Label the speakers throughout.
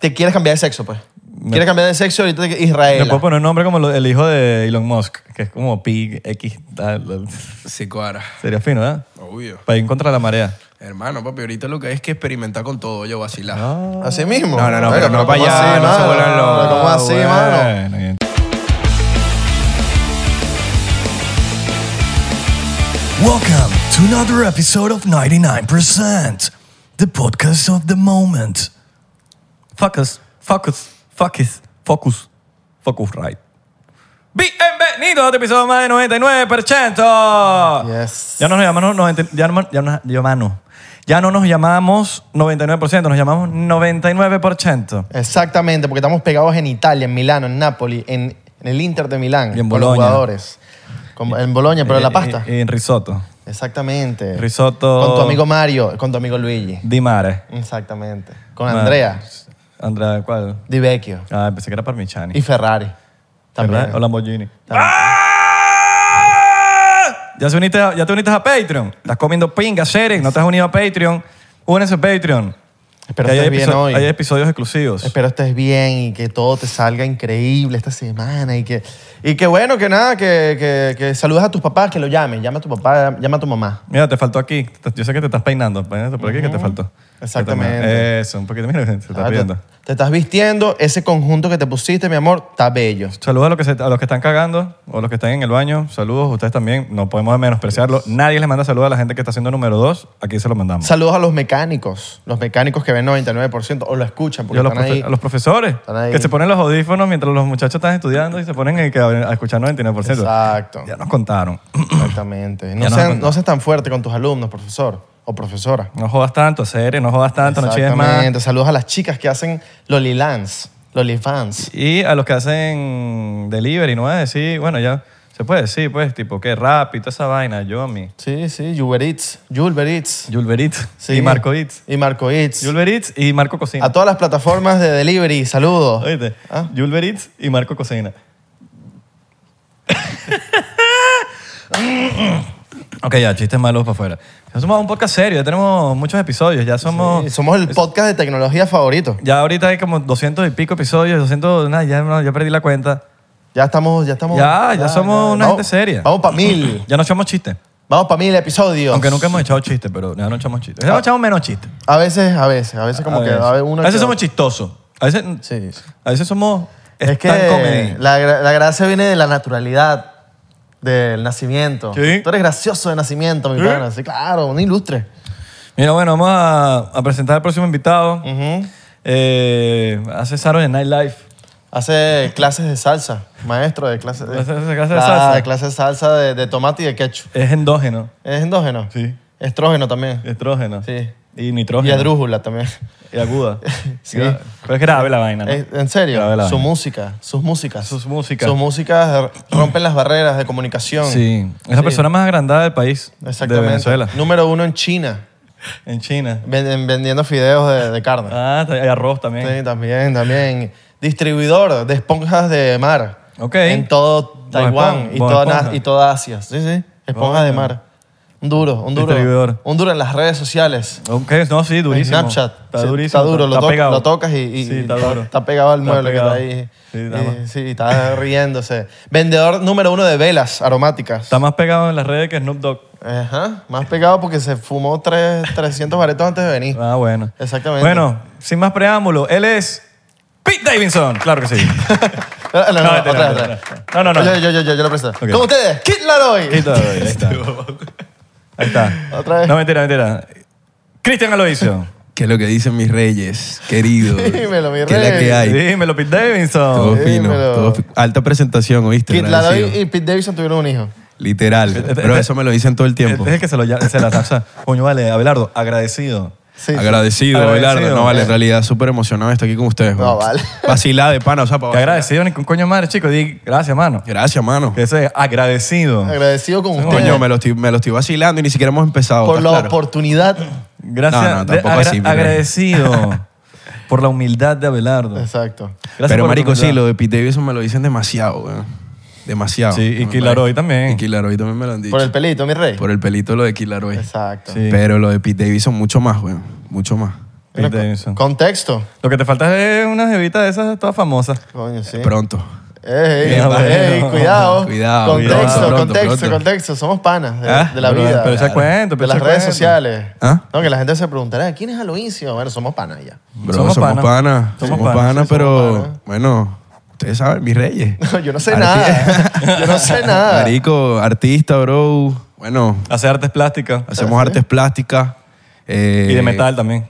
Speaker 1: te quieres cambiar de sexo, pues. Quieres cambiar de sexo ahorita te- Israel.
Speaker 2: Le puedo poner un nombre como lo- el hijo de Elon Musk, que es como Pig X. tal, tal.
Speaker 3: Sicuara.
Speaker 2: Sería fino, ¿verdad?
Speaker 3: Obvio.
Speaker 2: Para ir contra la marea.
Speaker 3: Hermano, papi, ahorita lo que hay es que experimentar con todo, yo vacilar.
Speaker 2: Ah.
Speaker 1: Así mismo.
Speaker 3: No, no, no, pero no
Speaker 1: ¿cómo
Speaker 3: para allá,
Speaker 1: así,
Speaker 3: no se
Speaker 1: mano?
Speaker 3: vuelvan locos.
Speaker 1: Pero ¿Cómo así, mano?
Speaker 2: Bueno, bien.
Speaker 4: Welcome to another episode of 99%, the podcast of the moment.
Speaker 2: Focus, focus, focus, focus, focus right. Bienvenidos a otro episodio más de 99%.
Speaker 1: Yes.
Speaker 2: Ya no nos llamamos 90, ya no, ya nos llamamos. Ya no nos llamamos 99%, nos llamamos 99%.
Speaker 1: Exactamente, porque estamos pegados en Italia, en Milano, en Nápoles, en, en el Inter de Milán,
Speaker 2: Y en
Speaker 1: con los
Speaker 2: Boloña.
Speaker 1: jugadores. Con- en Boloña, pero en la
Speaker 2: Eh,
Speaker 1: pasta.
Speaker 2: eh, En risotto.
Speaker 1: Exactamente.
Speaker 2: risotto-
Speaker 1: Con tu amigo Mario, con tu amigo Luigi.
Speaker 2: Di mare.
Speaker 1: Exactamente. Con Andrea,
Speaker 2: Andrea, ¿cuál?
Speaker 1: Di Vecchio
Speaker 2: Ah, pensé que era Parmigiani.
Speaker 1: y Ferrari. También.
Speaker 2: ¿Verdad? O Lamborghini. ¡Ah! ¿Ya, se uniste a- ya te uniste a Patreon. Estás comiendo pingas, Seren. No te has unido a Patreon. Únese a Patreon.
Speaker 1: Espero
Speaker 2: Que hay,
Speaker 1: estés bien
Speaker 2: episo-
Speaker 1: hoy.
Speaker 2: hay episodios exclusivos.
Speaker 1: Espero estés bien y que todo te salga increíble esta semana y que, y que bueno, que nada, que, que, que saludas a tus papás, que lo llamen. Llama a tu papá, llama a tu mamá.
Speaker 2: Mira, te faltó aquí. Te- Yo sé que te estás peinando. Peínate por aquí que te faltó.
Speaker 1: Exactamente.
Speaker 2: Eso, un poquito. Mira, se está
Speaker 1: Ah, te,
Speaker 2: riendo.
Speaker 1: te estás vistiendo, ese conjunto que te pusiste, mi amor, está bello.
Speaker 2: Saludos a los, que se- a los que están cagando o los que están en el baño. Saludos, ustedes también. No podemos menospreciarlo. Nadie les manda saludos a la gente que está haciendo número dos. Aquí se los mandamos.
Speaker 1: Saludos a los mecánicos, los mecánicos que ven 99% o lo escuchan
Speaker 2: Y
Speaker 1: porque
Speaker 2: a los,
Speaker 1: están
Speaker 2: profe-
Speaker 1: ahí.
Speaker 2: a los profesores
Speaker 1: Están ahí.
Speaker 2: que se ponen los audífonos mientras los muchachos están estudiando y se ponen el que a a escuchar 99%.
Speaker 1: Exacto,
Speaker 2: Ya nos contaron.
Speaker 1: exactamente. No
Speaker 2: nos
Speaker 1: seas,
Speaker 2: encontramos.
Speaker 1: no seas tan fuerte con tus alumnos, profesor o profesora.
Speaker 2: No jodas tanto, serio, no jodas tanto, no chingues más.
Speaker 1: Exactamente. Saludos a las chicas que hacen Lolilans, Lolifans.
Speaker 2: Y a los que hacen delivery, no voy a decir, bueno, ya se puede decir, pues, tipo, que rápido esa vaina, Yomi,
Speaker 1: Sí, sí, Uber Eats, Uber Eats.
Speaker 2: Julberitz
Speaker 1: Sí.
Speaker 2: y Marco Itz.
Speaker 1: Y Marco Eats.
Speaker 2: Julberitz y Marco Cocina.
Speaker 1: A todas las plataformas de delivery, saludos.
Speaker 2: Oíste,
Speaker 1: Ah.
Speaker 2: Julberitz y Marco Cocina. ok, ya, chistes malos para afuera. Ya somos un podcast serio, ya tenemos muchos episodios, ya somos...
Speaker 1: Sí, Somos el podcast de tecnología favorito.
Speaker 2: Ya ahorita hay como 200 y pico episodios, 200, nada, ya, no, ya perdí la cuenta.
Speaker 1: Ya estamos, ya estamos.
Speaker 2: Ya, ya somos una gente seria.
Speaker 1: Vamos para mil.
Speaker 2: Ya no echamos chistes.
Speaker 1: Vamos para mil episodios.
Speaker 2: Aunque nunca hemos echado chistes, pero ya no echamos chistes. Ya echamos menos chistes.
Speaker 1: A veces, a veces, a veces Ah. como
Speaker 2: a
Speaker 1: que
Speaker 2: veces,
Speaker 1: a veces uno.
Speaker 2: A veces
Speaker 1: que-
Speaker 2: somos chistosos. A veces,
Speaker 1: Sí.
Speaker 2: a veces somos.
Speaker 1: Es que
Speaker 2: stand comedy.
Speaker 1: la, gra- la gracia viene de la naturalidad, del nacimiento.
Speaker 2: Sí.
Speaker 1: Tú eres gracioso de nacimiento, mi pana. Sí, claro, un ilustre.
Speaker 2: Mira, bueno, vamos a, a presentar al próximo invitado.
Speaker 1: Mm.
Speaker 2: Eh, hace Saro en Night Live.
Speaker 1: Hace clases de salsa, maestro de clases de,
Speaker 2: Hace- hace clases de
Speaker 1: Ah,
Speaker 2: salsa.
Speaker 1: de clases de salsa de, de tomate y de ketchup.
Speaker 2: Es endógeno,
Speaker 1: ¿Es endógeno?
Speaker 2: Sí.
Speaker 1: Estrógeno también.
Speaker 2: estrógeno.
Speaker 1: Sí.
Speaker 2: Y
Speaker 1: Y
Speaker 2: nitrógeno.
Speaker 1: adrújula también.
Speaker 2: Y aguda.
Speaker 1: Sí.
Speaker 2: Gra- Pero es grave la vaina, ¿no?
Speaker 1: Eh, ¿En serio?
Speaker 2: Grave la
Speaker 1: Su
Speaker 2: vaina.
Speaker 1: música, sus músicas.
Speaker 2: Sus músicas.
Speaker 1: Sus músicas rompen las barreras de comunicación.
Speaker 2: Sí. Es la persona más agrandada del país.
Speaker 1: Exactamente.
Speaker 2: De Venezuela.
Speaker 1: Número uno en China,
Speaker 2: En China.
Speaker 1: ven- vendiendo fideos de, de carne.
Speaker 2: Ah, hay arroz también.
Speaker 1: Sí, también, también. Distribuidor de esponjas de mar.
Speaker 2: Ok.
Speaker 1: En todo
Speaker 2: Bon
Speaker 1: Taiwán
Speaker 2: espon-
Speaker 1: y,
Speaker 2: bon
Speaker 1: toda, Na-
Speaker 2: esponja.
Speaker 1: y toda Asia. Sí, sí. Esponjas de mar. Un duro, un duro.
Speaker 2: Distribuidor.
Speaker 1: Un duro en las redes sociales.
Speaker 2: Ok, no, sí, durísimo.
Speaker 1: Snapchat.
Speaker 2: Está
Speaker 1: Sí,
Speaker 2: durísimo.
Speaker 1: Está duro, lo, to-
Speaker 2: pegado.
Speaker 1: lo tocas y, y-
Speaker 2: Sí,
Speaker 1: y
Speaker 2: está, duro.
Speaker 1: pegado al mueble
Speaker 2: pegado.
Speaker 1: que está ahí.
Speaker 2: Sí, está,
Speaker 1: Y-
Speaker 2: más,
Speaker 1: sí, está riéndose. Vendedor número uno de velas aromáticas.
Speaker 2: está más pegado en las redes que Snoop Dogg.
Speaker 1: Ajá, más pegado porque se fumó tres, 300 baretos antes de venir.
Speaker 2: Ah, bueno.
Speaker 1: Exactamente.
Speaker 2: Bueno, sin más preámbulo, él es Pete Davidson. Claro que sí.
Speaker 1: Ah, No, no, no,
Speaker 2: No,
Speaker 1: otra,
Speaker 2: espera,
Speaker 1: otra.
Speaker 2: espera, espera. No, no, no.
Speaker 1: Yo, yo, yo, yo, yo lo presento.
Speaker 2: Ok.
Speaker 1: Con ustedes, Kid
Speaker 2: Ahí
Speaker 1: Laroi.
Speaker 2: está. Ahí está. Ahí está.
Speaker 1: Este Otra vez.
Speaker 2: No, mentira, mentira. Cristian Aloisio.
Speaker 3: ¿Qué es lo que dicen mis reyes, querido?
Speaker 1: Dímelo, mi
Speaker 3: ¿Qué es la
Speaker 1: rey.
Speaker 3: que hay?
Speaker 2: Dímelo, Pete
Speaker 3: Todo
Speaker 2: Davidson.
Speaker 3: fino.
Speaker 1: Dímelo.
Speaker 3: todo fi- Alta presentación, ¿oíste?
Speaker 1: Kid
Speaker 3: Agradecido.
Speaker 1: Laroi y Pete Davidson tuvieron un hijo.
Speaker 3: Literal.
Speaker 2: Este-
Speaker 3: Pero
Speaker 2: este-
Speaker 3: eso me lo dicen todo el tiempo.
Speaker 2: Este es el que se, lo, ya- se la tapsa. Coño, vale, Abelardo, agradecido.
Speaker 1: Sí. sí.
Speaker 3: Agradecido,
Speaker 2: este. Agradecido.
Speaker 3: Abelardo. No, vale, en realidad súper emocionado de estar aquí con ustedes.
Speaker 1: No,
Speaker 3: weón.
Speaker 1: vale.
Speaker 3: Vacilada de pana, o sea, pa'
Speaker 1: Oh,
Speaker 2: Que
Speaker 3: vacilar.
Speaker 2: agradecido ni con coño madre, chico. Di, gracias, mano.
Speaker 3: Gracias, mano.
Speaker 2: Que Eh. ese es agradecido.
Speaker 1: Agradecido con ustedes
Speaker 3: Coño, me lo, estoy, me lo estoy vacilando y ni siquiera hemos empezado.
Speaker 1: por
Speaker 3: ¿estás
Speaker 1: la
Speaker 3: claro?
Speaker 1: oportunidad.
Speaker 2: Gracias.
Speaker 3: No, no,
Speaker 2: de-
Speaker 3: tampoco así, mira.
Speaker 2: Agradecido por la humildad de Abelardo.
Speaker 1: Exacto.
Speaker 2: Gracias
Speaker 3: Pero,
Speaker 2: por la
Speaker 3: marico, sí,
Speaker 2: oportunidad.
Speaker 3: lo de Pete Davidson me lo dicen demasiado, weón. Demasiado.
Speaker 2: Sí, y
Speaker 3: Me
Speaker 2: Kid Laroi
Speaker 3: parece.
Speaker 2: también.
Speaker 3: Y Kid Laroi también me lo han dicho.
Speaker 1: Por el pelito, mi rey.
Speaker 3: Por el pelito lo de Kid Laroi.
Speaker 1: Exacto.
Speaker 2: Sí.
Speaker 3: Pero lo de Pete Davidson mucho más, weón. Mucho más.
Speaker 1: Mira,
Speaker 2: Pete
Speaker 1: con-
Speaker 2: Davidson.
Speaker 1: Contexto.
Speaker 2: Lo que te falta es una jevita de esas todas famosas.
Speaker 1: Coño, sí.
Speaker 3: Pronto.
Speaker 1: Ey,
Speaker 2: Mira,
Speaker 1: ey, ey,
Speaker 2: bueno.
Speaker 1: cuidado.
Speaker 3: Cuidado,
Speaker 1: Contexto,
Speaker 3: cuidado. Pronto,
Speaker 1: contexto,
Speaker 3: pronto.
Speaker 1: contexto. Somos panas de,
Speaker 2: Ah,
Speaker 1: de la
Speaker 2: pero-
Speaker 1: vida.
Speaker 2: pero echa cuento, pero
Speaker 1: De las
Speaker 2: echa
Speaker 1: redes
Speaker 2: cuento.
Speaker 1: sociales.
Speaker 3: ¿Ah?
Speaker 1: No, que la gente se preguntará, ¿quién es Aloincio? Bueno, somos panas ya.
Speaker 3: Bro,
Speaker 2: Somos
Speaker 3: somos,
Speaker 2: pana.
Speaker 3: panas.
Speaker 2: Somos pana,
Speaker 3: Somos
Speaker 1: sí, somos
Speaker 3: panas, pero
Speaker 1: pana.
Speaker 3: bueno, ustedes saben, mis reyes.
Speaker 1: No, yo no sé
Speaker 3: Arti-
Speaker 1: nada. Yo no sé nada.
Speaker 3: Marico, artista, bro. Bueno,
Speaker 2: Hacer artes plásticas.
Speaker 3: hacemos artes plásticas. eh,
Speaker 2: Y de metal también.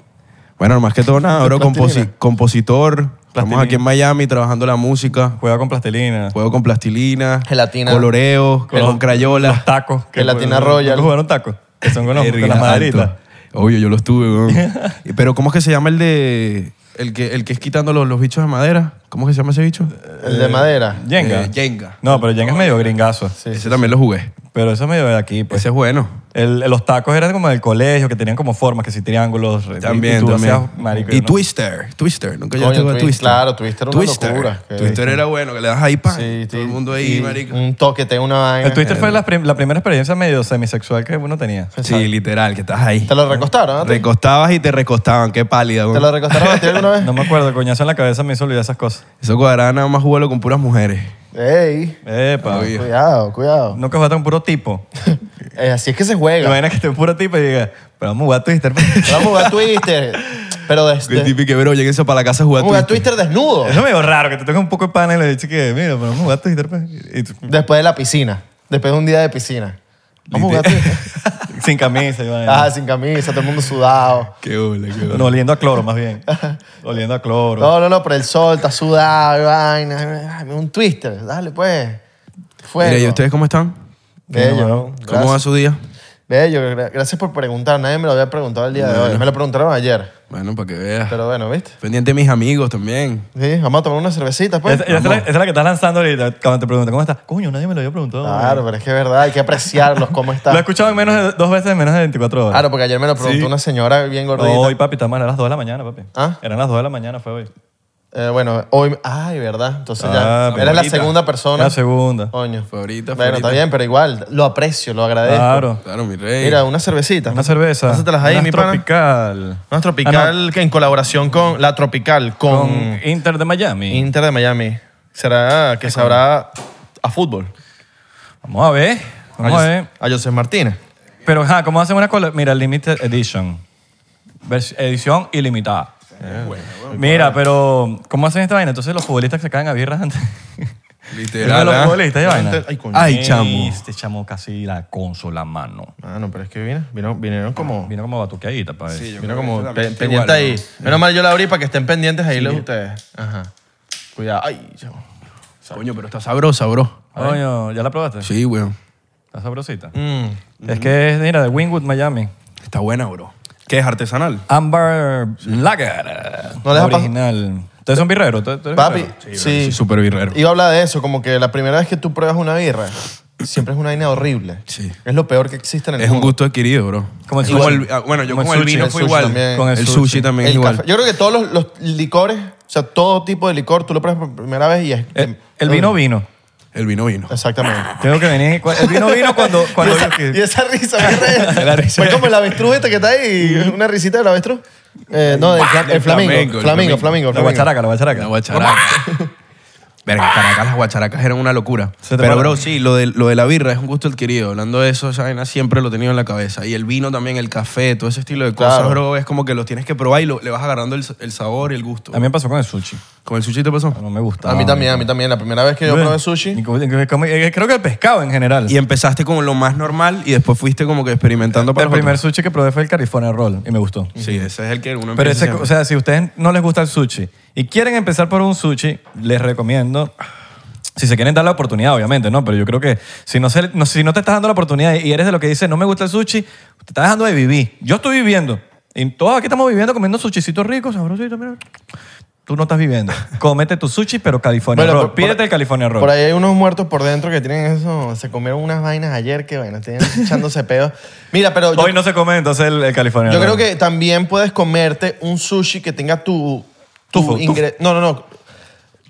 Speaker 3: Bueno, más que todo nada, bro.
Speaker 1: Plastilina.
Speaker 3: composi- compositor.
Speaker 2: Plastilina.
Speaker 3: Estamos aquí en Miami trabajando la música.
Speaker 2: Juega con plastilina.
Speaker 3: Juego con plastilina.
Speaker 1: Gelatina.
Speaker 3: Coloreo.
Speaker 2: Con
Speaker 3: Con,
Speaker 2: los- Los
Speaker 3: crayola.
Speaker 2: tacos.
Speaker 1: Gelatina
Speaker 2: jugaron-
Speaker 1: Royal.
Speaker 2: ¿Nunca jugaron tacos? Que son con, los- con
Speaker 3: Verga,
Speaker 2: las maderitas.
Speaker 3: alto. Obvio, yo los tuve, weón. Y- Pero ¿cómo es que se llama el de... El que, el que es quitando los, los bichos de madera? ¿Cómo es que se llama ese bicho?
Speaker 1: El de madera.
Speaker 2: Eh, Jenga.
Speaker 3: Eh, Jenga.
Speaker 2: No, pero Jenga es medio gringazo.
Speaker 3: ese también lo jugué.
Speaker 2: Pero eso es medio de aquí, pues.
Speaker 3: Ese es bueno.
Speaker 2: El- los tacos eran como del colegio, que tenían como formas, que si triángulos. re-
Speaker 3: También,
Speaker 2: y tú
Speaker 3: también.
Speaker 2: hacías, marico,
Speaker 3: y
Speaker 2: ¿no?
Speaker 3: Twister. Twister. Nunca
Speaker 1: Coño,
Speaker 3: llegaste a jugar
Speaker 1: Twi-
Speaker 3: Twister.
Speaker 1: claro, Twister era una locura. Que-
Speaker 3: Twister era bueno, que le das ahí, pan.
Speaker 1: Sí,
Speaker 3: Todo
Speaker 1: sí,
Speaker 3: el mundo ahí,
Speaker 1: y
Speaker 3: marico.
Speaker 1: Un toquete, una vaina.
Speaker 2: El Twister fue la, prim- la primera experiencia medio semisexual que uno tenía.
Speaker 3: Sí, literal, que estás ahí.
Speaker 1: ¿Te lo recostaron? ¿no? ¿Te,
Speaker 3: Recostabas y te recostaban. Qué pálida, güey.
Speaker 1: te lo recostaron a ti alguna vez?
Speaker 2: No me acuerdo, el coñazo en la cabeza me hizo olvidar esas cosas.
Speaker 3: Eso cuadraba nada más jugarlo con puras mujeres.
Speaker 1: Ey,
Speaker 2: Epa.
Speaker 3: Obvio.
Speaker 1: cuidado, cuidado.
Speaker 2: Nunca jugaste a un puro tipo.
Speaker 1: Eh, así es que se
Speaker 2: La
Speaker 1: juega.
Speaker 2: vaina es que esté un puro tipo y diga, pero vamos a jugar a Twister. pues".
Speaker 1: Vamos a jugar Twister. Pero
Speaker 3: Que El
Speaker 1: desde.
Speaker 3: típico, bro, lléguense para la casa a jugar
Speaker 1: Este. Vamos a jugar
Speaker 3: Twister.
Speaker 1: Twister desnudo.
Speaker 2: Eso es medio raro, que te toque un poco de pana y le dices que, mira, pero vamos a jugar a Twister. pues". Y tú-
Speaker 1: Después de la piscina. Después de un día de piscina. Vamos a jugar Twister.
Speaker 2: sin camisa, y vaina.
Speaker 1: Ah, sin camisa, todo el mundo sudado.
Speaker 3: Qué bola, qué bola.
Speaker 2: No, oliendo a cloro, más bien. Oliendo a cloro.
Speaker 1: No, no, no, pero el sol está sudado, y vaina. Ay, Un Twister, dale pues. Fuego.
Speaker 3: Mira, ¿y ustedes cómo están?
Speaker 1: Bello.
Speaker 2: ¿Cómo
Speaker 3: ¿Cómo va
Speaker 1: Gracias.
Speaker 3: su día?
Speaker 1: Bello, gra- gracias por preguntar. Nadie me lo había preguntado el día de hoy. Me lo preguntaron ayer.
Speaker 3: Bueno, para que veas.
Speaker 1: Pero bueno, ¿viste?
Speaker 3: Pendiente de mis amigos también.
Speaker 1: Sí, vamos a tomar una cervecita, pues.
Speaker 2: Esa, esa es la, esa es la que estás lanzando ahorita cuando te preguntan, ¿cómo estás? Coño, nadie me lo había preguntado.
Speaker 1: Claro, pero es que es verdad, hay que apreciarlos, cómo
Speaker 2: Lo he
Speaker 1: está. Ah,
Speaker 2: escuchado en menos de, dos veces en menos de 24 horas.
Speaker 1: Claro, porque ayer me lo preguntó
Speaker 2: Sí.
Speaker 1: una señora bien gordita.
Speaker 2: Hoy, papi, está mal, eran las 2 de la mañana, papi.
Speaker 1: ¿Ah?
Speaker 2: Eran las 2 de la mañana, fue hoy.
Speaker 1: Eh, bueno, hoy. Ay, ¿verdad? Entonces
Speaker 2: Ah,
Speaker 1: ya. Eres la
Speaker 3: favorita.
Speaker 1: segunda persona.
Speaker 2: La segunda.
Speaker 1: Coño.
Speaker 3: Favorita,
Speaker 1: Bueno,
Speaker 3: favorita.
Speaker 1: está bien, pero igual, lo aprecio, lo agradezco.
Speaker 2: Claro.
Speaker 3: Claro, mi rey.
Speaker 1: Mira, una cervecita.
Speaker 2: Una cerveza.
Speaker 1: Pásatelas ahí,
Speaker 2: Unas
Speaker 1: mi pana.
Speaker 2: tropical.
Speaker 1: Una tropical
Speaker 2: Ah, no,
Speaker 1: que en colaboración con la tropical, con,
Speaker 2: Con Inter de Miami.
Speaker 1: Inter de Miami. Será que sabrá a fútbol.
Speaker 2: Vamos a ver. Vamos a
Speaker 1: Jose-
Speaker 2: ver.
Speaker 1: a José Martínez.
Speaker 2: Pero, ja, ¿cómo hacen una cola? Mira, Limited Edition. Vers- Edición ilimitada. Mira, pero ¿cómo hacen esta vaina? Entonces los futbolistas se caen a birras antes. Uno de
Speaker 3: Literal,
Speaker 2: los
Speaker 3: ¿ah?
Speaker 2: futbolistas, ¿y vaina?
Speaker 1: Ay, coño.
Speaker 3: Ay, chamo.
Speaker 2: Este chamo casi la consola a mano.
Speaker 1: Ah, no, pero es que vino, vino- vinieron
Speaker 3: Ah,
Speaker 1: como.
Speaker 2: Vino como batuqueadita, pues. para ver.
Speaker 1: Vino como pe-
Speaker 3: también.
Speaker 1: pendiente
Speaker 3: Igual,
Speaker 1: ahí. Menos mal yo la abrí para que estén pendientes ahí los ustedes. Ajá. Cuidado. Ay, chamo.
Speaker 3: ah. Coño, pero está sabrosa, bro.
Speaker 2: Coño, ¿ya la probaste?
Speaker 3: Sí, weón.
Speaker 2: Está sabrosita.
Speaker 1: Mm.
Speaker 2: Es que es, mira, de Wingwood, Miami.
Speaker 3: Está buena, bro. ¿Qué es artesanal?
Speaker 2: Amber Lager.
Speaker 1: No les ha
Speaker 2: original. Ustedes son birreros. ¿Tú- tú eres
Speaker 1: Papi,
Speaker 2: birrero?
Speaker 1: sí.
Speaker 3: Sí, súper birrero.
Speaker 1: Iba a hablar de eso, como que la primera vez que tú pruebas una birra, siempre es una vaina horrible.
Speaker 3: Sí.
Speaker 1: Es lo peor que existe en el
Speaker 3: Es un
Speaker 1: mundo.
Speaker 3: gusto adquirido, bro.
Speaker 2: Como el
Speaker 3: Como
Speaker 2: sushi.
Speaker 3: el- ah, bueno, yo
Speaker 2: Como el
Speaker 3: con el
Speaker 2: sushi,
Speaker 3: vino
Speaker 1: el
Speaker 3: fue
Speaker 1: sushi
Speaker 3: igual.
Speaker 1: también.
Speaker 2: Con el
Speaker 3: el
Speaker 2: sushi.
Speaker 3: sushi, también es
Speaker 1: El
Speaker 3: igual.
Speaker 1: café. Yo creo que todos los, los licores, o sea, todo tipo de licor, tú lo pruebas por primera vez y es...
Speaker 3: Eh,
Speaker 2: El, Eh, el vino vino.
Speaker 3: El vino vino.
Speaker 1: Exactamente.
Speaker 2: Tengo que venir. cu- El vino vino cuando...
Speaker 1: Y
Speaker 2: cuando
Speaker 1: esa, y esa risa, qué re-
Speaker 2: La risa.
Speaker 1: Fue como el avestruz este que está ahí, una risita del avestruz. Eh, no, del fla-
Speaker 3: del
Speaker 1: el flamingo.
Speaker 3: flamenco, el
Speaker 1: Flamingo,
Speaker 3: flamingo.
Speaker 1: flamingo,
Speaker 2: la
Speaker 1: flamingo.
Speaker 2: guacharaca, la guacharaca.
Speaker 3: La guacharaca. Verga, en Caracas las guacharacas eran una locura.
Speaker 2: Se te
Speaker 3: Pero,
Speaker 2: para-
Speaker 3: bro, sí, lo de, lo de la birra es un gusto adquirido. Hablando de eso, esa vaina siempre lo he tenido en la cabeza. Y el vino también, el café, todo ese estilo de cosas,
Speaker 1: Claro.
Speaker 3: bro, es como que los tienes que probar y lo- le vas agarrando el, el sabor y el gusto.
Speaker 2: A mí me pasó con el sushi.
Speaker 3: ¿Con el sushi te pasó?
Speaker 2: No me gustaba.
Speaker 1: A mí también, a mí también. La primera vez que yo probé sushi,
Speaker 2: Y como- y como- y Creo que el pescado en general.
Speaker 3: Y empezaste con lo más normal y después fuiste como que experimentando para
Speaker 2: el
Speaker 3: los
Speaker 2: primer
Speaker 3: otros.
Speaker 2: sushi que probé fue el California Roll y me gustó.
Speaker 3: Sí, ese es el que uno
Speaker 2: Pero
Speaker 3: empieza
Speaker 2: ese,
Speaker 3: siempre.
Speaker 2: o sea, si a ustedes no les gusta el sushi y quieren empezar por un sushi, les recomiendo, si se quieren dar la oportunidad, obviamente, ¿no? Pero yo creo que si no, se- no- si no te estás dando la oportunidad y eres de lo que dice, no me gusta el sushi, te estás dejando de vivir. Yo estoy viviendo. Y todos aquí estamos viviendo comiendo sushicitos ricos, sabrositos, mira. Tú no estás viviendo. Cómete tu sushi, pero California
Speaker 1: Bueno,
Speaker 2: Roll.
Speaker 1: por- por-
Speaker 2: Pídete el California Roll.
Speaker 1: por ahí hay unos muertos por dentro que tienen eso. Se comieron unas vainas ayer que, bueno, tienen echándose pedos. Mira, pero yo,
Speaker 2: Hoy no se come entonces el, el California
Speaker 1: yo
Speaker 2: Roll.
Speaker 1: creo que también puedes comerte un sushi que tenga tu... tu
Speaker 2: Tufo,
Speaker 1: ingre- No, no, no.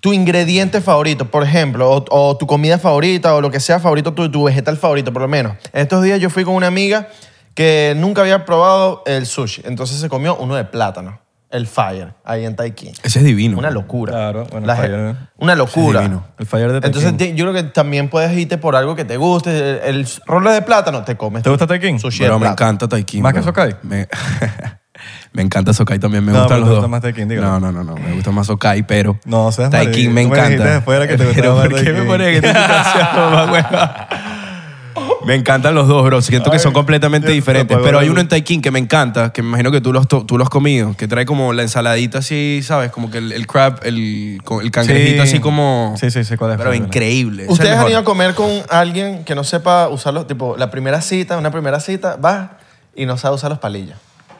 Speaker 1: Tu ingrediente favorito, por ejemplo, o, o tu comida favorita, o lo que sea favorito, tu, tu vegetal favorito, por lo menos. Estos días yo fui con una amiga que nunca había probado el sushi. Entonces se comió uno de plátano. el Fire, ahí en Taikí.
Speaker 3: Ese es divino.
Speaker 1: Una locura.
Speaker 2: Claro, bueno,
Speaker 1: La
Speaker 2: el
Speaker 1: gen-
Speaker 2: Fire, ¿eh?
Speaker 1: Una locura.
Speaker 3: Sí, divino.
Speaker 2: El Fire de Taikín.
Speaker 1: Entonces ti- yo creo que también puedes irte por algo que te guste. El, el roller de plátano te comes.
Speaker 2: ¿Te gusta Taikín?
Speaker 1: Sushi de
Speaker 3: Pero me
Speaker 1: plátano.
Speaker 3: encanta Taikin.
Speaker 2: ¿Más que
Speaker 3: bro.
Speaker 2: Sokai?
Speaker 3: Me, me encanta Sokai también, me
Speaker 2: No,
Speaker 3: gustan
Speaker 2: pero
Speaker 3: los
Speaker 2: te
Speaker 3: dos.
Speaker 2: gusta más Taikín, dígalo.
Speaker 3: no, no, no, no, me gusta más Sokai, pero
Speaker 2: No, seas marico.
Speaker 3: Taikin me
Speaker 2: Tú me dijiste
Speaker 3: encanta.
Speaker 2: después era que te gustaba
Speaker 3: Pero,
Speaker 2: más
Speaker 3: ¿por qué me
Speaker 2: Taikín?
Speaker 3: pones que tú estás haciendo más hueva? Me encantan los dos, bro. Siento que
Speaker 2: Ay, pues,
Speaker 3: son completamente
Speaker 2: Dios,
Speaker 3: diferentes.
Speaker 2: apagó
Speaker 3: Pero
Speaker 2: la
Speaker 3: hay
Speaker 2: luz.
Speaker 3: uno en Taikin que me encanta, que me imagino que tú lo has, to- tú lo has comido, que trae como la ensaladita así, ¿sabes? Como que el, el crab, el, co- el cangrejito así como...
Speaker 2: Sí, sí, sí, cuál es.
Speaker 3: Pero increíble. Ese es el
Speaker 1: ¿Ustedes han
Speaker 3: mejor.
Speaker 1: ido a comer con alguien que no sepa usar los, tipo, la primera cita, una primera cita, vas y no sabe usar los palillos?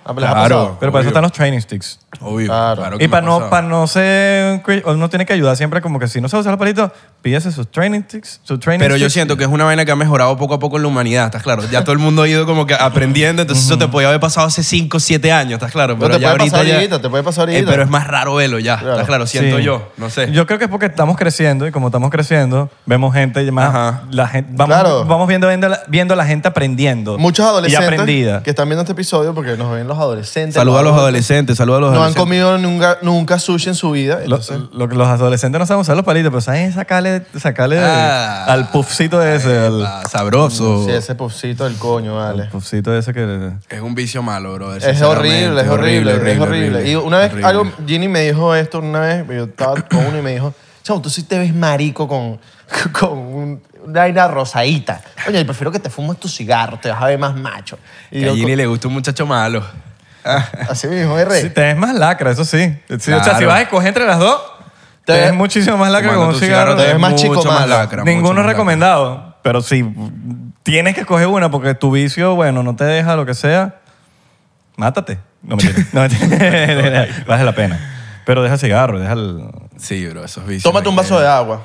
Speaker 1: Ah, ¿les ha
Speaker 3: Claro.
Speaker 1: pasado?
Speaker 2: Pero para eso
Speaker 3: Obvio.
Speaker 2: están los training sticks.
Speaker 3: Obvio,
Speaker 1: Claro.
Speaker 3: claro que
Speaker 2: Y
Speaker 3: me
Speaker 2: para
Speaker 3: ha
Speaker 2: no,
Speaker 3: pasado.
Speaker 2: para no ser... cri- Uno tiene que ayudar siempre como que si no sabe usar los palitos, pídese sus training sticks. Sus training
Speaker 3: Pero este yo
Speaker 2: sticks.
Speaker 3: siento que es una vaina que ha mejorado poco a poco en la humanidad, ¿estás claro? Ya todo el mundo ha ido como que aprendiendo, entonces eso te podía haber pasado hace 5, 7 años, ¿estás claro?
Speaker 1: No, te
Speaker 3: ya
Speaker 1: puede pasar
Speaker 3: ya- Eh,
Speaker 1: ahorita, te puede pasar ahorita.
Speaker 3: pero es más raro verlo ya,
Speaker 1: Claro.
Speaker 3: ¿estás claro? Siento
Speaker 2: Sí.
Speaker 3: yo, no sé.
Speaker 2: Yo creo que es porque estamos creciendo y como estamos creciendo, vemos gente y más.
Speaker 3: Ajá.
Speaker 2: La gente, vamos,
Speaker 1: Claro.
Speaker 2: vamos viendo, viendo, la- viendo a la gente aprendiendo.
Speaker 1: Muchos
Speaker 2: Y
Speaker 1: adolescentes
Speaker 2: aprendida.
Speaker 1: que están viendo este episodio porque nos ven los adolescentes.
Speaker 3: Saluda a los
Speaker 1: ¿no?
Speaker 3: adolescentes, saluda a los
Speaker 1: No han
Speaker 3: adolescentes.
Speaker 1: comido nunca, nunca sushi en su vida.
Speaker 2: Lo-
Speaker 1: entonces-
Speaker 2: lo que los adolescentes no saben usar los palitos, pero saben sacarle, sacarle
Speaker 3: Ah.
Speaker 2: al puffcito ese. al
Speaker 3: Ah, sabroso.
Speaker 1: Mm, sí, ese pufcito del coño, vale.
Speaker 2: puffcito ese que...
Speaker 3: Es un vicio malo, bro.
Speaker 1: Es horrible, es horrible, es horrible. Y una vez,
Speaker 3: horrible.
Speaker 1: algo, Ginny me dijo esto una vez, yo estaba con uno y me dijo, chavo, tú sí te ves marico con, con un- una aire rosadita. Oye, prefiero que te fumes tu cigarro, te vas a ver más macho. Y
Speaker 3: Que
Speaker 1: yo,
Speaker 3: a Ginny le gusta un muchacho malo. Ah,
Speaker 1: así me dijo, R.
Speaker 2: Sí, te ves más lacra, eso sí. Sí, O sea,
Speaker 3: Claro.
Speaker 2: si vas a escoger entre las dos, te,
Speaker 1: Te-
Speaker 2: ves muchísimo más lacra con
Speaker 3: Fumando
Speaker 2: un
Speaker 3: tu
Speaker 2: cigarro.
Speaker 1: te ves
Speaker 3: es
Speaker 1: más chico
Speaker 3: mucho
Speaker 1: malo.
Speaker 3: lacra, mucho
Speaker 2: Ninguno
Speaker 3: más
Speaker 2: es
Speaker 3: lacra.
Speaker 2: recomendado, pero si tienes que escoger una porque tu vicio, bueno, no te deja lo que sea, mátate. No me No mentira. Vale la pena. Pero deja el cigarro, deja el...
Speaker 3: Sí, bro, esos vicios.
Speaker 1: Tómate
Speaker 3: me
Speaker 1: un vaso
Speaker 3: quedan.
Speaker 1: de agua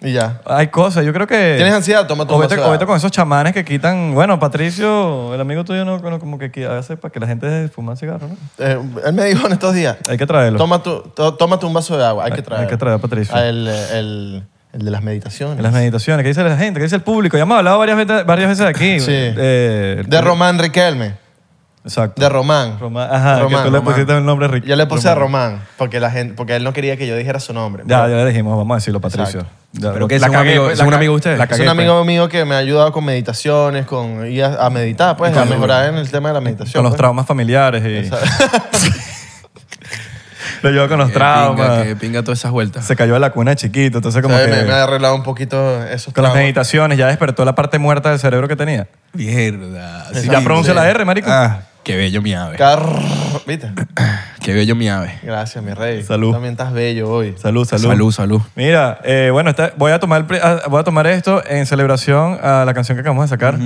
Speaker 1: y ya.
Speaker 2: Hay cosas, yo creo que...
Speaker 1: ¿Tienes ansiedad? Tómate un
Speaker 2: o vete,
Speaker 1: vaso de
Speaker 2: o vete
Speaker 1: agua.
Speaker 2: con esos chamanes que quitan... Bueno, Patricio, el amigo tuyo, no, bueno, como que qui- hace para que la gente deje de fumar cigarro, ¿no?
Speaker 1: Eh, él me dijo en estos días,
Speaker 2: Hay que traerlo.
Speaker 1: toma tu, to- tómate un vaso de agua, hay
Speaker 2: Hay-
Speaker 1: que
Speaker 2: hay
Speaker 1: traer.
Speaker 2: que traer a Patricio.
Speaker 1: Ah, El, el- el de las meditaciones.
Speaker 2: En las meditaciones, ¿qué dice la gente? ¿Qué dice el público? Ya hemos hablado varias veces, varias veces aquí.
Speaker 1: Sí.
Speaker 2: Eh,
Speaker 1: de
Speaker 2: el público-
Speaker 1: Román Riquelme,
Speaker 2: Exacto.
Speaker 1: de Román.
Speaker 2: Roma- ajá,
Speaker 1: Román,
Speaker 2: que tú le
Speaker 1: Román.
Speaker 2: pusiste el nombre rico.
Speaker 1: Yo le puse a Román porque, la gente, porque él no quería que yo dijera su nombre.
Speaker 2: Ya,
Speaker 1: Pero
Speaker 2: ya le dijimos, vamos a decirlo, Patricio.
Speaker 1: Exacto.
Speaker 2: Ya,
Speaker 3: ¿Pero qué,
Speaker 2: la
Speaker 3: es un
Speaker 2: cagué,
Speaker 3: amigo-
Speaker 2: pues,
Speaker 3: es
Speaker 2: la
Speaker 3: un
Speaker 2: ca-
Speaker 3: amigo de ustedes?
Speaker 2: la
Speaker 1: Es
Speaker 2: cagué,
Speaker 1: un
Speaker 2: pues.
Speaker 1: amigo mío que me ha ayudado con meditaciones, con ir a, a meditar, pues, a mejorar en el tema de la meditación.
Speaker 2: Con los
Speaker 1: pues.
Speaker 2: traumas familiares y... lo llevó con los
Speaker 3: Que pinga,
Speaker 2: traumas.
Speaker 3: que pinga todas esas vueltas.
Speaker 2: Se cayó de la cuna de chiquito, entonces como
Speaker 1: O sea,
Speaker 2: que...
Speaker 1: me, me ha arreglado un poquito esos
Speaker 2: Con las
Speaker 1: traumas.
Speaker 2: meditaciones ya despertó la parte muerta del cerebro que tenía.
Speaker 3: Mierda. sí,
Speaker 2: ya pronuncia
Speaker 3: sí.
Speaker 2: la R, marico.
Speaker 3: Ah, qué bello mi ave.
Speaker 1: Carrrr, ¿Viste?
Speaker 3: Qué bello mi ave.
Speaker 1: Gracias, mi rey.
Speaker 2: Salud.
Speaker 1: Tú también estás bello hoy.
Speaker 2: Salud, salud.
Speaker 3: Salud, salud.
Speaker 2: Mira, eh, bueno, esta- voy, a tomar, el pri- ah, voy a tomar esto en celebración a la canción que acabamos de sacar.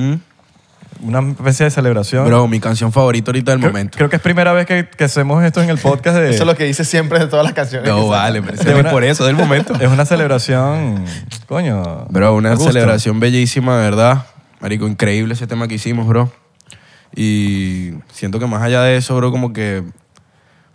Speaker 2: Una especie de celebración.
Speaker 3: Bro, mi canción favorita ahorita del
Speaker 2: creo,
Speaker 3: momento.
Speaker 2: creo que es primera vez que, que hacemos esto en el podcast. De,
Speaker 1: Eso es lo que dice siempre de todas las canciones. que
Speaker 3: No,
Speaker 1: saca.
Speaker 3: vale, pero
Speaker 2: De
Speaker 3: es
Speaker 2: una-
Speaker 3: por eso, del momento.
Speaker 2: es una celebración, coño.
Speaker 3: Bro, una
Speaker 2: a gusto.
Speaker 3: celebración bellísima, de verdad. Marico, increíble ese tema que hicimos, bro. Y siento que más allá de eso, bro, como que,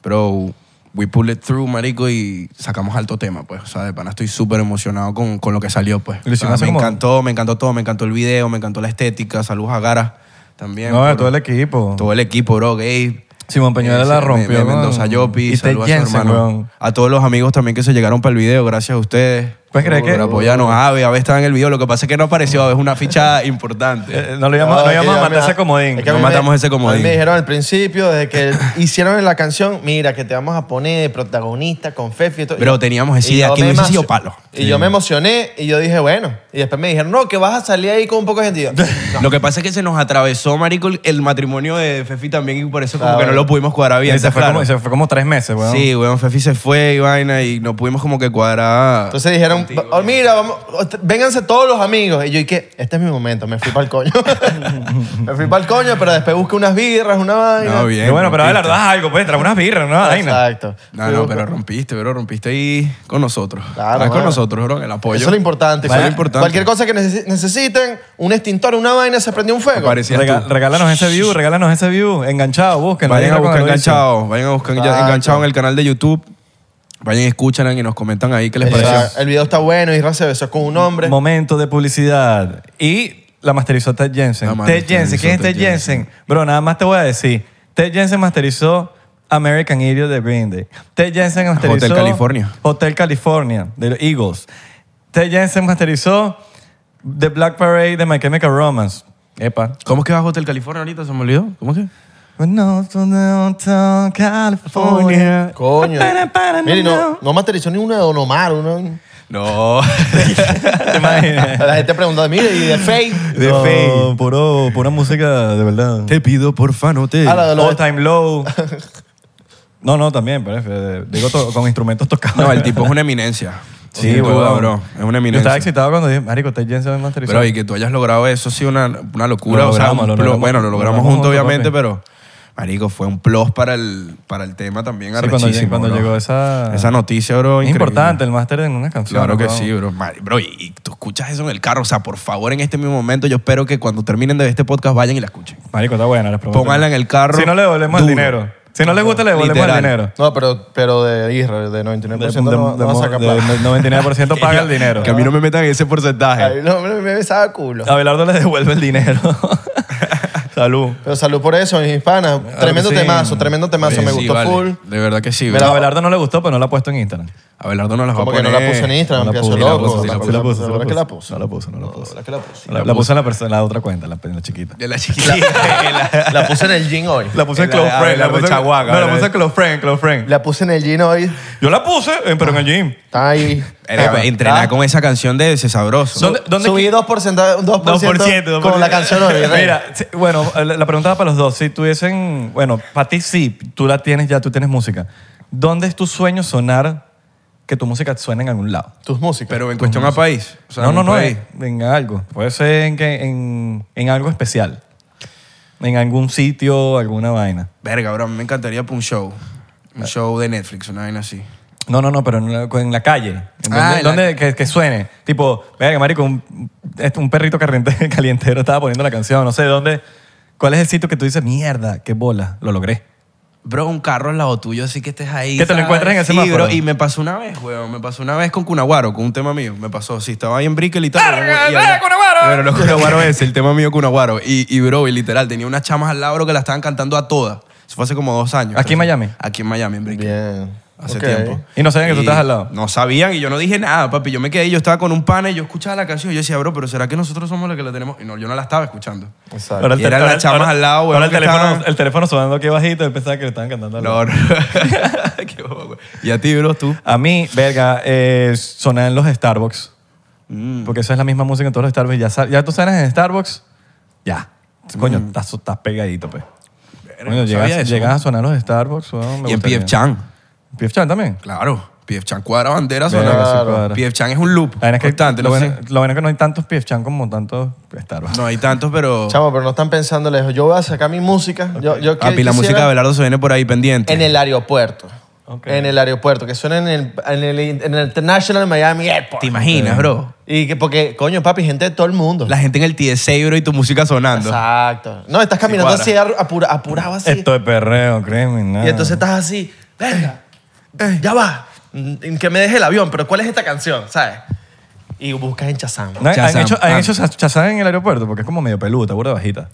Speaker 3: bro, we pull it through, marico, y sacamos alto tema, pues. O sea, de pana estoy súper emocionado con, con lo que salió, pues.
Speaker 2: Lo hicimos
Speaker 3: O
Speaker 2: hace
Speaker 3: sea, me
Speaker 2: como-
Speaker 3: encantó, me encantó todo. Me encantó el video, me encantó la estética. Saludos a Gara también.
Speaker 2: No, de
Speaker 3: por-
Speaker 2: todo el equipo.
Speaker 3: Todo el equipo, bro, Gabe.
Speaker 2: Simón Peñuela la rompió
Speaker 3: Me- me-
Speaker 2: con-
Speaker 3: Mendoza Yopi,
Speaker 2: y Ted
Speaker 3: saludos a su
Speaker 2: Jensen,
Speaker 3: hermano.
Speaker 2: weón.
Speaker 3: A todos los amigos también que se llegaron para el video, gracias a ustedes.
Speaker 2: ¿Puedes creer Pues que-
Speaker 3: Por apoyarnos. Ave, Ave estaba en el video. Lo que pasa es que no apareció. Ave es una ficha importante.
Speaker 2: Eh, no lo íbamos,
Speaker 1: No,
Speaker 2: no
Speaker 1: es que
Speaker 2: íbamos
Speaker 1: ya me
Speaker 2: a matar
Speaker 1: da-
Speaker 2: ese comodín.
Speaker 1: es que a
Speaker 3: No
Speaker 1: mí
Speaker 3: matamos ese comodín.
Speaker 1: a mí me dijeron al principio, desde que hicieron la canción, mira, que te vamos a poner de protagonista con Fefi. y todo.
Speaker 3: Pero teníamos esa
Speaker 1: Y
Speaker 3: idea,
Speaker 1: yo
Speaker 3: que
Speaker 1: me
Speaker 3: hubiese sido
Speaker 1: emocio-
Speaker 3: palo.
Speaker 1: Y yo me emocioné y yo dije, bueno. Y después me dijeron, no, que vas a salir ahí con un poco de gente. Y yo, no.
Speaker 3: Lo que pasa es que se nos atravesó, marico, el- el matrimonio de Fefi también y por eso como
Speaker 1: Ah,
Speaker 3: que no
Speaker 1: bueno.
Speaker 3: lo pudimos cuadrar bien.
Speaker 2: Y se,
Speaker 3: ¿estás
Speaker 2: fue
Speaker 3: claro?
Speaker 2: como, se fue como tres meses, weón.
Speaker 3: Sí, weón, Fefi se fue y vaina y no pudimos como que cuadrar.
Speaker 1: Entonces dijeron, "Oh, mira, vamos, vénganse todos los amigos. Y yo, ¿y qué? Este es mi momento, me fui para el coño. me fui para el coño, pero después busqué unas birras, una vaina.
Speaker 3: no,
Speaker 2: Y
Speaker 3: bien.
Speaker 2: bueno, pero a ver,
Speaker 3: rompiste.
Speaker 2: haz algo, pues, trae unas birras, ¿no? Ay, no.
Speaker 1: Exacto.
Speaker 3: No, no, pero rompiste, bro. Rompiste ahí con nosotros.
Speaker 1: Claro,
Speaker 3: Estás con
Speaker 1: mano.
Speaker 3: nosotros, bro. El apoyo.
Speaker 1: Eso es lo importante.
Speaker 3: Eso es lo
Speaker 1: Cual-
Speaker 3: importante.
Speaker 1: Cualquier cosa que necesi- necesiten, un extintor, una vaina, se prendió un fuego.
Speaker 3: Aparecías
Speaker 2: Rega-
Speaker 3: tú.
Speaker 2: regálanos ese view, regálanos ese view. Enganchado, búsquenlo.
Speaker 3: Vayan a
Speaker 2: díganlo
Speaker 3: buscar
Speaker 2: cuando lo dicen.
Speaker 3: enganchado. Vayan a buscar ya-
Speaker 1: Exacto.
Speaker 3: enganchado en el canal de YouTube. Vayan, escúchanla y nos comentan ahí qué les
Speaker 1: Exacto.
Speaker 3: pareció.
Speaker 1: El video está bueno, Isra se besó con un hombre.
Speaker 2: Momento de publicidad. Y la masterizó Ted Jensen.
Speaker 3: La
Speaker 2: Ted Jensen,
Speaker 3: masterizó
Speaker 2: ¿quién es
Speaker 3: Ted
Speaker 2: Ted Jensen?
Speaker 3: Jensen.
Speaker 2: Bro, nada más te voy a decir. Ted Jensen masterizó American Idiot de Green Day. Ted Jensen masterizó...
Speaker 3: Hotel California.
Speaker 2: Hotel California, de los Eagles. Ted Jensen masterizó The Black Parade de My Chemical Romance.
Speaker 3: Epa. ¿Cómo es que vas a Hotel California ahorita? Se me olvidó. ¿Cómo es que?
Speaker 2: When no from downtown California.
Speaker 1: Coño.
Speaker 2: Para, para,
Speaker 1: Mire, no,
Speaker 2: no.
Speaker 1: no masterizó ni una de Don Omar. Una...
Speaker 3: No.
Speaker 2: ¿Te imaginas?
Speaker 1: La gente pregunta, mire, y de Faye.
Speaker 3: De
Speaker 2: No,
Speaker 3: Fade.
Speaker 2: puro- pura música de verdad.
Speaker 3: Te pido porfa no te...
Speaker 1: A la de los-
Speaker 2: All Time Low. No, no, también, pero eh, digo to- con instrumentos tocados.
Speaker 3: No, el tipo es una eminencia.
Speaker 2: Sí,
Speaker 3: Sin duda,
Speaker 2: weón.
Speaker 3: bro. Es una
Speaker 2: Yo estaba
Speaker 3: eminencia.
Speaker 2: excitado cuando dije, marico, Ted Jensen es masterizó.
Speaker 3: Pero y que tú hayas logrado eso ha sido una, una locura.
Speaker 2: Lo
Speaker 3: o sea,
Speaker 2: logramos,
Speaker 3: un
Speaker 2: lo
Speaker 3: plo-
Speaker 2: logramos.
Speaker 3: Bueno, lo
Speaker 2: Lo
Speaker 3: logramos
Speaker 2: logramos
Speaker 3: juntos,
Speaker 2: juntos,
Speaker 3: obviamente,
Speaker 2: papi.
Speaker 3: pero... Marico, fue un plus para el, para el tema también
Speaker 2: Sí, cuando, lleg-
Speaker 3: arrechísimo,
Speaker 2: cuando
Speaker 3: bro.
Speaker 2: llegó esa...
Speaker 3: Esa noticia, bro,
Speaker 2: Es
Speaker 3: increíble.
Speaker 2: importante el máster en una canción.
Speaker 3: Claro que
Speaker 2: weón.
Speaker 3: sí, bro. Mari- bro, y, y tú escuchas eso en el carro. O sea, por favor, en este mismo momento, yo espero que cuando terminen de este podcast vayan y la escuchen.
Speaker 2: Marico, está buena, les prometo.
Speaker 3: Pónganla en el carro.
Speaker 2: Si no le devolvemos el
Speaker 3: duro.
Speaker 2: dinero. Si no les gusta, le devolvemos
Speaker 3: Literal.
Speaker 2: el dinero.
Speaker 1: No, pero, pero de Israel, de 99% no, no va a sacar
Speaker 2: de-
Speaker 1: plata.
Speaker 2: de 99% paga el dinero.
Speaker 3: Que a mí no me metan en ese porcentaje.
Speaker 1: Ay, No, me, me besaba culo.
Speaker 2: Abelardo le devuelve el dinero. Salud.
Speaker 1: Pero salud por eso, mis panas. Tremendo
Speaker 2: sí.
Speaker 1: temazo, tremendo temazo.
Speaker 3: Sí,
Speaker 1: me
Speaker 3: Eh, sí,
Speaker 1: gustó
Speaker 3: vale.
Speaker 1: full.
Speaker 3: De verdad que sí,
Speaker 2: Pero a
Speaker 3: bro.
Speaker 2: Abelardo no le gustó, pero no la ha puesto en Instagram.
Speaker 3: Abelardo no las va a
Speaker 1: Como que
Speaker 3: poner.
Speaker 1: no la puse en Instagram,
Speaker 2: No la
Speaker 1: que hace
Speaker 2: puse,
Speaker 1: loco.
Speaker 2: sí la puse, sí la puse, sí la
Speaker 1: ¿Verdad
Speaker 2: puse,
Speaker 1: que la
Speaker 2: sí la
Speaker 1: puso?
Speaker 2: puse, no la puse, no la puse.
Speaker 1: ¿Verdad que la puse?
Speaker 2: La, la puse en la, perso- en la otra cuenta, en la, en la chiquita.
Speaker 3: De la chiquita.
Speaker 1: La puse en el jean hoy.
Speaker 2: La puse en
Speaker 3: En la-
Speaker 2: Close Friend. La
Speaker 3: Abelardo
Speaker 2: puse, en-
Speaker 3: Chaguaca,
Speaker 2: no, la
Speaker 3: ¿verdad?
Speaker 2: puse en Close Friend, Close Friend.
Speaker 1: La puse en el jean hoy.
Speaker 2: Yo la puse, eh, pero en el gym.
Speaker 1: Está ahí.
Speaker 3: Era- Entrenar con esa canción de ese sabroso.
Speaker 2: ¿Dónde- dónde-
Speaker 1: Subí 2%, 2% con la canción hoy. rey.
Speaker 2: Mira, sí, bueno, la la pregunta va para los dos. Si tuviesen, bueno, para ti sí, tú la tienes ya, tú tienes música. ¿Dónde es tu sueño sonar que tu música suene en algún lado?
Speaker 1: Tus músicas.
Speaker 3: Pero en cuestión a país. O sea,
Speaker 2: no,
Speaker 3: en
Speaker 2: no, eh.
Speaker 3: un
Speaker 2: no,
Speaker 3: país.
Speaker 2: en, en algo. Puede ser en, que- en, en algo especial. En algún sitio, alguna vaina.
Speaker 3: Verga, bro, a mí me encantaría para un show. Un
Speaker 1: Eh.
Speaker 3: show de Netflix, una vaina así.
Speaker 2: No, no, no, pero en la, en la calle. En
Speaker 3: Ah,
Speaker 2: donde,
Speaker 3: en la-
Speaker 2: donde- que, que suene. Tipo, venga, marico, un, este, un perrito carrente- calientero estaba poniendo la canción. No sé, ¿dónde? ¿Cuál es el sitio que tú dices, mierda, qué bola, lo logré?
Speaker 3: Bro, un carro al lado tuyo, así que estés ahí.
Speaker 2: Que te lo
Speaker 3: ¿sabes?
Speaker 2: encuentres en el
Speaker 3: Sí,
Speaker 2: semáforo.
Speaker 3: bro, y me pasó una vez, weón. Me pasó una vez con Cunaguaro, con un tema mío. Me pasó. Sí, estaba ahí en Brickell y tal. y habla- Pero no Cunaguaro es el tema mío Cunaguaro. Y, y, bro, y literal, tenía unas chamas al lado bro, que la estaban cantando a todas. Eso fue hace como dos años.
Speaker 2: ¿Aquí en
Speaker 3: Pero-
Speaker 2: Miami?
Speaker 3: Aquí en Miami, en Brickell.
Speaker 1: Bien.
Speaker 3: Hace
Speaker 1: Ok.
Speaker 3: tiempo.
Speaker 2: Y no sabían que tú estabas al lado.
Speaker 3: No sabían y yo no dije nada, papi. Yo me quedé, yo estaba con un pana y yo escuchaba la canción y yo decía, bro, pero ¿será que nosotros somos los que la tenemos? Y no, yo no la estaba escuchando.
Speaker 1: Exacto.
Speaker 3: Y eran las chamas al lado, weón,
Speaker 2: ahora el
Speaker 3: que
Speaker 2: teléfono,
Speaker 3: estaban-
Speaker 2: el teléfono sonando aquí bajito, él pensaba que le estaban cantando. al lado.
Speaker 3: No, no. Qué bobo, güey. y a ti, bro, tú.
Speaker 2: A mí, verga, eh, sonar en los Starbucks.
Speaker 3: Mm.
Speaker 2: Porque esa es la misma música en todos los Starbucks. Ya, sa- ya tú sales en Starbucks, ya. Coño, estás, estás pegadito, pues. Coño,
Speaker 3: Mm. no
Speaker 2: llegas,
Speaker 3: sabía eso.
Speaker 2: llegas a sonar los Starbucks. weón, me
Speaker 3: Y en
Speaker 2: gustaría.
Speaker 3: P.F. Chan.
Speaker 2: PF Chan también.
Speaker 3: Claro. P.F. Chan cuadra bandera
Speaker 2: Verga,
Speaker 1: Claro.
Speaker 2: sí,
Speaker 3: sonaba.
Speaker 2: cuadra.
Speaker 3: P.F. Chan es un loop
Speaker 2: La vaina es que
Speaker 3: constante.
Speaker 2: lo,
Speaker 3: no,
Speaker 2: bueno,
Speaker 3: sé.
Speaker 2: lo bueno es que no hay tantos PF Chan como tantos Starbucks.
Speaker 3: No hay tantos, pero...
Speaker 1: Chamo, pero no están pensando lejos. Yo voy a sacar mi música. Yo, yo que-
Speaker 3: Papi, Ah, la
Speaker 1: quisiera-
Speaker 3: música de Belardo se viene por ahí pendiente.
Speaker 1: En el aeropuerto.
Speaker 2: Ok.
Speaker 1: En el aeropuerto, que suena en el, en el, en el International Miami Airport.
Speaker 3: ¿Te imaginas, bro?
Speaker 1: Y que porque, coño, papi, gente de todo el mundo.
Speaker 3: La gente en el TSA, bro, y tu música sonando.
Speaker 1: Exacto. No, estás caminando
Speaker 3: cuadra.
Speaker 1: así, ar- apura- apurado así.
Speaker 2: Esto es perreo, créeme. nada.
Speaker 1: Y entonces estás así, venga, ya va, mm, que me deje el avión, pero ¿cuál es esta canción? ¿Sabes? Y buscas en Chazam.
Speaker 2: No, ¿Han,
Speaker 3: Shazam.
Speaker 2: hecho,
Speaker 3: Ah.
Speaker 2: han hecho Shazam en el aeropuerto porque es como medio peluda, burda bajita.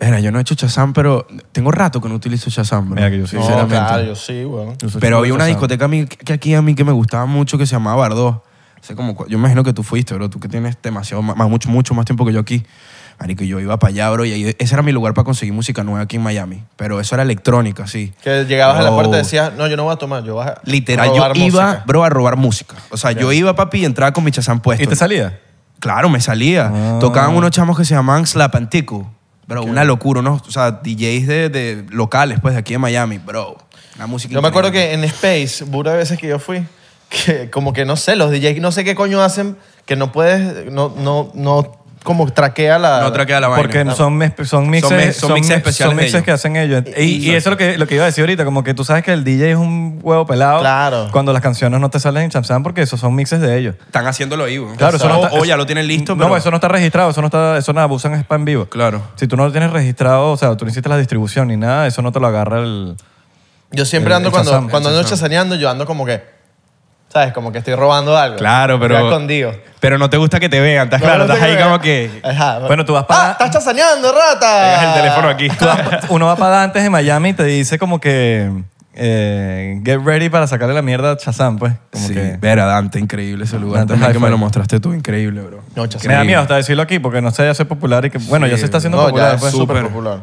Speaker 3: Mira, yo no he hecho Shazam, pero tengo rato que no utilizo Shazam, bro.
Speaker 2: Mira que yo sí.
Speaker 1: No,
Speaker 3: Sinceramente.
Speaker 1: claro, yo sí, weón.
Speaker 2: Yo soy
Speaker 3: pero
Speaker 2: chico
Speaker 3: había
Speaker 2: de
Speaker 3: una
Speaker 2: Shazam.
Speaker 3: discoteca a mí- que aquí a mí que me gustaba mucho que se llamaba Bardó. O sea, como, cu- yo imagino que tú fuiste, bro. Tú que tienes demasiado, ma- más, mucho, mucho más tiempo que yo aquí. Marico, yo iba para allá, bro, y ahí- ese era mi lugar para conseguir música nueva aquí en Miami. Pero eso era electrónica, sí.
Speaker 1: Que llegabas a la
Speaker 3: Bro,
Speaker 1: puerta y decías, no, yo no voy a tomar, yo voy a
Speaker 3: Literal, yo
Speaker 1: robar
Speaker 3: iba,
Speaker 1: música".
Speaker 3: bro, a robar música. O sea, yo iba, papi, y entraba con mi chazán puesto.
Speaker 2: ¿Y te salía?
Speaker 3: Claro, me salía.
Speaker 2: Ah.
Speaker 3: Tocaban unos chamos que se llamaban Slap and Tico. Bro, una locura, ¿no? O sea, DJs de, de locales, pues, de aquí en Miami, bro. Una música
Speaker 1: Yo me acuerdo
Speaker 3: increíble.
Speaker 1: que en Space, burda de veces que yo fui, que como que no sé, los DJs no sé qué coño hacen, que no puedes, no, no, no, como traquea la...
Speaker 3: No traquea la vaina.
Speaker 2: Porque son, mes- son mixes,
Speaker 3: Son mes- son mixes
Speaker 2: mix-
Speaker 3: especiales
Speaker 2: son
Speaker 3: de
Speaker 2: mixes
Speaker 3: ellos.
Speaker 2: que hacen ellos. Y, y eso es lo que, lo que iba a decir ahorita, como que tú sabes que el DJ es un huevo pelado
Speaker 1: Claro.
Speaker 2: cuando las canciones no te salen en Shazam porque esos son mixes de ellos.
Speaker 3: Están haciéndolo ahí, güey.
Speaker 2: Claro, eso no
Speaker 3: O-
Speaker 2: está-
Speaker 3: o Oh, ya lo tienen listo,
Speaker 2: No,
Speaker 3: pero...
Speaker 2: eso no está registrado, eso no está, eso no abusan es en vivo.
Speaker 3: Claro.
Speaker 2: Si tú no lo tienes registrado, o sea, tú no hiciste la distribución ni nada, eso no te lo agarra el...
Speaker 1: Yo siempre
Speaker 2: El-
Speaker 1: ando
Speaker 2: el
Speaker 1: cuando,
Speaker 2: Shazam,
Speaker 1: cuando
Speaker 2: el
Speaker 1: ando
Speaker 2: Shazam.
Speaker 1: chasaneando, yo ando como que... ¿Sabes? Como que estoy robando algo.
Speaker 3: Claro, pero.
Speaker 1: Estoy escondido.
Speaker 3: Pero no te gusta que te vean, estás
Speaker 1: No,
Speaker 3: claro,
Speaker 1: no
Speaker 3: estás
Speaker 1: tengo
Speaker 3: ahí
Speaker 1: que-
Speaker 3: como que.
Speaker 1: Ajá.
Speaker 2: Bueno, tú vas para-
Speaker 1: ¡Ah, estás chasaneando, rata!
Speaker 3: Tengas el teléfono aquí.
Speaker 2: Tú vas pa- uno va para Dantes en Miami y te dice como que eh, get ready para sacarle la mierda a Shazam, pues. Como
Speaker 3: Sí,
Speaker 2: que,
Speaker 3: ver a Dante, increíble ese lugar.
Speaker 2: Dante
Speaker 3: También que
Speaker 2: Hi-Fi.
Speaker 3: me lo mostraste tú, increíble, bro.
Speaker 1: No, chasaneando.
Speaker 2: me da
Speaker 3: Increíble.
Speaker 2: miedo hasta decirlo aquí porque no sé, ya soy popular y que, bueno, ya se está haciendo
Speaker 1: No, ya
Speaker 2: popular.
Speaker 1: es
Speaker 2: pues.
Speaker 1: súper
Speaker 3: súper.
Speaker 1: popular.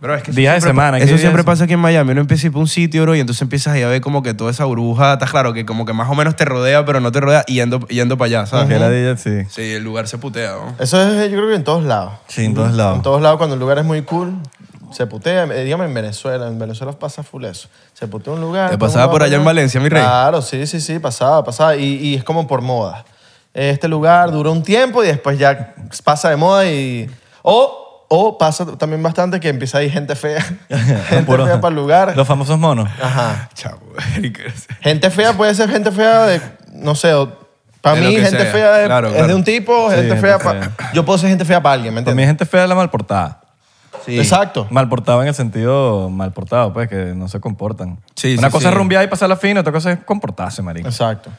Speaker 3: Bro, es que eso
Speaker 2: Días de
Speaker 3: siempre-
Speaker 2: semana, ¿qué
Speaker 3: Eso
Speaker 2: días?
Speaker 3: siempre pasa aquí en Miami. Uno empieza a ir por un sitio, bro, y entonces empiezas ahí a ver como que toda esa burbuja, estás claro, que como que más o menos te rodea, pero no te rodea, y yendo, yendo para allá, ¿sabes?
Speaker 2: Que la DJ, sí.
Speaker 3: Sí, el lugar se putea, ¿no?
Speaker 1: Eso es, yo creo que en todos lados.
Speaker 2: Sí, en todos lados.
Speaker 1: En todos lados, cuando el lugar es muy cool, se putea. Eh, Dígame en Venezuela, en Venezuela pasa full eso. Se putea un lugar.
Speaker 3: ¿Te
Speaker 1: todo
Speaker 3: pasaba
Speaker 1: el mundo
Speaker 3: por
Speaker 1: va
Speaker 3: allá
Speaker 1: para
Speaker 3: en Valencia, mi rey?
Speaker 1: Claro, sí, sí, sí, pasaba, pasaba. Y, y es como por moda. Este lugar dura un tiempo y después ya pasa de moda y... O, o pasa también bastante que empieza a ir gente fea. gente
Speaker 2: Puro-
Speaker 1: fea para el lugar.
Speaker 2: Los famosos monos.
Speaker 1: Ajá.
Speaker 3: Chavo,
Speaker 1: Gente fea puede ser gente fea de, no sé, para
Speaker 3: De lo
Speaker 1: mí
Speaker 3: que
Speaker 1: gente
Speaker 3: sea,
Speaker 1: fea es,
Speaker 3: claro,
Speaker 1: es
Speaker 3: claro.
Speaker 1: de un tipo,
Speaker 2: Sí,
Speaker 1: gente,
Speaker 2: gente
Speaker 1: fea,
Speaker 2: fea.
Speaker 1: pa- yo puedo ser gente fea para alguien, ¿me
Speaker 2: También
Speaker 1: entiendes?
Speaker 2: gente fea es la malportada.
Speaker 1: Exacto.
Speaker 2: Mal portado en el sentido mal portado, pues, que no se comportan.
Speaker 3: Sí,
Speaker 2: Una
Speaker 3: sí,
Speaker 2: cosa
Speaker 3: sí.
Speaker 2: es rumbear y pasarla fina, otra cosa es comportarse, marico.
Speaker 1: Exacto.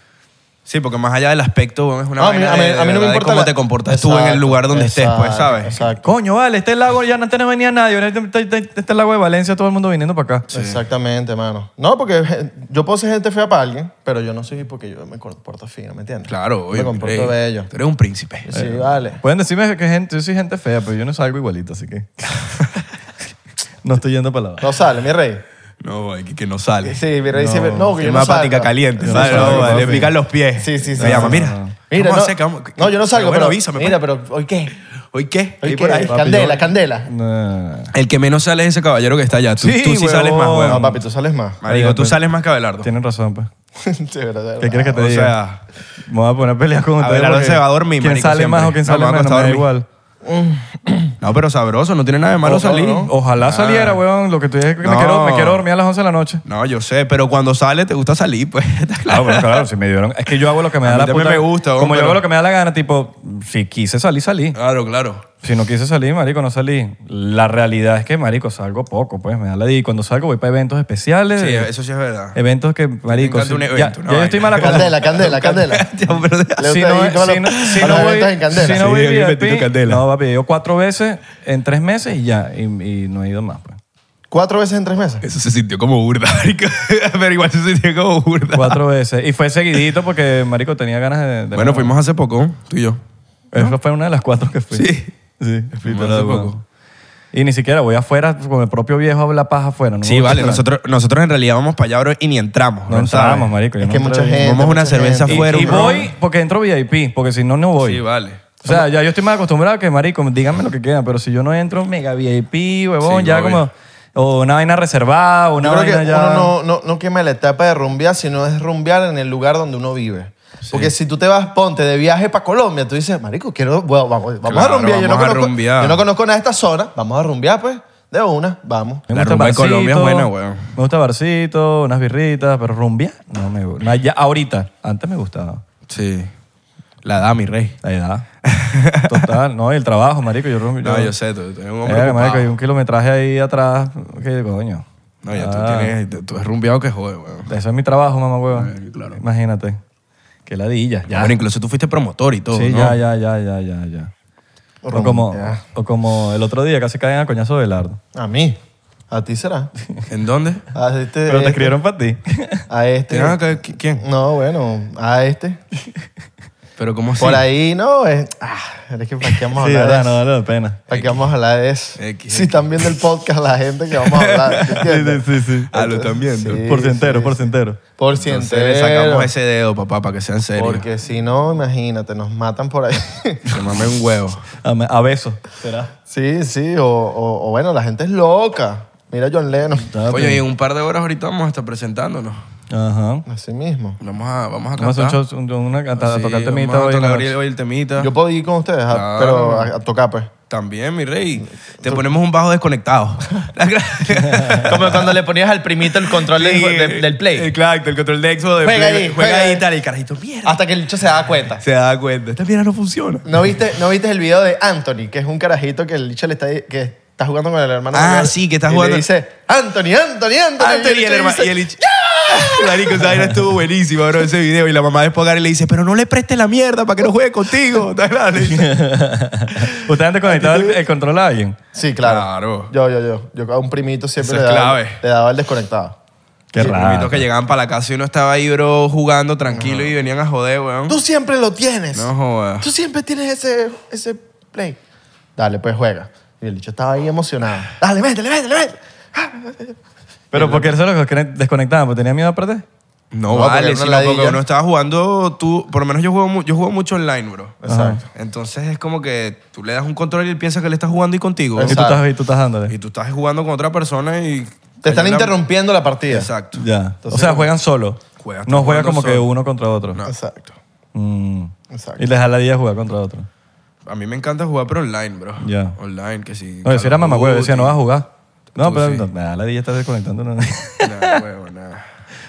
Speaker 3: Sí, porque más allá del aspecto, bueno, es una
Speaker 1: No, a mí-
Speaker 3: vaina
Speaker 1: Ah, a mí-
Speaker 3: de-
Speaker 1: a mí no me
Speaker 3: de
Speaker 1: importa
Speaker 3: cómo
Speaker 1: la-
Speaker 3: te comportas tú en el
Speaker 1: Exacto,
Speaker 3: lugar donde estés, pues,
Speaker 1: exacto,
Speaker 3: ¿sabes?
Speaker 1: Exacto.
Speaker 2: Coño, vale, este lago ya no antes no venía nadie. ahora Este, este- este- este lago de Valencia, todo el mundo viniendo para acá.
Speaker 1: Exactamente, mano. No, porque je- yo puedo ser gente fea para alguien, pero yo no soy porque yo me comporto fino, ¿me entiendes?
Speaker 3: Claro,
Speaker 1: Me
Speaker 3: obvio. mi
Speaker 1: comporto
Speaker 3: rey.
Speaker 1: bello.
Speaker 3: Tú eres un príncipe.
Speaker 1: Sí, vale.
Speaker 2: Pueden decirme que gente, yo soy gente fea, pero yo no salgo igualito, así que. no estoy yendo para la
Speaker 1: No sale, mi rey.
Speaker 3: No, hay que, que no sale.
Speaker 1: Sí, mi rey siempre... No, que
Speaker 3: Es
Speaker 1: yo
Speaker 3: una
Speaker 1: no salgo.
Speaker 3: patica caliente,
Speaker 1: Yo no
Speaker 3: ¿sabes?
Speaker 1: salgo,
Speaker 3: No,
Speaker 2: papi.
Speaker 3: le pican los pies.
Speaker 1: Sí, sí, sí.
Speaker 3: Me
Speaker 1: No,
Speaker 2: no,
Speaker 3: llama,
Speaker 2: no.
Speaker 3: mira.
Speaker 1: Mira,
Speaker 3: ¿Cómo
Speaker 1: no,
Speaker 3: hace? ¿Qué vamos- qué-
Speaker 1: no, yo no salgo,
Speaker 3: bueno,
Speaker 1: pero...
Speaker 3: avísame, pues".
Speaker 1: mira, pero ¿hoy qué?
Speaker 3: pa. ¿Hoy qué?
Speaker 1: ¿Hoy
Speaker 3: ¿Hoy
Speaker 1: qué?
Speaker 3: por ahí?
Speaker 1: Candela, candela.
Speaker 2: No.
Speaker 3: El que menos sale es ese caballero que está allá. Tú
Speaker 2: Sí,
Speaker 3: sí, tú sí
Speaker 2: huevón.
Speaker 3: sales más,
Speaker 1: No,
Speaker 3: weón.
Speaker 1: papi, tú sales más.
Speaker 3: Marico, tú sales más que Abelardo.
Speaker 2: Tienen razón, pues.
Speaker 1: Sí, verdad,
Speaker 2: ¿Qué
Speaker 1: verdad.
Speaker 2: quieres que te
Speaker 3: O
Speaker 2: diga?
Speaker 3: sea,
Speaker 2: me voy a poner a pelear con ustedes.
Speaker 3: Abelardo
Speaker 2: porque
Speaker 3: se va a dormir,
Speaker 2: ¿Quién
Speaker 3: marico,
Speaker 2: sale
Speaker 3: siempre.
Speaker 2: más o quién
Speaker 3: No,
Speaker 2: sale
Speaker 3: me va a
Speaker 2: menos? Me
Speaker 3: acostar
Speaker 2: da
Speaker 3: a
Speaker 2: igual.
Speaker 3: No, pero sabroso, no Ah. tiene nada de malo
Speaker 1: Ojalá,
Speaker 3: salir.
Speaker 1: ¿no?
Speaker 2: Ojalá saliera, weón. Lo que tú dices es que me,
Speaker 3: No.
Speaker 2: quiero, me quiero dormir a las 11 de la noche.
Speaker 3: No, yo sé, pero cuando sale te gusta salir, pues. está
Speaker 2: Claro,
Speaker 3: claro.
Speaker 2: pero claro, si me dieron. Es que yo hago lo que me
Speaker 3: A
Speaker 2: da
Speaker 3: mí
Speaker 2: la
Speaker 3: también
Speaker 2: puta.
Speaker 3: me gusta, weón,
Speaker 2: Como yo
Speaker 3: pero-
Speaker 2: hago lo que me da la gana, tipo, si quise salir, salí.
Speaker 3: Claro, claro.
Speaker 2: Si no quise salir, marico, no salí. La realidad es que, marico, salgo poco, pues me da la Y cuando salgo voy para eventos especiales.
Speaker 3: Sí,
Speaker 2: eh,
Speaker 3: eso sí es verdad.
Speaker 2: Eventos que, marico.
Speaker 3: encanta
Speaker 2: si-
Speaker 3: un evento,
Speaker 2: ya-
Speaker 3: una
Speaker 2: ya yo estoy
Speaker 3: vaina.
Speaker 2: mala
Speaker 1: Candela, candela, candela.
Speaker 3: Ya, pero-
Speaker 1: Le
Speaker 2: si
Speaker 1: gusta
Speaker 2: no,
Speaker 1: ir como
Speaker 2: si
Speaker 1: a
Speaker 2: no,
Speaker 1: los-
Speaker 2: si
Speaker 1: a
Speaker 2: no
Speaker 1: los
Speaker 2: voy,
Speaker 1: eventos en Candela.
Speaker 2: si no
Speaker 3: Sí,
Speaker 2: voy
Speaker 3: el
Speaker 2: VIP,
Speaker 3: eventito en Candela.
Speaker 2: no, papi, he ido cuatro veces en tres meses y ya, y, y no he ido más. Pues.
Speaker 1: ¿Cuatro veces en tres meses?
Speaker 3: Eso se sintió como burda, marico. pero igual se sintió como burda.
Speaker 2: Cuatro veces. Y fue seguidito porque, marico, tenía ganas de... de-
Speaker 3: Bueno, fuimos hace poco, tú y yo.
Speaker 2: Eso fue una de las cuatro que fui.
Speaker 3: Sí.
Speaker 2: Sí,
Speaker 3: Fuimos hace
Speaker 2: weón.
Speaker 3: poco.
Speaker 2: Y ni siquiera voy afuera con el propio viejo a hablar paja afuera. no me
Speaker 3: Sí,
Speaker 2: gusta
Speaker 3: vale,
Speaker 2: esperar.
Speaker 3: nosotros, nosotros en realidad vamos para allá, bro, y ni entramos.
Speaker 2: No entramos, marico. yo
Speaker 1: Es
Speaker 2: no
Speaker 1: que
Speaker 2: entré.
Speaker 1: mucha gente.
Speaker 3: Tomamos una
Speaker 1: mucha
Speaker 3: cerveza
Speaker 1: gente.
Speaker 2: Y-
Speaker 3: afuera,
Speaker 2: Y,
Speaker 3: weón.
Speaker 2: voy porque entro VIP, porque si no, no voy.
Speaker 3: Sí, vale.
Speaker 2: O sea, ya yo estoy más acostumbrado que, marico, díganme lo que quieran, pero si yo no entro, mega VIP, huevón,
Speaker 3: Sí,
Speaker 2: ya
Speaker 3: obvio.
Speaker 2: como... O una vaina reservada, o una
Speaker 1: Yo creo que
Speaker 2: vaina ya...
Speaker 1: uno no, no, no quema la etapa de rumbear, sino es rumbear en el lugar donde uno vive. Porque si tú te vas, ponte de viaje para Colombia, tú dices, marico, quiero, bueno, vamos, vamos
Speaker 3: Claro,
Speaker 1: a rumbear. Yo, no
Speaker 3: vamos a
Speaker 1: conozco,
Speaker 3: rumbear.
Speaker 1: yo no conozco nada de esta zona, vamos a rumbear, pues, de una, vamos.
Speaker 2: Me
Speaker 3: La
Speaker 2: gusta
Speaker 3: rumba en
Speaker 2: barcito,
Speaker 3: Colombia es buena, weón.
Speaker 2: Me gusta barcito, unas birritas, pero rumbia no me gusta. No, ya ahorita, antes me gustaba.
Speaker 3: Sí. La da, mi rey.
Speaker 2: La edad. Total, no, y el trabajo, marico. Yo rumbi-
Speaker 3: No, yo sé, tú, tú eres un hombre
Speaker 2: Verga, marico,
Speaker 3: ocupado.
Speaker 2: hay un kilometraje ahí atrás. ¿Qué coño?
Speaker 3: No, ya tú
Speaker 2: Ah,
Speaker 3: tienes... Tú eres rumbeado que jode, weón.
Speaker 2: Eso es mi trabajo, mamá hueva.
Speaker 3: Eh, claro.
Speaker 2: Imagínate. Qué ladilla. Ya.
Speaker 3: Pero incluso tú fuiste promotor y todo,
Speaker 2: sí,
Speaker 3: ¿no?
Speaker 2: ya, ya, ya, ya, ya, ya. O como,
Speaker 1: Rumbear.
Speaker 2: o como el otro día casi caen a coñazo de Lardo.
Speaker 1: A mí, a ti será.
Speaker 3: ¿En dónde?
Speaker 1: A este,
Speaker 2: Pero te
Speaker 1: este,
Speaker 2: escribieron para ti.
Speaker 1: A este.
Speaker 3: Ah, ¿qué- qué- ¿Quién?
Speaker 1: No, bueno, a este.
Speaker 3: Pero ¿cómo así?
Speaker 1: Por ahí, no, es, ah, es que para qué vamos a hablar
Speaker 2: Sí,
Speaker 1: de
Speaker 2: verdad,
Speaker 1: eso?
Speaker 2: no vale la pena.
Speaker 1: ¿Para qué vamos a hablar de eso?
Speaker 3: X,
Speaker 1: si están viendo el podcast la gente que vamos a hablar. ¿te entiendes?
Speaker 2: Sí, sí, sí.
Speaker 3: Ah, lo están viendo.
Speaker 1: Sí,
Speaker 2: por porcentero,
Speaker 1: sí,
Speaker 2: porcentero.
Speaker 1: sí. Por si
Speaker 3: Entonces le sacamos ese dedo, papá, para que sea en serio.
Speaker 1: Porque si no, imagínate, nos matan por ahí.
Speaker 3: Se mame un huevo.
Speaker 2: A, me- a besos. ¿Será?
Speaker 1: sí, sí, o, o- o bueno, la gente es loca. Mira a John Lennon.
Speaker 2: Ah,
Speaker 3: Oye, y en un par de horas ahorita vamos a estar presentándonos.
Speaker 2: Ajá.
Speaker 1: Así mismo.
Speaker 3: Vamos a, vamos a
Speaker 2: Vamos a
Speaker 3: cantar.
Speaker 2: hacer un show, un- una, a, a
Speaker 3: Sí,
Speaker 2: tocar temita
Speaker 3: vamos a
Speaker 2: hoy. en la
Speaker 3: tocar
Speaker 2: noche.
Speaker 3: hoy el temita.
Speaker 1: Yo puedo ir con ustedes, a-
Speaker 3: Claro.
Speaker 1: pero a, a tocar, pues.
Speaker 3: También, mi rey. Te ponemos un bajo desconectado. Como cuando le ponías al primito el control del play. Exacto, el control de Xbox. de
Speaker 1: Juega
Speaker 3: play.
Speaker 1: ahí,
Speaker 3: juega
Speaker 1: juega
Speaker 3: ahí
Speaker 1: ahí.
Speaker 3: y tal. Y el carajito, mierda.
Speaker 1: Hasta que el bicho se da cuenta.
Speaker 3: Se da cuenta. Esta mierda no funciona.
Speaker 1: ¿No viste, ¿No viste el video de Anthony, que es un carajito que el bicho le está, que está jugando con el hermano.
Speaker 3: Ah,
Speaker 1: mayor
Speaker 3: sí, que está
Speaker 1: y
Speaker 3: jugando-
Speaker 1: Le dice, Anthony, Anthony, Anthony.
Speaker 3: Anthony y el hermano. Y el dice, Marico, esa vaina estuvo buenísima, bro, ese video. Y la mamá después agarra y le dice, pero no le prestes la mierda para que no juegue contigo. Le dice,
Speaker 2: ¿Ustedes han desconectado el, el control a alguien?
Speaker 1: Sí, claro.
Speaker 3: Claro.
Speaker 1: Yo, yo, yo. Yo a un primito siempre
Speaker 3: Eso
Speaker 1: le
Speaker 3: es
Speaker 1: daba,
Speaker 3: clave.
Speaker 1: le daba el desconectado.
Speaker 2: Qué
Speaker 3: Los
Speaker 1: Ah.
Speaker 2: raro.
Speaker 3: primitos que llegaban para la casa y uno estaba ahí, bro, jugando tranquilo y venían a joder, weón.
Speaker 1: Tú siempre lo tienes.
Speaker 3: No jodas.
Speaker 1: Tú siempre tienes ese, ese play. Dale, pues juega. Y el bicho estaba ahí emocionado. Dale, métele, métele, métele.
Speaker 2: Pero porque eso es lo que desconectaban, porque tenía miedo a perder.
Speaker 3: No,
Speaker 1: No, porque
Speaker 3: vale,
Speaker 1: era una
Speaker 3: sino porque
Speaker 1: ladilla.
Speaker 3: uno estaba jugando, tú, por lo menos yo juego, mu- yo juego mucho online, bro.
Speaker 1: Exacto.
Speaker 3: Entonces es como que tú le das un control y él piensa que le estás jugando y contigo.
Speaker 2: Y tú
Speaker 1: Exacto.
Speaker 2: estás, y tú estás dándole.
Speaker 3: Y tú estás jugando con otra persona y...
Speaker 1: Te están
Speaker 3: Ahí la-
Speaker 1: interrumpiendo la partida.
Speaker 3: Exacto.
Speaker 2: Ya. o sea, juegan solo.
Speaker 3: Juegas
Speaker 2: no
Speaker 3: tú
Speaker 2: juegan
Speaker 3: jugando
Speaker 2: como que
Speaker 3: solo.
Speaker 2: uno contra otro.
Speaker 3: No.
Speaker 1: Exacto.
Speaker 2: Mm.
Speaker 1: Exacto.
Speaker 2: Y les da la idea jugar contra otro.
Speaker 3: A mí me encanta jugar, pero online, bro.
Speaker 2: Ya.
Speaker 3: Online, que sí.
Speaker 2: No, yo si era mamagüevo, yo decía, no vas a jugar. No,
Speaker 3: Tú
Speaker 2: pero
Speaker 3: sí.
Speaker 2: no, nada, la DJ está desconectando. no, no. Un
Speaker 3: Nah, huevo, nah.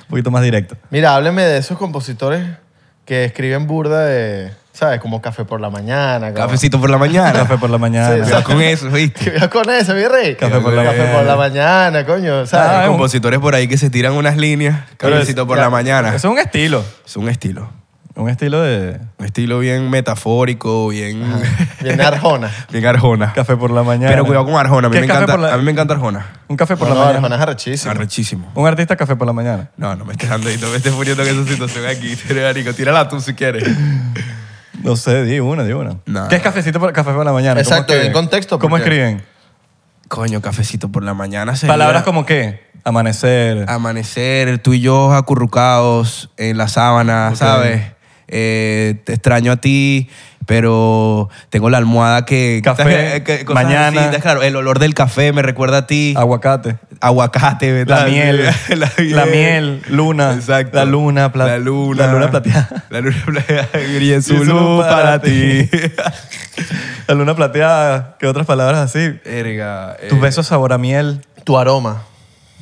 Speaker 2: poquito más directo.
Speaker 1: Mira, hábleme de esos compositores que escriben burda de, ¿sabes? Como café por la mañana. como-
Speaker 3: Cafecito por la mañana.
Speaker 2: Café por la mañana.
Speaker 1: Sí,
Speaker 3: Cuidado con eso, ¿viste?
Speaker 1: ¿Qué veo con eso, mi rey?
Speaker 2: Café por la
Speaker 1: Café por la mañana, coño. ¿sabes?
Speaker 2: Ah,
Speaker 3: Hay
Speaker 2: es un-
Speaker 3: compositores por ahí que se tiran unas líneas. Cafecito por la mañana.
Speaker 2: Eso es un estilo.
Speaker 3: Es un estilo.
Speaker 2: Un estilo de
Speaker 3: Un estilo bien metafórico, bien,
Speaker 1: Viene Arjona.
Speaker 3: bien Arjona.
Speaker 2: café por la mañana.
Speaker 3: Pero cuidado con Arjona. A mí,
Speaker 2: ¿Qué
Speaker 3: me
Speaker 2: café
Speaker 3: encanta,
Speaker 2: por la-
Speaker 3: a mí me encanta Arjona.
Speaker 2: Un café por
Speaker 1: No,
Speaker 2: la
Speaker 1: no,
Speaker 2: mañana.
Speaker 1: Arjona es arrechísimo.
Speaker 3: Arrechísimo.
Speaker 2: Un artista café por la mañana.
Speaker 3: No, no me estés dando y no me estés poniendo en esa situación aquí. Tírala, tírala tú si quieres.
Speaker 2: No sé, di una, di una.
Speaker 3: No.
Speaker 2: ¿Qué es cafecito por, café por la mañana? ¿Cómo
Speaker 1: Exacto,
Speaker 2: escriben?
Speaker 1: en contexto,
Speaker 2: ¿Cómo
Speaker 1: porque-
Speaker 2: escriben?
Speaker 3: Coño, cafecito por la mañana. sería-
Speaker 2: Palabras como qué? Amanecer.
Speaker 3: Ah, amanecer, tú y yo acurrucados en la sábana, ¿sabes? Eh, te extraño a ti, pero tengo la almohada que...
Speaker 2: Café,
Speaker 3: que-
Speaker 2: mañana.
Speaker 3: así, claro, el olor del café me recuerda a ti.
Speaker 2: aguacate.
Speaker 3: Aguacate,
Speaker 2: La,
Speaker 3: ¿verdad?
Speaker 2: miel, la miel, luna,
Speaker 3: Exacto.
Speaker 2: la luna, pla-
Speaker 3: la luna,
Speaker 2: la luna plateada.
Speaker 3: La luna plateada, brilla en
Speaker 2: Y
Speaker 3: su
Speaker 2: su
Speaker 3: luz
Speaker 2: luz para
Speaker 3: para ti.
Speaker 2: La luna plateada, ¿qué otras palabras así?
Speaker 3: Erga, eh,
Speaker 2: Tus besos sabor a miel,
Speaker 1: Tu aroma.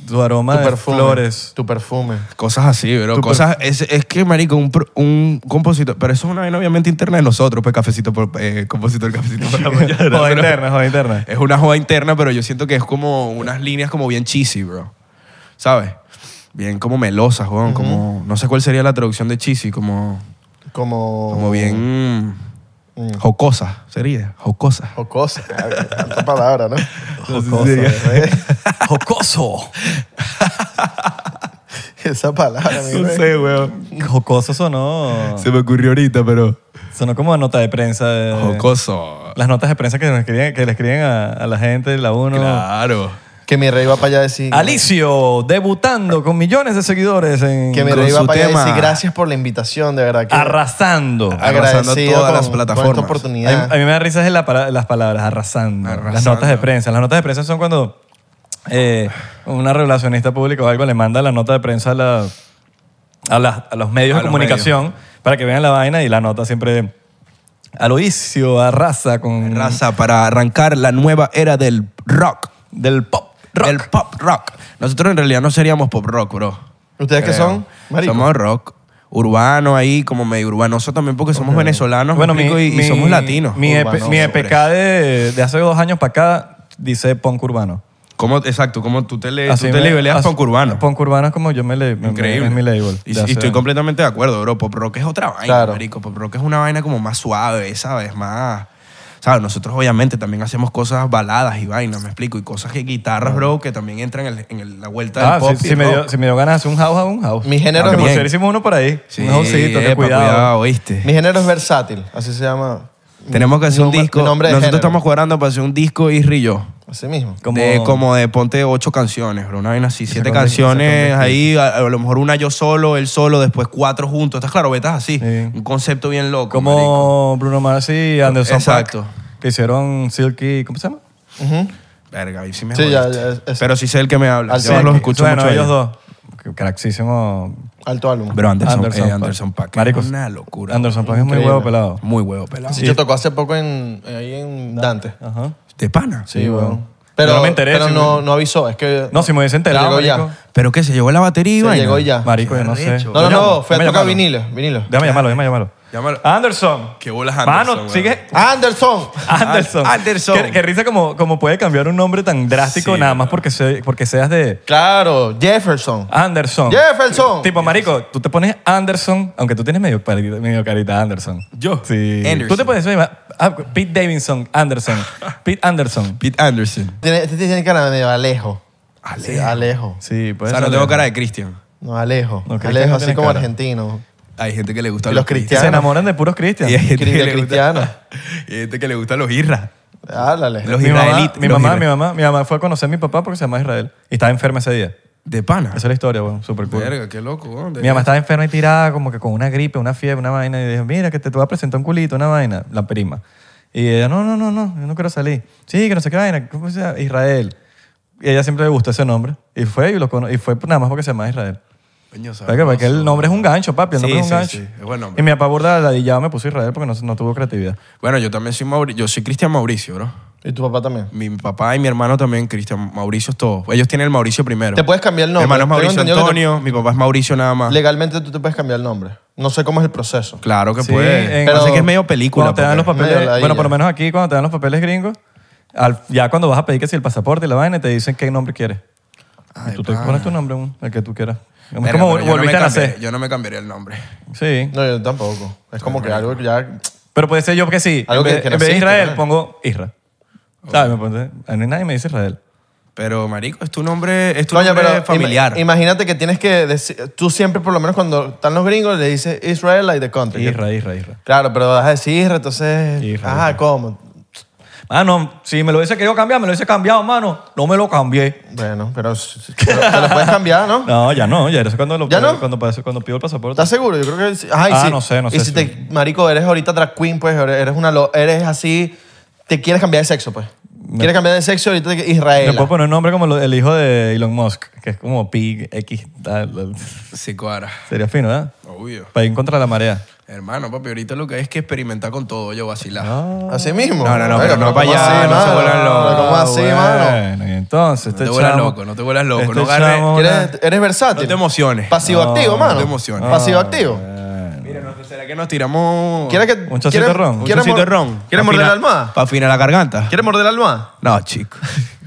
Speaker 2: tu aroma
Speaker 1: Tu
Speaker 2: de
Speaker 1: perfume.
Speaker 2: flores.
Speaker 1: Tu perfume.
Speaker 3: Cosas así, bro. Cosas, es, es que, marico, un, pro- un compositor, pero eso es una vaina obviamente interna de nosotros, pues cafecito por, eh, compositor, cafecito por la mañana,
Speaker 2: Joda
Speaker 3: pero-
Speaker 2: interna, joda interna.
Speaker 3: Es una joda interna, pero yo siento que es como unas líneas como bien cheesy, bro. ¿Sabes? Bien como melosas, weón. Como, no sé cuál sería la traducción de cheesy, como,
Speaker 1: Como...
Speaker 3: como bien mm,
Speaker 1: Oh. Mm.
Speaker 3: jocosa, sería, jocosa.
Speaker 1: Jocosa. Tanta palabra, ¿no? ¿eh?
Speaker 2: Jocoso. ¿eh? Jocoso.
Speaker 1: Esa palabra, mi rey.
Speaker 3: weón.
Speaker 2: Jocoso sonó.
Speaker 3: Se me ocurrió ahorita, pero...
Speaker 2: Sonó como nota de prensa. de-
Speaker 3: Jocoso.
Speaker 2: Las notas de prensa que, nos escribían- que le escriben a, a la gente, la uno.
Speaker 3: Claro.
Speaker 1: Que mi rey va para allá a decir...
Speaker 2: Alicio, debutando con millones de seguidores en
Speaker 1: Que mi
Speaker 3: Con
Speaker 1: rey va
Speaker 3: su
Speaker 1: para allá a decir
Speaker 3: tema.
Speaker 1: gracias por la invitación, de verdad. Que
Speaker 2: Arrasando.
Speaker 3: Ah, Arrasando
Speaker 1: agradecido
Speaker 3: todas las
Speaker 1: con- Con
Speaker 3: plataformas.
Speaker 1: esta
Speaker 2: A mí,
Speaker 1: oportunidad.
Speaker 2: a mí me da risa es la para- las palabras, arrasando, Las
Speaker 3: Arrasando.
Speaker 2: notas de prensa. Las notas de prensa son cuando eh, una relacionista pública o algo le manda la nota de prensa a, la- a las- a los medios
Speaker 3: A
Speaker 2: de
Speaker 3: los
Speaker 2: comunicación para que vean la vaina y la nota siempre Aloisio arrasa con...
Speaker 3: Raza, para arrancar la nueva era del rock.
Speaker 2: Del pop. rock.
Speaker 3: Del pop rock. Nosotros en realidad no seríamos pop rock, bro.
Speaker 1: ¿Ustedes qué
Speaker 3: creo.
Speaker 1: son? Marico.
Speaker 3: Somos rock. Urbano ahí, como medio urbanoso también, porque somos venezolanos
Speaker 2: Bueno, mi-
Speaker 3: marico, y, y
Speaker 2: mi-
Speaker 3: somos latinos.
Speaker 2: Mi, EP
Speaker 3: Urbanoso,
Speaker 2: mi
Speaker 3: hombre.
Speaker 2: EPK de, de hace dos años para acá dice punk urbano.
Speaker 3: ¿Cómo, exacto, como tú te, le, Eh, tú
Speaker 2: Así
Speaker 3: te
Speaker 2: me-
Speaker 3: leveleas
Speaker 2: así-
Speaker 3: punk urbano.
Speaker 2: Punk urbano es como yo me le... me-
Speaker 3: Increíble.
Speaker 2: Es mi label.
Speaker 3: Y,
Speaker 2: de
Speaker 3: y
Speaker 2: hace-
Speaker 3: estoy completamente de acuerdo, bro. Pop rock es otra vaina,
Speaker 1: Claro.
Speaker 3: marico. Pop rock es una vaina como más suave, ¿sabes? Más... ¿Sabes? Nosotros obviamente también hacemos cosas baladas y vainas, me explico. Y cosas que guitarras, bro, que también entran en, el- en el- la vuelta
Speaker 2: Ah,
Speaker 3: del pop
Speaker 2: sí,
Speaker 3: y
Speaker 2: si,
Speaker 3: el
Speaker 2: me
Speaker 3: rock.
Speaker 2: dio, si me dio ganas de hacer un house, hago un house.
Speaker 1: Mi género
Speaker 2: Que
Speaker 1: es
Speaker 2: por
Speaker 1: bien.
Speaker 2: cierto hicimos uno por ahí.
Speaker 3: Sí,
Speaker 2: un housecito, que
Speaker 3: epa,
Speaker 2: cuidado.
Speaker 3: ¿oíste?
Speaker 1: Mi género es versátil, así se llama.
Speaker 3: Tenemos que hacer
Speaker 1: Mi
Speaker 3: un
Speaker 1: nom-
Speaker 3: disco.
Speaker 1: mi nombre de
Speaker 3: Nosotros
Speaker 1: género.
Speaker 3: estamos cuadrando para hacer un disco Isri y yo.
Speaker 1: Así mismo.
Speaker 2: Como-
Speaker 3: De, como de ponte ocho canciones, bro. Una vaina así, siete
Speaker 2: con-
Speaker 3: canciones ahí, a, a lo mejor una yo solo, él solo, después cuatro juntos. Estás claro, vetas así.
Speaker 2: Sí.
Speaker 3: Un concepto bien loco. marico.
Speaker 2: Como Bruno Mars y Anderson
Speaker 3: Exacto.
Speaker 2: Paak, que hicieron Silky, ¿cómo se llama?
Speaker 1: Ujú.
Speaker 3: Verga, ahí sí me
Speaker 1: Sí, ya,
Speaker 3: jodiste.
Speaker 1: ya, es- es-
Speaker 3: Pero sí sé el que me habla.
Speaker 1: Al
Speaker 3: Yo no los
Speaker 2: Silky.
Speaker 3: escucho
Speaker 2: bueno,
Speaker 3: mucho. a
Speaker 2: ellos
Speaker 3: ellos.
Speaker 2: dos. Craxísimo.
Speaker 1: Alto álbum.
Speaker 3: Pero Anderson,
Speaker 2: Anderson
Speaker 3: eh,
Speaker 2: Paak.
Speaker 3: Anderson Paak.
Speaker 2: Marico,
Speaker 3: Es una locura.
Speaker 2: Anderson Paak es muy
Speaker 1: Increíble.
Speaker 2: huevo pelado.
Speaker 3: Muy huevo pelado.
Speaker 1: Sí, yo tocó hace poco en, ahí en Dante.
Speaker 2: Ajá.
Speaker 3: De pana.
Speaker 2: Sí, huevo.
Speaker 1: Pero,
Speaker 2: Yo no me enteré,
Speaker 1: pero
Speaker 2: sí,
Speaker 1: no,
Speaker 2: güey.
Speaker 1: no avisó, es que...
Speaker 2: No, si me hubiese
Speaker 1: Llegó
Speaker 2: enterado,
Speaker 1: ya.
Speaker 2: marico.
Speaker 3: ¿Pero qué? ¿Se llevó la batería y
Speaker 1: Se
Speaker 3: vaina?
Speaker 1: llegó y ya.
Speaker 2: Marico, yo no sé.
Speaker 3: Arrecho.
Speaker 1: No, no,
Speaker 2: Llama,
Speaker 1: no, fue a
Speaker 2: llama,
Speaker 1: tocar
Speaker 2: llamarlo.
Speaker 1: vinilo, vinilo.
Speaker 2: Déjame llamarlo, déjame llamarlo.
Speaker 3: Llámalo.
Speaker 2: Anderson.
Speaker 3: Qué bolas Anderson,
Speaker 2: Mano,
Speaker 3: weón.
Speaker 2: sigue.
Speaker 1: Anderson.
Speaker 2: Anderson.
Speaker 3: An- Anderson.
Speaker 2: Qué, qué risa como, como puede cambiar un nombre tan drástico
Speaker 3: Sí,
Speaker 2: nada más porque, se- porque seas de
Speaker 1: Claro, Jefferson.
Speaker 2: Anderson.
Speaker 1: Jefferson.
Speaker 2: Tipo, marico, tú te pones Anderson, aunque tú tienes medio, parita- medio carita Anderson.
Speaker 3: ¿Yo?
Speaker 2: Sí.
Speaker 3: Anderson.
Speaker 2: Tú te puedes llamar ah, Pete Davidson Anderson. Pete Anderson.
Speaker 3: Pete Anderson.
Speaker 1: Tiene, este tiene cara de medio Alejo.
Speaker 3: Alejo.
Speaker 1: Sí, Alejo.
Speaker 2: Sí,
Speaker 3: O
Speaker 2: puede
Speaker 3: sea,
Speaker 2: ser.
Speaker 3: no tengo cara de Cristian.
Speaker 1: No, Alejo.
Speaker 2: No, Cristian
Speaker 1: Alejo,
Speaker 2: no
Speaker 1: así
Speaker 2: tiene
Speaker 1: como
Speaker 2: cara.
Speaker 1: argentino.
Speaker 3: Hay gente que le gusta
Speaker 1: Y los cristianos.
Speaker 2: Se enamoran de puros cristianos.
Speaker 3: Y hay gente que
Speaker 1: Cri-
Speaker 3: le
Speaker 1: cristianos.
Speaker 3: gusta. Y hay gente que le gusta los irras.
Speaker 1: Háblale.
Speaker 3: Los
Speaker 2: Mi mamá,
Speaker 3: israelitas.
Speaker 2: mi
Speaker 3: los
Speaker 2: mamá,
Speaker 3: irra-
Speaker 2: mi mamá, mi mamá fue a conocer a mi papá porque se llama Israel. Y estaba enferma ese día.
Speaker 3: De pana.
Speaker 2: Esa es la historia, weón. Súper cool.
Speaker 3: Verga, qué loco. weón.
Speaker 2: Mi mamá estaba enferma y tirada como que con una gripe, una fiebre, una vaina. Y dije, mira, que te, te voy a presentar un culito, una vaina. La prima. Y ella, no, no, no, no, yo no quiero salir. Sí, que no sé qué vaina. ¿Cómo se llama? Israel. Y a ella siempre le gustó ese nombre. Y fue y, lo cono- y fue nada más porque se llama Israel.
Speaker 3: Coño, sabroso.
Speaker 2: Porque, porque el nombre es un gancho, papi. El
Speaker 3: Sí,
Speaker 2: nombre es un
Speaker 3: sí,
Speaker 2: gancho.
Speaker 3: sí, es buen nombre.
Speaker 2: Y mi papá burda ladillado me puso Israel porque no, no tuvo creatividad.
Speaker 3: Bueno, yo también soy Mauricio. Yo soy Cristian Mauricio, bro.
Speaker 1: Y tu papá también.
Speaker 3: Mi papá y mi hermano también, Cristian Mauricio es todo. Ellos tienen el Mauricio primero.
Speaker 1: Te puedes cambiar el
Speaker 3: Mi
Speaker 1: nombre.
Speaker 3: hermano es
Speaker 1: Tengo
Speaker 3: Mauricio
Speaker 1: entendido que te-
Speaker 3: Antonio, mi papá es Mauricio nada
Speaker 2: Ah.
Speaker 3: más.
Speaker 1: Legalmente tú te puedes cambiar el nombre. No sé cómo es el proceso.
Speaker 3: Claro que
Speaker 2: Sí,
Speaker 3: puede.
Speaker 2: en-
Speaker 3: Parece
Speaker 1: Pero-
Speaker 3: que es medio película.
Speaker 2: Cuando te dan los
Speaker 3: porque-
Speaker 2: papeles,
Speaker 1: Medio ladilla.
Speaker 2: bueno, por lo menos aquí, cuando te dan los papeles gringos, al- ya cuando vas a pedir que si el pasaporte y la vaina, te dicen qué nombre quieres. Y tú te pones tu nombre, un- el que tú quieras. Es
Speaker 3: Verga,
Speaker 2: como
Speaker 3: pero yo no me
Speaker 2: volviste a
Speaker 3: cambié-
Speaker 2: nacer.
Speaker 3: Yo no me cambiaría el nombre.
Speaker 2: Sí.
Speaker 1: No, yo tampoco. Es como que algo que ya...
Speaker 2: Pero puede ser yo que sí.
Speaker 1: Algo
Speaker 2: en,
Speaker 1: que-
Speaker 2: vez,
Speaker 1: que
Speaker 2: en vez de
Speaker 1: naciste,
Speaker 2: Israel,
Speaker 1: ¿no?
Speaker 2: pongo Isra. ¿Sabes? Me pones- a mí nadie me dice Israel.
Speaker 3: Pero, marico, es tu nombre, es tu
Speaker 1: Coño,
Speaker 3: nombre
Speaker 1: pero
Speaker 3: familiar.
Speaker 1: ima- imagínate que tienes que decir, tú siempre por lo menos cuando están los gringos le dices Israel like the country.
Speaker 2: Isra, Isra, Isra.
Speaker 1: Claro, pero vas a decir Israel, entonces,
Speaker 2: Israel.
Speaker 1: ajá, ¿cómo?
Speaker 2: Ah, no, si me lo hubiese querido cambiar, me lo hubiese cambiado, mano. No me lo cambié.
Speaker 1: Bueno, pero s- s- te lo- te lo puedes cambiar, ¿no?
Speaker 2: No, ya no, ya eso cuando lo
Speaker 1: ¿Ya no?
Speaker 2: cuando, paso- cuando pido el pasaporte.
Speaker 1: ¿Estás seguro? Yo creo que sí. Ajá, y
Speaker 2: Ah,
Speaker 1: si-
Speaker 2: no sé, no
Speaker 1: Y
Speaker 2: sé,
Speaker 1: si
Speaker 2: sí.
Speaker 1: te, marico, eres ahorita drag queen, pues eres una lo- eres así, te quieres cambiar de sexo, pues. Quieres cambiar de sexo ahorita te- Israel.
Speaker 2: Le puedo poner un nombre como lo- el hijo de Elon Musk, que es como Pig X. tal, tal.
Speaker 3: Sí, cuadra.
Speaker 2: Sería fino, ¿verdad?
Speaker 3: Obvio.
Speaker 2: Para ir contra la marea.
Speaker 3: Hermano, papi, ahorita lo que hay es que experimentar con todo, yo vacilar.
Speaker 1: Así mismo.
Speaker 2: Ah,
Speaker 3: No, no, no, pero no
Speaker 1: ¿cómo
Speaker 3: para allá,
Speaker 1: así,
Speaker 3: no se
Speaker 1: mano?
Speaker 3: vuelan locos.
Speaker 1: ¿Cómo así, mano?
Speaker 2: Bueno, y entonces, este
Speaker 3: te vuelas
Speaker 2: chamo-
Speaker 3: loco, no te vuelas loco,
Speaker 2: este
Speaker 3: no agarres-
Speaker 2: chamo-
Speaker 1: ¿Quieres- ¿Eres versátil?
Speaker 3: No te emociones.
Speaker 1: Pasivo-activo,
Speaker 3: No,
Speaker 1: mano. Ah.
Speaker 3: no te Ah, emociones.
Speaker 1: Pasivo-activo.
Speaker 3: Mira, no, ¿será que nos tiramos
Speaker 1: ¿Quieres que,
Speaker 2: Un chocito de ron.
Speaker 3: un
Speaker 1: ¿quieres
Speaker 3: chocito
Speaker 1: mor-
Speaker 3: de ron?
Speaker 1: ¿Quieres morder la almohada?
Speaker 3: Para afinar la garganta.
Speaker 1: ¿Quieres morder la almohada?
Speaker 3: No, chico.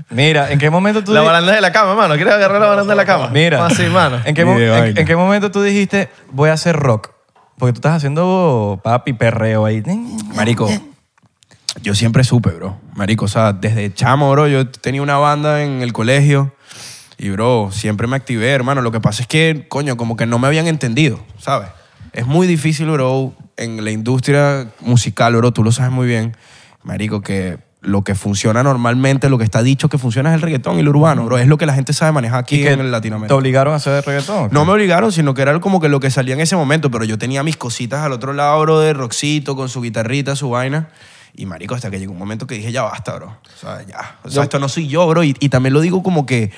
Speaker 2: Mira, ¿en qué momento tú
Speaker 1: La
Speaker 2: di-
Speaker 1: baranda de la cama, mano. ¿Quieres agarrar la baranda de la cama?
Speaker 2: Mira,
Speaker 1: Así, mano.
Speaker 2: ¿en, qué mo-
Speaker 3: Ni de
Speaker 2: en-
Speaker 3: vaina.
Speaker 2: en qué momento tú dijiste voy a hacer rock? Porque tú estás haciendo papi perreo ahí.
Speaker 3: Marico, yo siempre supe, bro. Marico, o sea, desde chamo, bro, yo tenía una banda en el colegio y, bro, siempre me activé, hermano. Lo que pasa es que, coño, como que no me habían entendido, ¿sabes? Es muy difícil, bro, en la industria musical, bro, tú lo sabes muy bien, marico, que lo que funciona normalmente, lo que está dicho que funciona es el reggaetón y el urbano, bro. Es lo que la gente sabe manejar aquí
Speaker 2: que
Speaker 3: en Latinoamérica.
Speaker 2: ¿Te obligaron a hacer reggaetón?
Speaker 3: No me obligaron, sino que era como que lo que salía en ese momento, pero yo tenía mis cositas al otro lado, bro, de Roxito, con su guitarrita, su vaina. Y marico, hasta que llegó un momento que dije, ya basta, bro. O sea, ya. O sea, esto no soy yo, bro. Y, y también lo digo como que,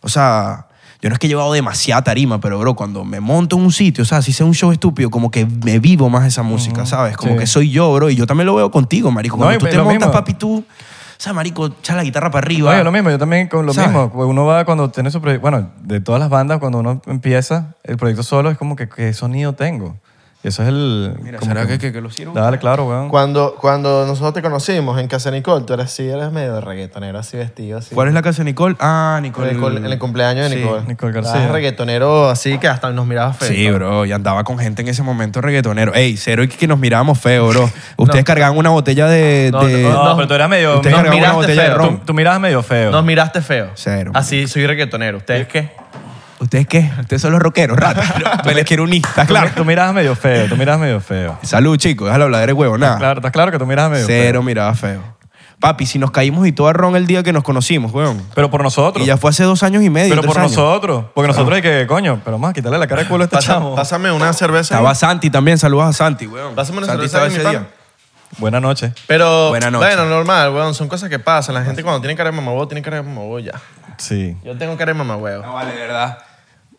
Speaker 3: o sea, yo no es que he llevado demasiada tarima, pero, bro, cuando me monto en un sitio, o sea, si sea un show estúpido, como que me vivo más esa música, ¿sabes? Como
Speaker 2: sí.
Speaker 3: que soy yo, bro. Y yo también lo veo contigo, marico.
Speaker 2: No,
Speaker 3: Cuando
Speaker 2: y
Speaker 3: tú te
Speaker 2: lo
Speaker 3: montas,
Speaker 2: mismo.
Speaker 3: papi, tú, o sea, marico, echa la guitarra para arriba.
Speaker 2: Oye, lo mismo, yo también con lo
Speaker 3: ¿Sabes?
Speaker 2: mismo. Uno va cuando tiene su proyecto, bueno, de todas las bandas, cuando uno empieza el proyecto solo, es como que qué sonido tengo. Y eso es el...
Speaker 3: Mira,
Speaker 2: como
Speaker 3: ¿será que, que, que lo hicieron?
Speaker 2: Dale, claro, weón.
Speaker 1: Cuando, cuando nosotros te conocimos en Casa Nicole, tú eras así, eras medio reggaetonero, así vestido, así.
Speaker 3: ¿Cuál es la casa de Nicole? Ah,
Speaker 1: En
Speaker 3: Nicole.
Speaker 1: el, col- en el cumpleaños de
Speaker 3: Sí,
Speaker 1: Nicole.
Speaker 2: Nicole
Speaker 1: Estabas
Speaker 2: García.
Speaker 1: reggaetonero, así que hasta nos mirabas feo.
Speaker 3: Sí, bro, y andaba con gente en ese momento reggaetonero. Ey, cero y que nos mirábamos feo, bro. Ustedes cargaban una botella de.
Speaker 1: No,
Speaker 3: de-
Speaker 1: no,
Speaker 2: No, pero tú eras medio...
Speaker 3: Ustedes
Speaker 2: no,
Speaker 1: nos
Speaker 3: cargaban una
Speaker 1: miraste
Speaker 3: botella de
Speaker 1: feo.
Speaker 2: tú,
Speaker 3: ron.
Speaker 2: tú mirabas medio feo.
Speaker 1: Nos miraste feo.
Speaker 3: Cero.
Speaker 1: Así, soy reggaetonero. ¿Ustedes qué?
Speaker 3: Ah, ¿Ustedes qué? Ustedes son los rockeros, rata. Me les quiero unir, ¿estás
Speaker 2: Tú-
Speaker 3: claro?
Speaker 2: Tú mirabas medio feo, tú mirabas medio feo.
Speaker 3: Salud, chicos, déjalo hablar, eres huevo, nada.
Speaker 2: Claro, ¿estás claro que tú mirabas medio feo?
Speaker 3: Ah. Cero miraba feo. Papi, si nos caímos y todo a ron el día que nos conocimos, weón.
Speaker 2: Pero por nosotros.
Speaker 3: Y ya fue hace dos años y medio.
Speaker 2: Pero
Speaker 3: tres
Speaker 2: por
Speaker 3: años.
Speaker 2: nosotros. Porque nosotros hay que, coño, pero más, quitarle la cara de culo a este
Speaker 1: Pasa-
Speaker 2: chamo.
Speaker 1: Pásame una cerveza.
Speaker 3: Estaba Santi también, saludos a Santi, weón.
Speaker 1: Pásame una
Speaker 3: Santi
Speaker 1: cerveza
Speaker 3: estaba
Speaker 1: ahí, mi
Speaker 3: ese
Speaker 1: pana.
Speaker 3: día.
Speaker 2: Buenas noches.
Speaker 1: Pero,
Speaker 3: Buena noche.
Speaker 1: bueno, normal, weón. Son cosas que pasan. La gente cuando tiene cara de mamagüevo, tiene cara de mamagüevo ya.
Speaker 2: Sí.
Speaker 1: Yo tengo cara de mamagüevo.
Speaker 3: No vale, de verdad.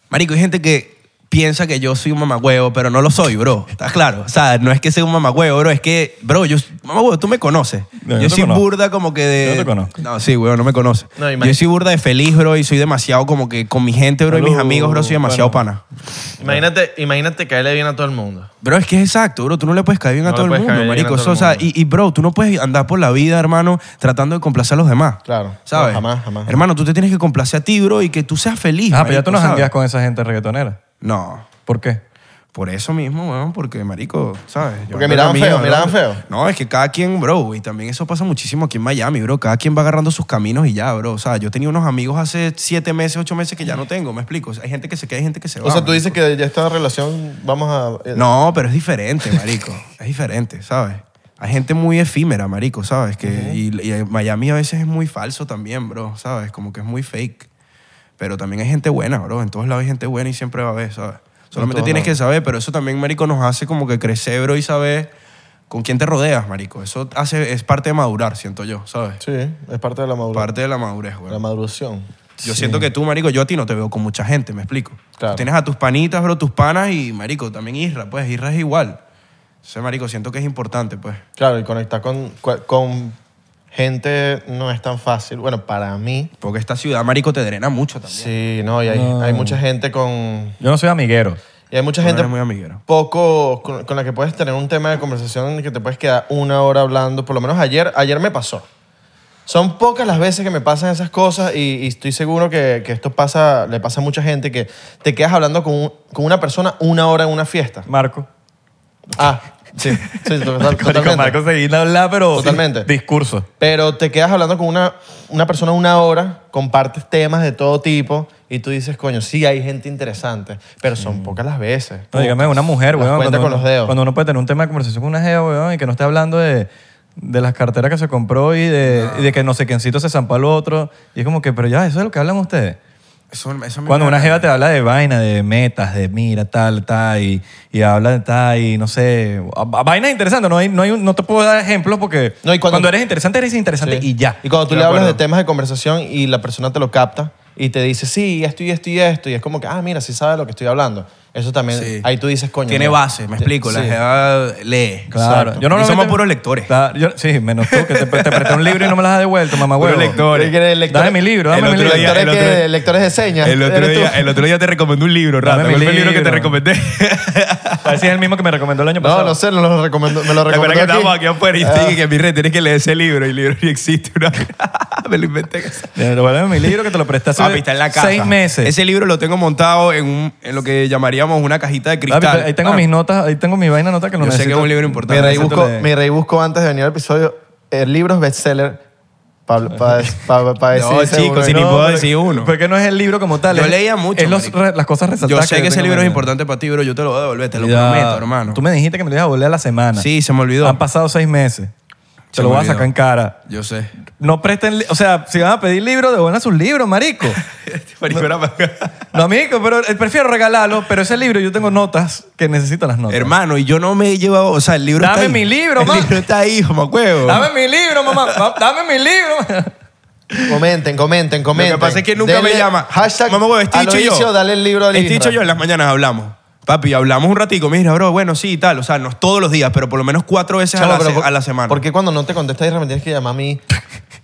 Speaker 3: Marico, hay gente que piensa que yo soy un mamagüevo, pero no lo soy, bro. ¿Estás claro? O sea, no es que sea un mamagüevo, bro. Es que, bro, yo, mamagüevo, tú me conoces.
Speaker 2: No, yo
Speaker 3: yo
Speaker 2: te
Speaker 3: soy
Speaker 2: conozco.
Speaker 3: burda como que de...
Speaker 2: Yo te conozco.
Speaker 3: No, sí, weón, no me conoces.
Speaker 1: No, imagínate.
Speaker 3: yo soy burda de feliz, bro, y soy demasiado como que con mi gente, bro, y mis
Speaker 1: Salud,
Speaker 3: amigos, bro, soy demasiado
Speaker 1: bueno.
Speaker 3: pana.
Speaker 1: Imagínate, imagínate caerle bien a todo el mundo.
Speaker 3: Bro, es que es exacto, bro. Tú no le puedes caer bien a
Speaker 1: No le
Speaker 3: todo el
Speaker 1: puedes
Speaker 3: mundo,
Speaker 1: caer bien a todo
Speaker 3: marico. Eso,
Speaker 1: el
Speaker 3: o sea,
Speaker 1: mundo.
Speaker 3: y, y, bro, tú no puedes andar por la vida, hermano, tratando de complacer a los demás.
Speaker 1: Claro.
Speaker 3: ¿Sabes?
Speaker 1: No, jamás, jamás.
Speaker 3: Hermano, tú te tienes que complacer a ti, bro, y que tú seas feliz.
Speaker 2: Ah, pero ya
Speaker 3: marico,
Speaker 2: tú no
Speaker 3: ¿sabes?
Speaker 2: jangueas con esa gente reggaetonera.
Speaker 3: No.
Speaker 2: ¿Por qué?
Speaker 3: Por eso mismo, weón, porque, marico, ¿sabes? Yo
Speaker 1: Porque
Speaker 3: ando
Speaker 1: miraban
Speaker 3: en la
Speaker 1: feo,
Speaker 3: mía,
Speaker 1: miraban
Speaker 3: bro.
Speaker 1: feo.
Speaker 3: No, es que cada quien, bro, y también eso pasa muchísimo aquí en Miami, bro. Cada quien va agarrando sus caminos y ya, bro. O sea, yo tenía unos amigos hace siete meses, ocho meses que ya no tengo, ¿me explico? O sea, hay gente que se queda, hay gente que se va.
Speaker 1: O sea, tú
Speaker 3: marico.
Speaker 1: dices que ya esta relación vamos a... eh,
Speaker 3: No, pero es diferente, marico. es diferente, ¿sabes? Hay gente muy efímera, marico, ¿sabes? Que, y, y Miami a veces es muy falso también, bro, ¿sabes? Como que es muy fake. Pero también hay gente buena, bro. En todos lados hay gente buena y siempre va a haber, ¿sabes? Solamente
Speaker 1: todos
Speaker 3: tienes que
Speaker 1: lados.
Speaker 3: saber, pero eso también, marico, nos hace como que crecer, bro, y saber con quién te rodeas, marico. Eso hace, es parte de madurar, siento yo, ¿sabes?
Speaker 1: Sí, es parte de la maduración.
Speaker 3: Parte de la madurez, güey.
Speaker 1: La maduración.
Speaker 3: Yo siento que tú, marico, yo a ti no te veo con mucha gente, me explico.
Speaker 1: Claro.
Speaker 3: Tú tienes a tus panitas, bro, tus panas y, marico, también Isra, pues Isra es igual. Ese marico, siento que es importante, pues.
Speaker 1: Claro, y conectar con, con gente no es tan fácil. Bueno, para mí,
Speaker 3: Porque esta ciudad, marico, te drena mucho también.
Speaker 1: sí, no, y hay,
Speaker 2: No.
Speaker 1: hay mucha gente con...
Speaker 2: Yo no soy amiguero.
Speaker 1: Y hay mucha
Speaker 3: Tú no
Speaker 1: gente
Speaker 3: eres muy amiguero.
Speaker 1: poco con, con la que puedes tener un tema de conversación que te puedes quedar una hora hablando. Por lo menos ayer, ayer me pasó. Son pocas las veces que me pasan esas cosas y, y estoy seguro que, que esto pasa, le pasa a mucha gente que te quedas hablando con, un- con una persona una hora en una fiesta.
Speaker 2: Marco.
Speaker 1: Ah, sí, sí, total-
Speaker 2: Marico,
Speaker 1: totalmente.
Speaker 2: Marco seguía hablar, pero.
Speaker 1: Totalmente.
Speaker 2: Discurso.
Speaker 1: Pero te quedas hablando con una, una persona una hora, compartes temas de todo tipo y tú dices, coño, sí hay gente interesante, pero son pocas las veces.
Speaker 2: No, dígame, una mujer,
Speaker 1: Las
Speaker 2: weón.
Speaker 1: cuenta con
Speaker 2: uno-
Speaker 1: los dedos.
Speaker 2: Cuando uno puede tener un tema de conversación con una gea, weón, y que no esté hablando de, de las carteras que se compró y de, y de que no sé quiéncito se zampó al otro. Y es como que, pero ya, eso es lo que hablan ustedes.
Speaker 3: Eso, eso me
Speaker 2: Cuando
Speaker 3: caga.
Speaker 2: una jeva te habla de vaina, de metas, de mira, tal, tal, y, y habla de tal, y no sé. a- a- Vainas interesantes, no, hay, no, hay un- no te puedo dar ejemplos porque
Speaker 1: No, y
Speaker 2: cuando,
Speaker 1: cuando-
Speaker 2: eres interesante, eres interesante
Speaker 1: Sí.
Speaker 2: y ya.
Speaker 1: Y cuando tú
Speaker 3: Yo
Speaker 1: le
Speaker 3: de
Speaker 1: hablas de
Speaker 3: acuerdo.
Speaker 1: temas de conversación y la persona te lo capta y te dice, sí, esto y esto y esto, y es como que, ah, mira, sí sabe de lo que estoy hablando. Eso también,
Speaker 3: Sí.
Speaker 1: ahí tú dices, coño.
Speaker 3: Tiene
Speaker 1: mira,
Speaker 3: base, me explico. La
Speaker 1: sí.
Speaker 3: jeva lee.
Speaker 2: Claro.
Speaker 1: Exacto.
Speaker 2: Yo
Speaker 3: Y somos
Speaker 2: normalmente-
Speaker 3: puros lectores.
Speaker 2: Claro, yo- sí, menos tú, que te, te presté un libro y no me las has devuelto, mamá
Speaker 3: Puros
Speaker 2: huevo.
Speaker 3: lectores.
Speaker 1: Porque eres lector-
Speaker 2: Dame mi libro, dame
Speaker 3: El
Speaker 2: mi
Speaker 3: otro
Speaker 2: libro.
Speaker 3: día-
Speaker 1: Lectores,
Speaker 3: el otro
Speaker 1: que-
Speaker 3: día-
Speaker 1: lectores de señas.
Speaker 3: El otro,
Speaker 1: eres tú.
Speaker 3: día, el otro día te recomendé un libro, Rata.
Speaker 2: Dame mi
Speaker 3: ¿Cuál fue el libro que te
Speaker 2: libro.
Speaker 3: recomendé?
Speaker 2: A ver si es el mismo que me recomendó el año
Speaker 1: No,
Speaker 2: pasado.
Speaker 1: no sé, no lo recomiendo, me lo
Speaker 3: ¿Te acuerdas
Speaker 1: recomendó
Speaker 3: que
Speaker 1: aquí.
Speaker 3: estábamos aquí afuera y
Speaker 1: Ah.
Speaker 3: te dije que mi rey tienes que leer ese libro? Y el libro ni existe. ¿no? me lo inventé.
Speaker 2: Devuélveme mi libro que te lo presté hace
Speaker 3: Papi, está en la casa.
Speaker 2: seis meses.
Speaker 3: Ese libro lo tengo montado en, un, en lo que llamaríamos una cajita de
Speaker 2: Papi,
Speaker 3: cristal.
Speaker 2: ahí tengo
Speaker 3: Ah,
Speaker 2: mis notas, ahí tengo mi vaina nota que no
Speaker 3: Yo sé que es un libro
Speaker 1: Mi
Speaker 3: importante.
Speaker 1: rey,
Speaker 2: Necesito
Speaker 1: buscó,
Speaker 2: leer.
Speaker 1: mi rey buscó antes de venir al episodio eh, libros bestseller para pa, pa, pa decir
Speaker 3: No,
Speaker 1: ese
Speaker 3: chicos,
Speaker 1: uno.
Speaker 3: si ni
Speaker 2: No,
Speaker 3: puedo
Speaker 2: pero-
Speaker 3: decir uno.
Speaker 2: Porque no es el libro como tal.
Speaker 3: Yo
Speaker 2: es-
Speaker 3: leía mucho,
Speaker 2: Es los
Speaker 3: marico.
Speaker 2: re- las cosas
Speaker 3: Yo
Speaker 2: resaltadas.
Speaker 3: sé que ese
Speaker 2: tengo
Speaker 3: libro es
Speaker 2: en-
Speaker 3: importante para ti, bro. Yo te lo voy a devolver, te lo
Speaker 2: Ya.
Speaker 3: prometo, hermano.
Speaker 2: Tú me dijiste que me lo ibas a volver a la semana.
Speaker 3: Sí, se me olvidó.
Speaker 2: Han pasado seis meses. Te
Speaker 3: Se
Speaker 2: lo
Speaker 3: me
Speaker 2: voy a
Speaker 3: olvidó.
Speaker 2: sacar en cara.
Speaker 3: Yo sé.
Speaker 2: No presten... li- O sea, si van a pedir libros, devuelvan sus libros, marico. No, amigo, pero eh, prefiero regalarlo, pero ese libro yo tengo notas que necesito las notas.
Speaker 3: hermano, y yo no me he llevado. O sea, el libro
Speaker 2: Dame
Speaker 3: está ahí.
Speaker 2: mi libro,
Speaker 3: El
Speaker 2: ma.
Speaker 3: libro está ahí, mamá huevo.
Speaker 2: Dame mi libro, mamá. Ma- Dame mi libro.
Speaker 1: Comenten, comenten, comenten.
Speaker 3: Lo que pasa es que nunca me
Speaker 1: Denle
Speaker 3: llama.
Speaker 1: Hashtag
Speaker 3: Mamá huevo,
Speaker 1: a
Speaker 3: este
Speaker 1: lo
Speaker 3: dicho yo.
Speaker 1: Izzo, dale el libro al
Speaker 3: Este dicho
Speaker 1: Isra.
Speaker 3: yo en las mañanas hablamos. Papi, hablamos un ratico. Mira, bro, bueno, sí y tal. O sea, no es todos los días, pero por lo menos cuatro veces
Speaker 1: Chamo,
Speaker 3: a, la,
Speaker 1: pero
Speaker 3: se-
Speaker 1: por-
Speaker 3: a la semana.
Speaker 1: ¿Por qué cuando no te contestas Isra me tienes que llamar a mí?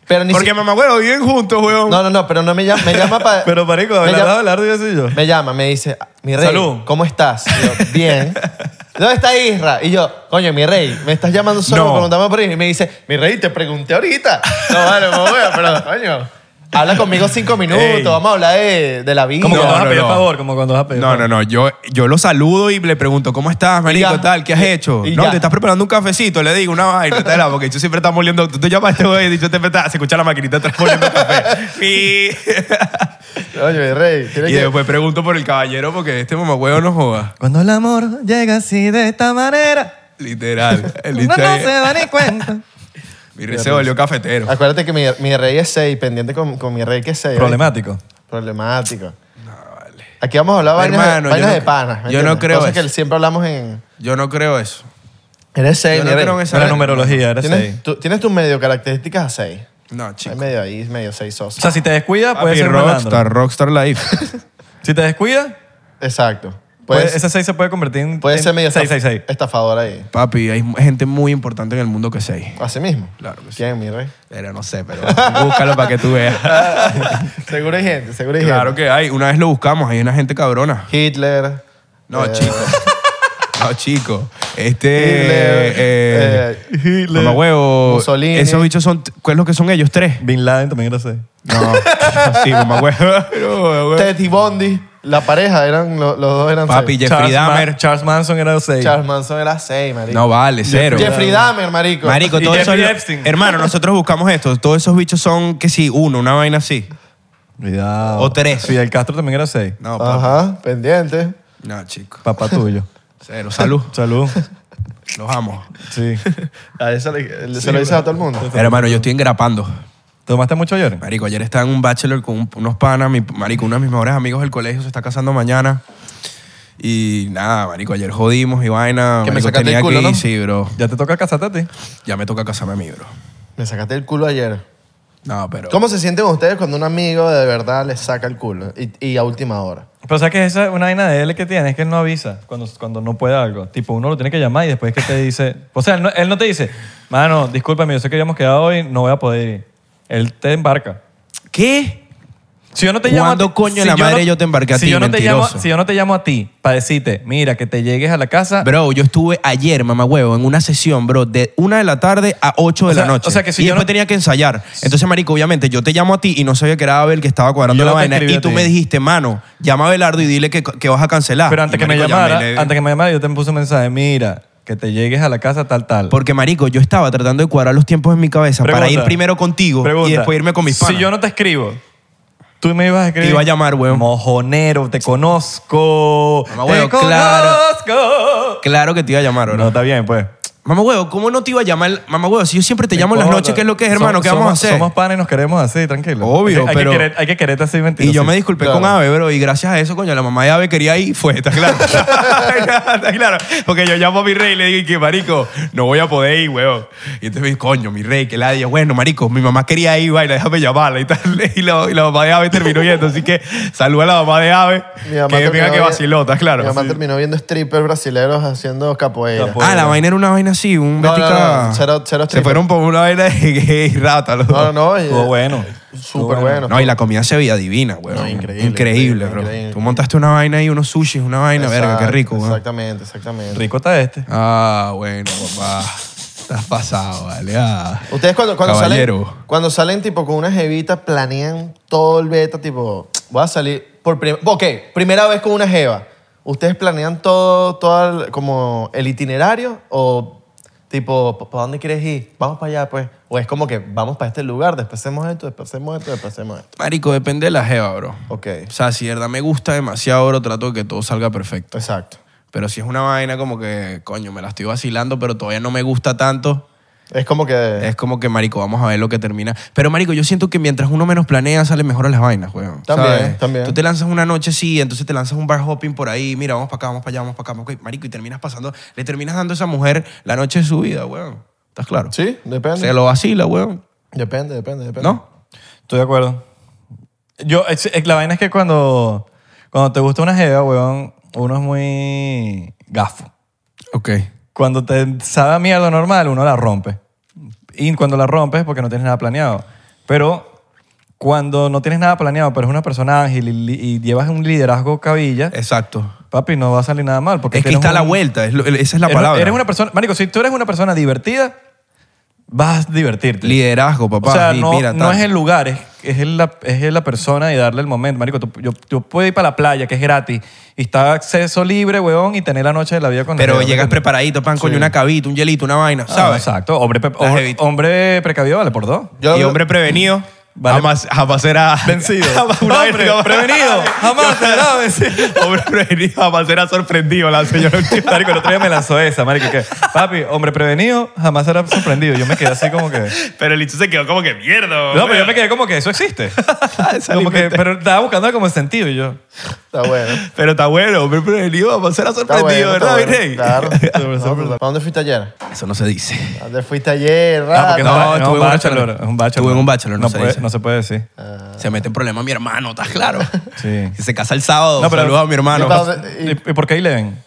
Speaker 1: Pero ni
Speaker 3: Porque
Speaker 1: si-
Speaker 3: mamá huevo viven juntos, weón.
Speaker 1: No, no, no, pero no me llama, me llama para...
Speaker 2: Pero, marico, Abelardo, Abelardo, yo soy yo.
Speaker 1: Me llama, me dice, mi rey,
Speaker 2: Salud.
Speaker 1: ¿cómo estás? Y yo, bien. ¿Dónde está Isra? Y yo, coño, mi rey, me estás llamando solo
Speaker 2: No.
Speaker 1: para preguntarme por Isra. Y me dice, mi rey, te pregunté ahorita. No, vale, me voy, pero coño. Habla conmigo cinco minutos,
Speaker 3: Ey.
Speaker 1: vamos a hablar de, de la vida.
Speaker 2: Como
Speaker 3: No,
Speaker 2: cuando vas a
Speaker 3: no,
Speaker 2: pedir
Speaker 3: no.
Speaker 2: favor, como cuando vas a pedir
Speaker 3: No, no, no. Yo, yo lo saludo y le pregunto, ¿cómo estás, marico,
Speaker 1: ya.
Speaker 3: tal? ¿Qué has hecho?
Speaker 1: Y
Speaker 3: No,
Speaker 1: ya.
Speaker 3: te estás preparando un cafecito, le digo, una vaina, tal, ah, porque yo siempre estaba moliendo. Tú te llamas a este güey y yo te estás, se escucha la maquinita atrás moliendo café. Y,
Speaker 1: Coño, mi rey. tiene
Speaker 3: y
Speaker 1: que-
Speaker 3: después pregunto por el caballero porque este mamagüeo no joda.
Speaker 2: Cuando el amor llega así de esta manera,
Speaker 3: Literal. El
Speaker 2: uno no
Speaker 3: bicho ahí-
Speaker 2: se da ni cuenta.
Speaker 3: Mi rey se volvió cafetero.
Speaker 1: Acuérdate que mi, mi rey es 6, pendiente con, con mi rey que es 6.
Speaker 2: Problemático.
Speaker 1: Problemático. Aquí vamos a hablar vainas,
Speaker 3: Hermano,
Speaker 1: vainas
Speaker 3: yo no-
Speaker 1: de panas. ¿me
Speaker 3: yo no
Speaker 1: entiendes?
Speaker 3: creo
Speaker 1: Cosas que
Speaker 3: eso.
Speaker 1: siempre hablamos en...
Speaker 3: Yo no creo eso.
Speaker 1: Eres 6,
Speaker 3: Yo no
Speaker 1: mi rey.
Speaker 3: creo en esa-
Speaker 2: Era numerología, eres seis.
Speaker 1: ¿Tienes, tú- tienes tus medio características a 6.
Speaker 3: No, chico.
Speaker 1: Hay medio ahí, medio seis
Speaker 2: O sea, si te descuidas, puedes
Speaker 3: Papi,
Speaker 2: ser un malandro.
Speaker 3: rockstar, rockstar life.
Speaker 2: Si te descuidas,
Speaker 1: Exacto.
Speaker 2: Puede-
Speaker 1: Puedes-
Speaker 2: ese 6 se puede convertir en.
Speaker 1: Puede
Speaker 2: en
Speaker 1: ser medio estaf-
Speaker 2: 666.
Speaker 1: estafador ahí.
Speaker 3: Papi, hay gente muy importante en el mundo que seis.
Speaker 1: Así mismo.
Speaker 3: Claro que sí.
Speaker 1: ¿Quién, mi rey?
Speaker 3: Pero no sé, pero búscalo para que tú veas.
Speaker 1: seguro hay gente, seguro hay
Speaker 3: Claro
Speaker 1: gente.
Speaker 3: que hay. Una vez lo buscamos, hay una gente cabrona.
Speaker 1: Hitler.
Speaker 3: No,
Speaker 1: eh,
Speaker 3: chico. No, chico. Este.
Speaker 1: Hitler.
Speaker 3: Eh,
Speaker 1: eh,
Speaker 3: mamá huevo.
Speaker 1: Mussolini.
Speaker 3: Esos bichos son. ¿Cuál es lo que son ellos? Tres.
Speaker 2: Bin Laden también era 6.
Speaker 3: No. sí, mamá huevo.
Speaker 1: Ted y Bondi, la pareja, eran, lo- los dos eran
Speaker 3: Papi,
Speaker 1: seis.
Speaker 3: Jeffrey Dahmer.
Speaker 2: Charles Manson era 6.
Speaker 1: Charles Manson era seis, marico.
Speaker 3: No vale, cero.
Speaker 1: Jeffrey Dahmer, marico.
Speaker 3: Marico,
Speaker 2: Y
Speaker 3: todo eso.
Speaker 2: Jeffrey Epstein.
Speaker 3: Hermano, nosotros buscamos esto. Todos esos bichos son que sí, uno, una vaina así.
Speaker 2: Cuidado.
Speaker 3: O tres.
Speaker 2: Fidel Castro también era 6.
Speaker 3: No, papi.
Speaker 1: Ajá, pendiente.
Speaker 3: No, chico.
Speaker 2: Papá tuyo.
Speaker 3: Cero. Salud.
Speaker 2: Salud.
Speaker 3: Los amo.
Speaker 2: Sí.
Speaker 1: A eso le- le- se lo dices a todo el mundo.
Speaker 3: Hermano, yo estoy engrapando.
Speaker 2: ¿Tomaste mucho ayer?
Speaker 3: Marico, ayer estaba en un bachelor con un- unos panas. Mi, marico, uno de mis mejores amigos del colegio se está casando mañana. Y nada, marico, ayer jodimos y vaina.
Speaker 1: Que me
Speaker 3: marico,
Speaker 1: sacaste
Speaker 3: tenía
Speaker 1: el culo,
Speaker 3: que ir,
Speaker 1: ¿no?
Speaker 3: Sí, bro.
Speaker 2: Ya te toca casarte a ti.
Speaker 3: Ya me toca casarme a mí, bro.
Speaker 1: Me sacaste el culo ayer.
Speaker 3: No, pero...
Speaker 1: ¿Cómo se sienten ustedes cuando un amigo de verdad les saca el culo? Y, y a última hora.
Speaker 2: Pero sabes que esa es una vaina de él que tiene, es que él no avisa cuando, cuando no puede algo. Tipo, uno lo tiene que llamar y después que te dice... O sea, él no, él no te dice, mano, discúlpame, yo sé que habíamos quedado hoy, no voy a poder ir. Él te embarca.
Speaker 3: ¿Qué?
Speaker 2: Si yo no te llamo...
Speaker 3: ¿Cuándo
Speaker 2: a ti-
Speaker 3: coño la madre yo te embarqué a
Speaker 2: si
Speaker 3: ti,
Speaker 2: yo no te llamo,
Speaker 3: mentiroso?
Speaker 2: Si yo no te llamo a ti para decirte, mira, que te llegues a la casa...
Speaker 3: Bro, yo estuve ayer, mamá huevo, en una sesión, bro, de una de la tarde a 8 de
Speaker 2: O
Speaker 3: la
Speaker 2: sea-
Speaker 3: noche.
Speaker 2: o sea que si
Speaker 3: y
Speaker 2: yo
Speaker 3: después
Speaker 2: no-
Speaker 3: tenía que ensayar. Entonces, marico, obviamente, yo te llamo a ti y no sabía que era Abel que estaba cuadrando
Speaker 2: Yo
Speaker 3: la
Speaker 2: no te
Speaker 3: vaina.
Speaker 2: escribí
Speaker 3: Y
Speaker 2: a
Speaker 3: tú
Speaker 2: ti.
Speaker 3: me dijiste, mano, llama a Belardo y dile que, que vas a cancelar.
Speaker 2: pero antes
Speaker 3: Y,
Speaker 2: que me
Speaker 3: marico,
Speaker 2: llamara,
Speaker 3: llamé y le-
Speaker 2: antes que me llamara, yo te puse un mensaje, mira, que te llegues a la casa tal, tal.
Speaker 3: Porque, marico, yo estaba tratando de cuadrar los tiempos en mi cabeza para
Speaker 2: Pregunta.
Speaker 3: ir primero contigo
Speaker 2: Pregunta.
Speaker 3: y después irme con mis panas.
Speaker 2: Si yo no te escribo, tú me ibas a escribir.
Speaker 3: Te iba a llamar, weón.
Speaker 2: Mojonero, te conozco.
Speaker 3: Mamá, weón,
Speaker 2: te
Speaker 3: claro.
Speaker 2: conozco.
Speaker 3: Claro que te iba a llamar,
Speaker 2: No,
Speaker 3: ¿verdad?
Speaker 2: está bien, pues.
Speaker 3: Mamá huevo, ¿cómo no te iba a llamar? Mamá huevo, si yo siempre te llamo en las
Speaker 2: Importa.
Speaker 3: noches, ¿qué es lo que es, hermano?
Speaker 2: Som-
Speaker 3: ¿Qué vamos
Speaker 2: somos-
Speaker 3: a hacer?
Speaker 2: Somos panes y nos queremos así, tranquilo.
Speaker 3: Obvio,
Speaker 2: hay, hay
Speaker 3: pero-
Speaker 2: Que querer- hay que quererte así, mentira.
Speaker 3: Y yo me disculpé
Speaker 1: Claro.
Speaker 3: con Ave, bro, y gracias a eso, coño, la mamá de Ave quería ir, fue, está claro. está claro. Porque yo llamo a mi rey y le digo, que marico, no voy a poder ir, huevo. Y entonces me dice, coño, mi rey, que la diga, bueno, marico, mi mamá quería ir, vaina, déjame llamarla y tal. Y la, y la mamá de Ave terminó yendo, así que saluda a la mamá de Ave,
Speaker 1: Mi mamá
Speaker 3: que
Speaker 1: terminó
Speaker 3: venga que
Speaker 1: vi-
Speaker 3: vaciló, está claro.
Speaker 1: Mi mamá
Speaker 3: Sí.
Speaker 1: terminó viendo strippers brasileros haciendo capoeira.
Speaker 2: Capoeira.
Speaker 3: Ah, la vaina era una vaina así, un
Speaker 1: No, no,
Speaker 3: betica-
Speaker 1: no, cero- cero
Speaker 3: Se
Speaker 1: tripa.
Speaker 3: fueron por una vaina de gay rata, los
Speaker 1: No, no,
Speaker 3: dos.
Speaker 1: no. y-
Speaker 2: Estuvo bueno. Estuvo
Speaker 1: Súper bueno.
Speaker 3: No, y la comida se veía divina, güey.
Speaker 1: No,
Speaker 3: increíble.
Speaker 1: increíble,
Speaker 3: Increíble,
Speaker 1: increíble,
Speaker 3: bro.
Speaker 1: increíble.
Speaker 3: Tú montaste una vaina ahí, unos sushis, una vaina, verga, qué
Speaker 1: Exacto,
Speaker 3: rico, güey.
Speaker 1: Exactamente, exactamente.
Speaker 2: Rico está este.
Speaker 3: Ah, bueno, papá. Estás pasado, vale. Ah.
Speaker 1: Ustedes cuando, cuando salen,
Speaker 3: Caballero.
Speaker 1: cuando salen tipo con una jevita, planean todo el beta, tipo, voy a salir por primera... Ok, primera vez con una jeva. ¿Ustedes planean todo, todo el- como el itinerario o tipo, ¿para dónde quieres ir? Vamos para allá, pues. O es como que vamos para este lugar, después hacemos esto, después hacemos esto, después hacemos esto.
Speaker 3: Marico, depende de la jeva, bro.
Speaker 1: Ok,
Speaker 3: O sea, si de verdad me gusta demasiado, bro, trato de que todo salga perfecto.
Speaker 1: exacto.
Speaker 3: Pero si es una vaina como que, coño, me la estoy vacilando, pero todavía no me gusta tanto,
Speaker 1: Es como que...
Speaker 3: es como que, marico, vamos a ver lo que termina. Pero, marico, yo siento que mientras uno menos planea, salen mejor las vainas, weón.
Speaker 1: También,
Speaker 3: ¿Sabes?
Speaker 1: también.
Speaker 3: Tú te lanzas una noche, sí, entonces te lanzas un bar hopping por ahí, mira, vamos para acá, vamos para allá, vamos para acá, vamos pa' acá, marico, y terminas pasando, le terminas dando a esa mujer la noche de su vida, weón. ¿Estás claro?
Speaker 1: Sí, depende.
Speaker 3: Se lo vacila, weón.
Speaker 1: Depende, depende, depende.
Speaker 3: ¿No?
Speaker 2: Estoy de acuerdo. Yo, es- es- la vaina es que cuando, cuando te gusta una jeva, weón, uno es muy gafo.
Speaker 3: Ok.
Speaker 2: Cuando te sabe a mierda normal, uno la rompe. Y cuando la rompes es porque no tienes nada planeado. Pero cuando no tienes nada planeado, pero es una persona ágil y, li- y llevas un liderazgo cabilla,
Speaker 3: Exacto.
Speaker 2: papi, no va a salir nada mal. Porque
Speaker 3: Eh. Es que
Speaker 2: tienes
Speaker 3: está la
Speaker 2: un-
Speaker 3: vuelta, es lo- esa es la
Speaker 2: eres-
Speaker 3: palabra.
Speaker 2: Eres una persona, marico, si tú eres una persona divertida, vas a divertirte.
Speaker 3: Liderazgo, papá.
Speaker 2: O sea,
Speaker 3: y
Speaker 2: no,
Speaker 3: mira,
Speaker 2: no
Speaker 3: tal.
Speaker 2: es el lugar, es, es, el- la, es la persona y darle el momento. Marico, tú- yo, yo puedo ir para la playa, que es gratis, y está acceso libre, weón, y tener la noche de la vida con la
Speaker 3: Pero
Speaker 2: jeva,
Speaker 3: llegas
Speaker 2: ¿me entiendes?
Speaker 3: preparadito, pan, coño, una cabita, un hielito, una vaina,
Speaker 2: Ah,
Speaker 3: ¿sabes?
Speaker 2: exacto. Hombre, pre-
Speaker 3: Las
Speaker 2: hombre,
Speaker 3: evitas.
Speaker 2: hombre precavido vale por dos.
Speaker 1: Yo-
Speaker 3: y hombre prevenido
Speaker 2: Vale.
Speaker 3: jamás, jamás será
Speaker 2: Vencido.
Speaker 3: Jamás- una
Speaker 2: Hombre
Speaker 3: verga.
Speaker 2: prevenido, jamás será vencido.
Speaker 3: Hombre prevenido jamás será sorprendido la señora.
Speaker 2: Marico, el otro día me lanzó esa, marico, que papi, hombre prevenido jamás será sorprendido. Yo me quedé así como que...
Speaker 3: pero el licho se quedó como que mierda.
Speaker 2: No, pero yo me quedé como que eso existe. Como que, pero estaba buscando como el sentido y yo...
Speaker 1: Está bueno.
Speaker 3: Pero está bueno, hombre prevenido jamás será
Speaker 1: Está
Speaker 3: sorprendido,
Speaker 1: bueno, está
Speaker 3: ¿verdad, mi
Speaker 1: bueno.
Speaker 3: rey?
Speaker 1: Claro. ¿Para dónde fuiste ayer?
Speaker 3: Eso no se dice.
Speaker 1: ¿Dónde fuiste ayer,
Speaker 2: Ah,
Speaker 1: rata?
Speaker 2: porque no,
Speaker 3: No,
Speaker 2: es un
Speaker 3: estuve en un
Speaker 2: bachelor.
Speaker 3: bachelor.
Speaker 2: Es un bachelor.
Speaker 3: Estuve en un bachelor, no
Speaker 2: no
Speaker 3: se
Speaker 2: puede,
Speaker 3: dice.
Speaker 2: No se puede decir.
Speaker 3: Se mete en problemas mi hermano, ¿estás claro?
Speaker 2: Sí.
Speaker 3: Si se casa el sábado,
Speaker 2: No, pero-
Speaker 3: saludos a mi hermano.
Speaker 1: ¿Y pa' dónde-
Speaker 2: ¿Y, y por qué Eleven?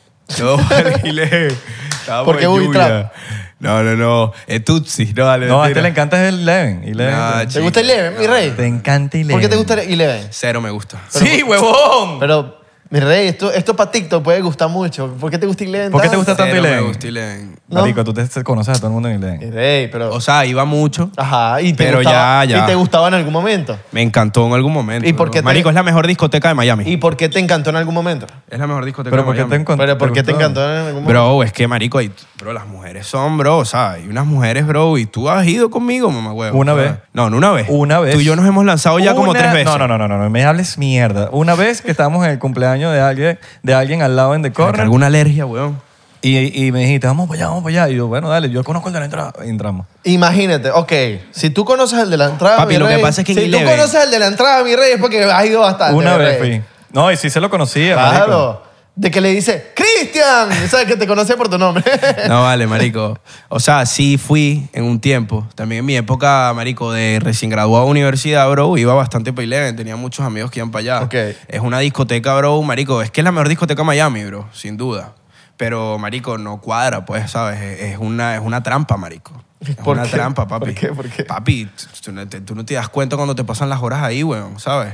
Speaker 3: No, alquilé. Estaba
Speaker 1: ¿Por qué
Speaker 3: en
Speaker 1: Booby
Speaker 3: lluvia.
Speaker 1: Trap?
Speaker 3: No, no, no. Es Tutsi. No, dale,
Speaker 2: No, a este
Speaker 3: mentira.
Speaker 2: le encanta el Eleven. Eleven.
Speaker 3: Nah,
Speaker 2: te,
Speaker 1: ¿Te gusta Eleven, mi rey?
Speaker 2: te encanta Eleven.
Speaker 1: ¿Por qué te gusta Eleven?
Speaker 3: Cero me gusta.
Speaker 2: Sí, huevón.
Speaker 1: Pero, mi rey, esto, esto para TikTok puede gustar mucho. ¿Por qué te gusta Eleven
Speaker 2: ¿Por qué te
Speaker 1: tanto?
Speaker 2: gusta tanto
Speaker 3: Cero me
Speaker 2: Eleven?
Speaker 3: gusta Ilen.
Speaker 1: No.
Speaker 2: Marico, tú te conoces a todo el mundo en Eleven.
Speaker 3: Eh,
Speaker 1: Mi rey, pero...
Speaker 3: O sea, iba mucho.
Speaker 1: ajá, y te
Speaker 3: pero
Speaker 1: gustaba,
Speaker 3: ya, ya.
Speaker 1: Y te gustaba en algún momento.
Speaker 3: Me encantó en algún momento.
Speaker 1: ¿Y por
Speaker 3: bro.
Speaker 1: qué te-
Speaker 3: Marico, es la mejor discoteca de Miami.
Speaker 1: ¿Y por qué te encantó en algún momento?
Speaker 3: Es la mejor discoteca
Speaker 2: Pero
Speaker 3: de
Speaker 2: ¿por qué te
Speaker 3: Miami.
Speaker 2: encantó?
Speaker 1: Pero, ¿por qué te encantó en algún momento?
Speaker 3: Bro, es que marico, hay- bro, las mujeres son, bro, o sea, hay unas mujeres, bro, y tú has ido conmigo, mamá huevo.
Speaker 2: Una
Speaker 3: o sea.
Speaker 2: vez.
Speaker 3: No, no una vez.
Speaker 2: Una vez.
Speaker 3: Tú y yo nos hemos lanzado ya como
Speaker 2: Una-
Speaker 3: tres veces.
Speaker 2: No, no, no, no, no, no, me hables mierda. Una vez que estábamos en el cumpleaños de alguien, de alguien al lado en The
Speaker 3: Corre.
Speaker 2: Corner
Speaker 3: ¿Alguna alergia, weón?
Speaker 2: y, y me dijiste, vamos para allá, vamos para allá. Y yo, bueno, dale, yo conozco el de la entrada. Y entramos.
Speaker 1: Imagínate, ok, si tú conoces el de la entrada,
Speaker 3: Papi,
Speaker 1: mi
Speaker 3: lo que
Speaker 1: rey,
Speaker 3: pasa es que en
Speaker 1: si tú
Speaker 3: Eleven-
Speaker 1: conoces el de la entrada, mi rey, es porque has ido bastante.
Speaker 2: Una
Speaker 1: mi
Speaker 2: vez
Speaker 1: rey.
Speaker 2: fui. No, y sí se lo conocía. marico.
Speaker 1: Claro. De que le dice, ¡Cristian! O sea, que te conoce por tu nombre.
Speaker 3: No, vale, marico. O sea, sí fui en un tiempo. También en mi época, marico, de recién graduado de universidad, bro, iba bastante para Eleven. Tenía muchos amigos que iban para allá.
Speaker 1: Ok.
Speaker 3: Es una discoteca, bro, marico. Es que es la mejor discoteca de Miami, bro, sin duda. Pero, marico, no cuadra, pues, ¿sabes? Es es una, es una trampa, marico. Es
Speaker 1: ¿Por
Speaker 3: una
Speaker 1: qué?
Speaker 3: trampa, papi.
Speaker 1: ¿Por qué? ¿Por qué?
Speaker 3: Papi, tú- tú no, te, tú no te das cuenta cuando te pasan las horas ahí, weón, ¿sabes?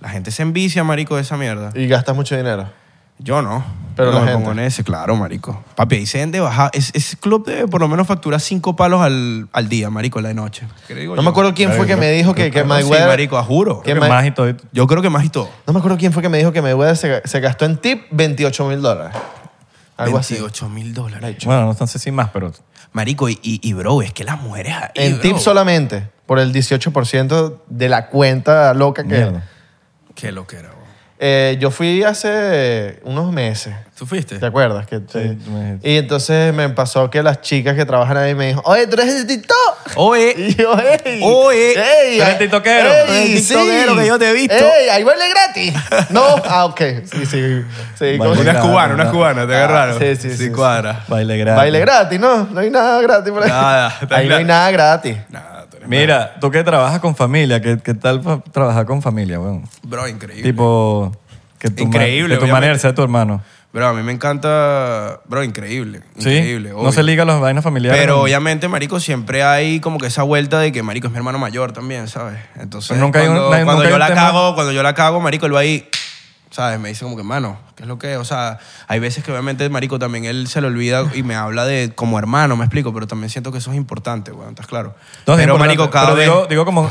Speaker 3: La gente se envicia, marico, de esa mierda.
Speaker 1: y gastas mucho dinero.
Speaker 3: Yo no.
Speaker 1: Pero
Speaker 3: Yo no
Speaker 1: la
Speaker 3: me
Speaker 1: gente.
Speaker 3: pongo en ese, claro, marico. Papi, ahí se vende baja. Es- Ese club debe por lo menos facturar cinco palos al, al día, marico, en la de noche. ¿Qué le digo
Speaker 1: No
Speaker 3: yo?
Speaker 1: me acuerdo quién fue que me dijo que, que
Speaker 3: Claro, sí,
Speaker 1: Mayweather...
Speaker 3: marico, juro.
Speaker 1: ¿Qué
Speaker 2: Creo
Speaker 1: ma-
Speaker 2: que más y todo.
Speaker 3: Yo creo que más y todo.
Speaker 1: No me acuerdo quién fue que me dijo que Mayweather se, se gastó en tip 28 mil dólares. Algo así.
Speaker 3: 28 mil dólares.
Speaker 2: Bueno, no sé si más, pero.
Speaker 3: Marico, y, y, y bro, es que las mujeres ahí,
Speaker 1: En
Speaker 3: bro.
Speaker 1: tip solamente, por el 18% de la cuenta loca que...
Speaker 2: Mierda.
Speaker 3: Qué loquera, bro.
Speaker 1: Eh, yo fui hace unos meses.
Speaker 3: ¿Tú fuiste?
Speaker 1: ¿Te acuerdas? Que te-
Speaker 2: tú me dijiste.
Speaker 1: y entonces me pasó que las chicas que trabajan ahí me dijo, oye, ¿tú eres el TikTok?
Speaker 3: Oye,
Speaker 1: Y yo, ¡ey!
Speaker 3: Oye,
Speaker 1: ¡Ey!
Speaker 2: ¿tú eres tiktokero?
Speaker 1: ¡Ey,
Speaker 3: ¿Tú eres el
Speaker 1: sí!
Speaker 3: tiktokero que yo te he visto?
Speaker 1: ¡Ey! ¡Ahí vuelve gratis! No, ah, ok. Sí, sí. sí
Speaker 2: Vale,
Speaker 1: ¿cómo se-
Speaker 3: una
Speaker 2: Claro,
Speaker 3: cubana,
Speaker 2: claro.
Speaker 3: una cubana, te agarraron.
Speaker 1: Ah, sí, sí, sí, sí.
Speaker 3: cuadra.
Speaker 2: Baile gratis.
Speaker 1: Baile gratis, ¿no? No hay nada gratis por ahí.
Speaker 3: Nada,
Speaker 1: Ahí
Speaker 3: está
Speaker 1: no hay
Speaker 3: claro.
Speaker 1: nada gratis.
Speaker 3: Nah, tú eres-
Speaker 2: Mira, tú que trabajas con familia, ¿qué, qué tal pa- trabajar con familia, weón?
Speaker 3: Bro, increíble.
Speaker 2: Tipo, que tu, ma-
Speaker 3: Increíble,
Speaker 2: que tu manera
Speaker 3: obviamente.
Speaker 2: sea tu hermano.
Speaker 3: Bro, a mí me encanta. Bro, increíble. Increíble.
Speaker 2: ¿Sí?
Speaker 3: obvio.
Speaker 2: No se liga las vainas familiares.
Speaker 3: Pero
Speaker 2: ¿no?
Speaker 3: obviamente, marico, siempre hay como que esa vuelta de que marico es mi hermano mayor también, ¿sabes? Entonces,
Speaker 2: Pero nunca hay un-
Speaker 3: cuando,
Speaker 2: no hay-
Speaker 3: cuando
Speaker 2: nunca hay
Speaker 3: yo
Speaker 2: un
Speaker 3: la
Speaker 2: tema-
Speaker 3: cago, cuando yo la cago, marico, él va ahí, ¿sabes? Me dice como que, mano, ¿qué es lo que es? O sea, hay veces que obviamente, marico, también él se lo olvida y me habla de como hermano, me explico, pero también siento que eso es importante, weón, ¿estás claro?
Speaker 2: Entonces,
Speaker 3: pero,
Speaker 2: es importante.
Speaker 3: marico, cada
Speaker 2: Pero
Speaker 3: vez...
Speaker 2: Digo, digo como,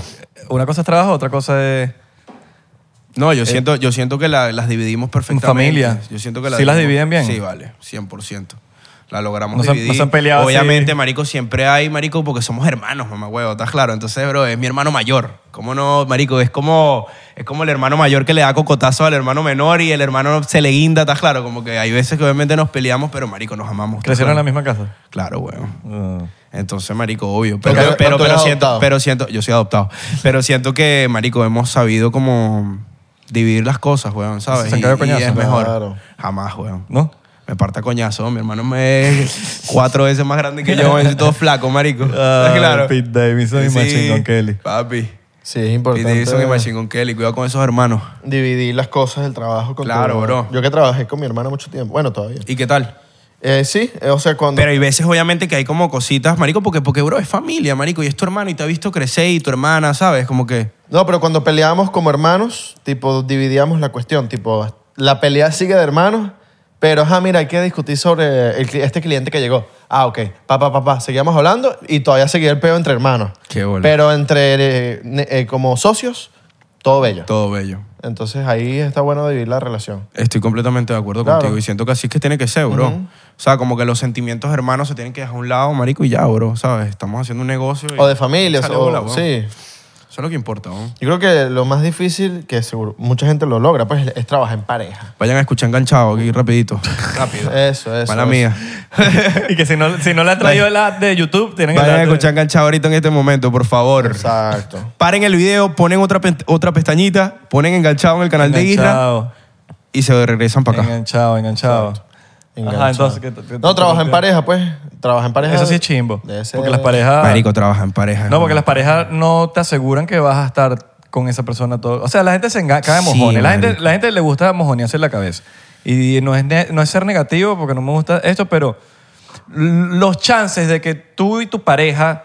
Speaker 2: una cosa es trabajo, otra cosa es
Speaker 3: No, yo siento, yo siento que la- las dividimos perfectamente.
Speaker 2: Eh, familia.
Speaker 3: Yo siento que
Speaker 2: ¿Sí las
Speaker 3: dividimos-
Speaker 2: dividen bien?
Speaker 3: Sí, vale, 100%. La logramos
Speaker 2: No se- no
Speaker 3: dividir.
Speaker 2: se han peleado así.
Speaker 3: Obviamente, marico, siempre hay, marico, porque somos hermanos, mamá huevo, ¿estás claro? Entonces, bro, es mi hermano mayor. ¿Cómo no, marico? Es como, es como el hermano mayor que le da cocotazo al hermano menor y el hermano se le guinda, ¿estás claro? Como que hay veces que obviamente nos peleamos, pero, marico, nos amamos. ¿estás
Speaker 2: crecieron en la
Speaker 3: claro?
Speaker 2: misma casa.
Speaker 3: Claro, weón.
Speaker 2: Ah.
Speaker 3: Entonces, marico, obvio.
Speaker 1: Pero
Speaker 3: Pero,
Speaker 1: tú-
Speaker 3: pero, pero,
Speaker 1: tú eres
Speaker 3: siento,
Speaker 1: adoptado.
Speaker 3: pero siento, yo soy adoptado. Pero siento que, marico, hemos sabido como dividir las cosas, weón, ¿sabes?
Speaker 2: Se han
Speaker 3: Y,
Speaker 2: caído
Speaker 3: y
Speaker 2: coñazos.
Speaker 3: es mejor.
Speaker 1: Claro.
Speaker 3: Jamás, weón.
Speaker 2: ¿No?
Speaker 3: Me parta coñazo. Mi hermano me es cuatro veces más grande que yo. Es todo flaco, marico.
Speaker 2: Ah,
Speaker 3: claro.
Speaker 2: Pete Davidson y Machine Gun Kelly.
Speaker 3: Papi.
Speaker 1: Sí, es
Speaker 3: Pete
Speaker 1: importante.
Speaker 3: Davidson y Machine Gun Kelly. Cuidado con esos hermanos.
Speaker 1: Dividir las cosas del trabajo con
Speaker 3: Claro,
Speaker 1: tu-
Speaker 3: bro.
Speaker 1: Yo que trabajé con mi hermana mucho tiempo. Bueno, todavía.
Speaker 3: ¿Y qué tal?
Speaker 1: Eh, sí, eh, o sea, cuando...
Speaker 3: Pero hay veces, obviamente, que hay como cositas, marico, porque, porque, bro, es familia, marico, y es tu hermano y te ha visto crecer y tu hermana, ¿sabes? Como que...
Speaker 1: No, pero cuando peleábamos como hermanos, tipo, dividíamos la cuestión. Tipo, la pelea sigue de hermanos, pero, ajá, mira, hay que discutir sobre el cli- este cliente que llegó. Ah, ok. Pa, pa, pa, pa. Seguíamos hablando y todavía seguía el peo entre hermanos.
Speaker 3: Qué bola.
Speaker 1: Pero entre, eh, ne- eh, como socios, todo bello.
Speaker 3: Todo bello.
Speaker 1: Entonces, ahí está bueno dividir la relación.
Speaker 3: Estoy completamente de acuerdo
Speaker 1: Claro.
Speaker 3: contigo y siento que así es que tiene que ser, bro. O sea, como que los sentimientos hermanos se tienen que dejar a un lado, marico, y ya, bro, ¿sabes? Estamos haciendo un negocio. y
Speaker 1: O de familias,
Speaker 3: sale
Speaker 1: o...
Speaker 3: bola, bro.
Speaker 1: sí.
Speaker 3: Eso es lo que importa, bro.
Speaker 1: Yo creo que lo más difícil, que seguro mucha gente lo logra, pues, es trabajar en pareja.
Speaker 3: Vayan a escuchar enganchado aquí rapidito. Rápido.
Speaker 1: Eso, eso.
Speaker 3: Mala
Speaker 1: eso.
Speaker 3: mía.
Speaker 2: y que si no, si no le han traído el app de YouTube, tienen
Speaker 3: Vayan
Speaker 2: el
Speaker 3: a
Speaker 2: app de-
Speaker 3: escuchar enganchado ahorita en este momento, por favor.
Speaker 1: Exacto.
Speaker 3: Paren el video, ponen otra, pe- otra pestañita, ponen enganchado en el canal de Isra
Speaker 2: Enganchado,
Speaker 3: y se regresan para acá.
Speaker 2: enganchado, enganchado.
Speaker 1: Enganchado.
Speaker 2: entonces, ¿qué- qué-
Speaker 1: no, trabaja en
Speaker 2: qué-
Speaker 1: pareja, pues. Trabaja en pareja.
Speaker 2: Eso sí es chimbo.
Speaker 1: Debe ser-
Speaker 2: Porque las parejas...
Speaker 3: Marico, trabaja en pareja.
Speaker 2: No, porque las parejas no te aseguran que vas a estar con esa persona todo. O sea, la gente se enga- cae de
Speaker 3: Sí,
Speaker 2: mojones. la, gente,
Speaker 3: marico.
Speaker 2: la gente le gusta mojonearse la cabeza. Y no es, ne- no es ser negativo porque no me gusta esto, pero l- los chances de que tú y tu pareja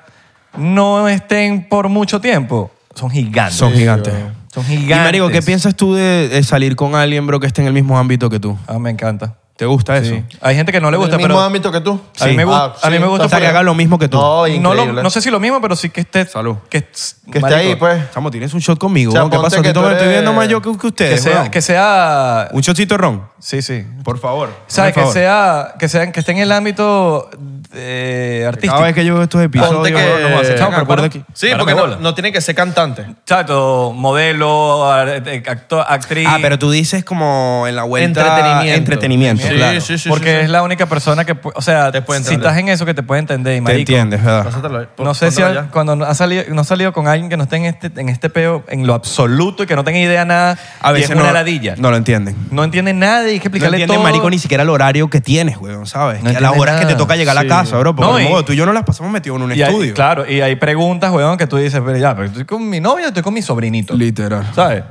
Speaker 2: no estén por mucho tiempo son gigantes.
Speaker 3: Son gigantes.
Speaker 2: Son
Speaker 3: Y,
Speaker 2: gigantes.
Speaker 3: Marico, ¿qué piensas tú de, de salir con alguien, bro, que esté en el mismo ámbito que tú?
Speaker 2: Ah, me encanta.
Speaker 3: ¿Te gusta eso?
Speaker 2: Sí. Hay gente que no le gusta,
Speaker 1: ¿En el mismo
Speaker 2: pero
Speaker 1: ámbito que tú? Ah,
Speaker 2: A mí me gusta- a mí me gusta
Speaker 3: O sea, que haga lo mismo que tú.
Speaker 1: No,
Speaker 2: no, lo-
Speaker 1: increíble.
Speaker 2: no sé si lo mismo, pero sí que esté...
Speaker 3: Salud.
Speaker 2: Que,
Speaker 1: Que esté ahí, pues.
Speaker 3: Chamo, tienes un shot conmigo.
Speaker 1: O sea,
Speaker 3: weón. ¿Qué
Speaker 1: ponte
Speaker 3: pasó?
Speaker 1: que
Speaker 3: Que
Speaker 1: tú
Speaker 3: todo lo estoy
Speaker 1: eres-
Speaker 3: viendo más yo que, que
Speaker 2: Que
Speaker 3: ustedes.
Speaker 2: sea,
Speaker 3: weón.
Speaker 2: que sea...
Speaker 3: Un shotcito de ron.
Speaker 2: Sí, sí.
Speaker 3: Por favor.
Speaker 2: ¿Sabes?
Speaker 3: por
Speaker 2: Que
Speaker 3: favor.
Speaker 2: sea, que sea, que esté en el ámbito eh, artístico.
Speaker 3: Cada vez que yo veo estos episodios,
Speaker 1: Ponte que-
Speaker 3: weón, nos hacen-
Speaker 2: Chamo,
Speaker 3: me acuerdo
Speaker 2: prepara-
Speaker 3: aquí.
Speaker 1: Sí,
Speaker 2: Párame
Speaker 1: porque no,
Speaker 2: bola.
Speaker 1: no tiene que ser cantante.
Speaker 2: Exacto, modelo, ar- eh, acto- actriz.
Speaker 3: Ah, pero tú dices como en la vuelta.
Speaker 1: Entretenimiento.
Speaker 3: Entretenimiento,
Speaker 1: Sí,
Speaker 3: claro.
Speaker 1: sí, sí.
Speaker 2: porque es la única persona que, pu- o sea,
Speaker 1: Te puede
Speaker 2: si
Speaker 1: entender.
Speaker 2: estás en eso que te puede entender, y
Speaker 3: Te
Speaker 2: marico.
Speaker 3: entiendes, ¿verdad?
Speaker 1: Pásatelo ahí. Pon-
Speaker 2: No sé si
Speaker 1: póntelo
Speaker 2: ha-
Speaker 1: allá.
Speaker 2: cuando no ha salido, no ha salido con alguien que no esté en este, en este peo en lo absoluto y que no tenga idea de nada.
Speaker 3: A
Speaker 2: y
Speaker 3: veces
Speaker 2: es una
Speaker 3: no,
Speaker 2: ladilla. No,
Speaker 3: no lo entienden.
Speaker 2: entiende nada y hay que
Speaker 3: No
Speaker 2: explicarle
Speaker 3: entienden,
Speaker 2: todo.
Speaker 3: marico, ni siquiera el horario que tienes, weón, ¿sabes?
Speaker 2: No
Speaker 3: que a las
Speaker 2: entiende
Speaker 3: horas que te
Speaker 2: nada.
Speaker 3: toca llegar a
Speaker 1: Sí.
Speaker 3: la casa, bro. Porque
Speaker 2: No,
Speaker 3: como
Speaker 2: y-
Speaker 3: tú y yo no las pasamos metidos en un
Speaker 2: Y hay-
Speaker 3: estudio.
Speaker 2: claro, y hay preguntas, weón, que tú dices, pero ya, pero estoy con mi novia o estoy con mi sobrinito.
Speaker 3: Literal.
Speaker 2: ¿Sabes?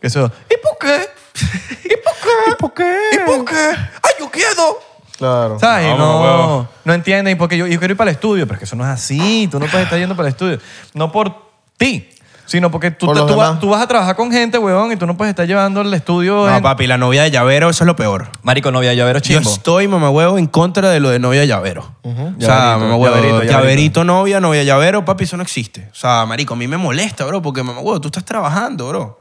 Speaker 2: Que Eso, ¿y por qué? ¿Y por qué? ¿Y por qué? ¿Y por qué? ¡Ay, yo quiero!
Speaker 1: Claro.
Speaker 2: ¿Sabes? Y No,
Speaker 3: Vamos, huevo.
Speaker 2: no, entienden. Y porque yo, yo quiero ir para el estudio. Pero es que eso no es así. Tú no puedes estar yendo para el estudio. No por ti, sino porque tú,
Speaker 1: Por
Speaker 2: te-
Speaker 1: los
Speaker 2: tú vas-
Speaker 1: demás.
Speaker 2: tú vas a trabajar con gente, huevón, y tú no puedes estar llevando al estudio.
Speaker 3: No,
Speaker 2: gente-
Speaker 3: papi, la novia de llavero, eso es lo peor.
Speaker 2: Marico, novia, llavero
Speaker 3: Yo
Speaker 2: chimbo.
Speaker 3: estoy, mamá huevo, en contra de lo de novia llavero. O sea,
Speaker 2: Llaverito,
Speaker 3: mamá huevo,
Speaker 2: llaverito,
Speaker 3: llaverito,
Speaker 2: llaverito.
Speaker 3: novia, novia llavero, papi, eso no existe. O sea, marico, a mí me molesta, bro, porque mamá huevo, tú estás trabajando, bro.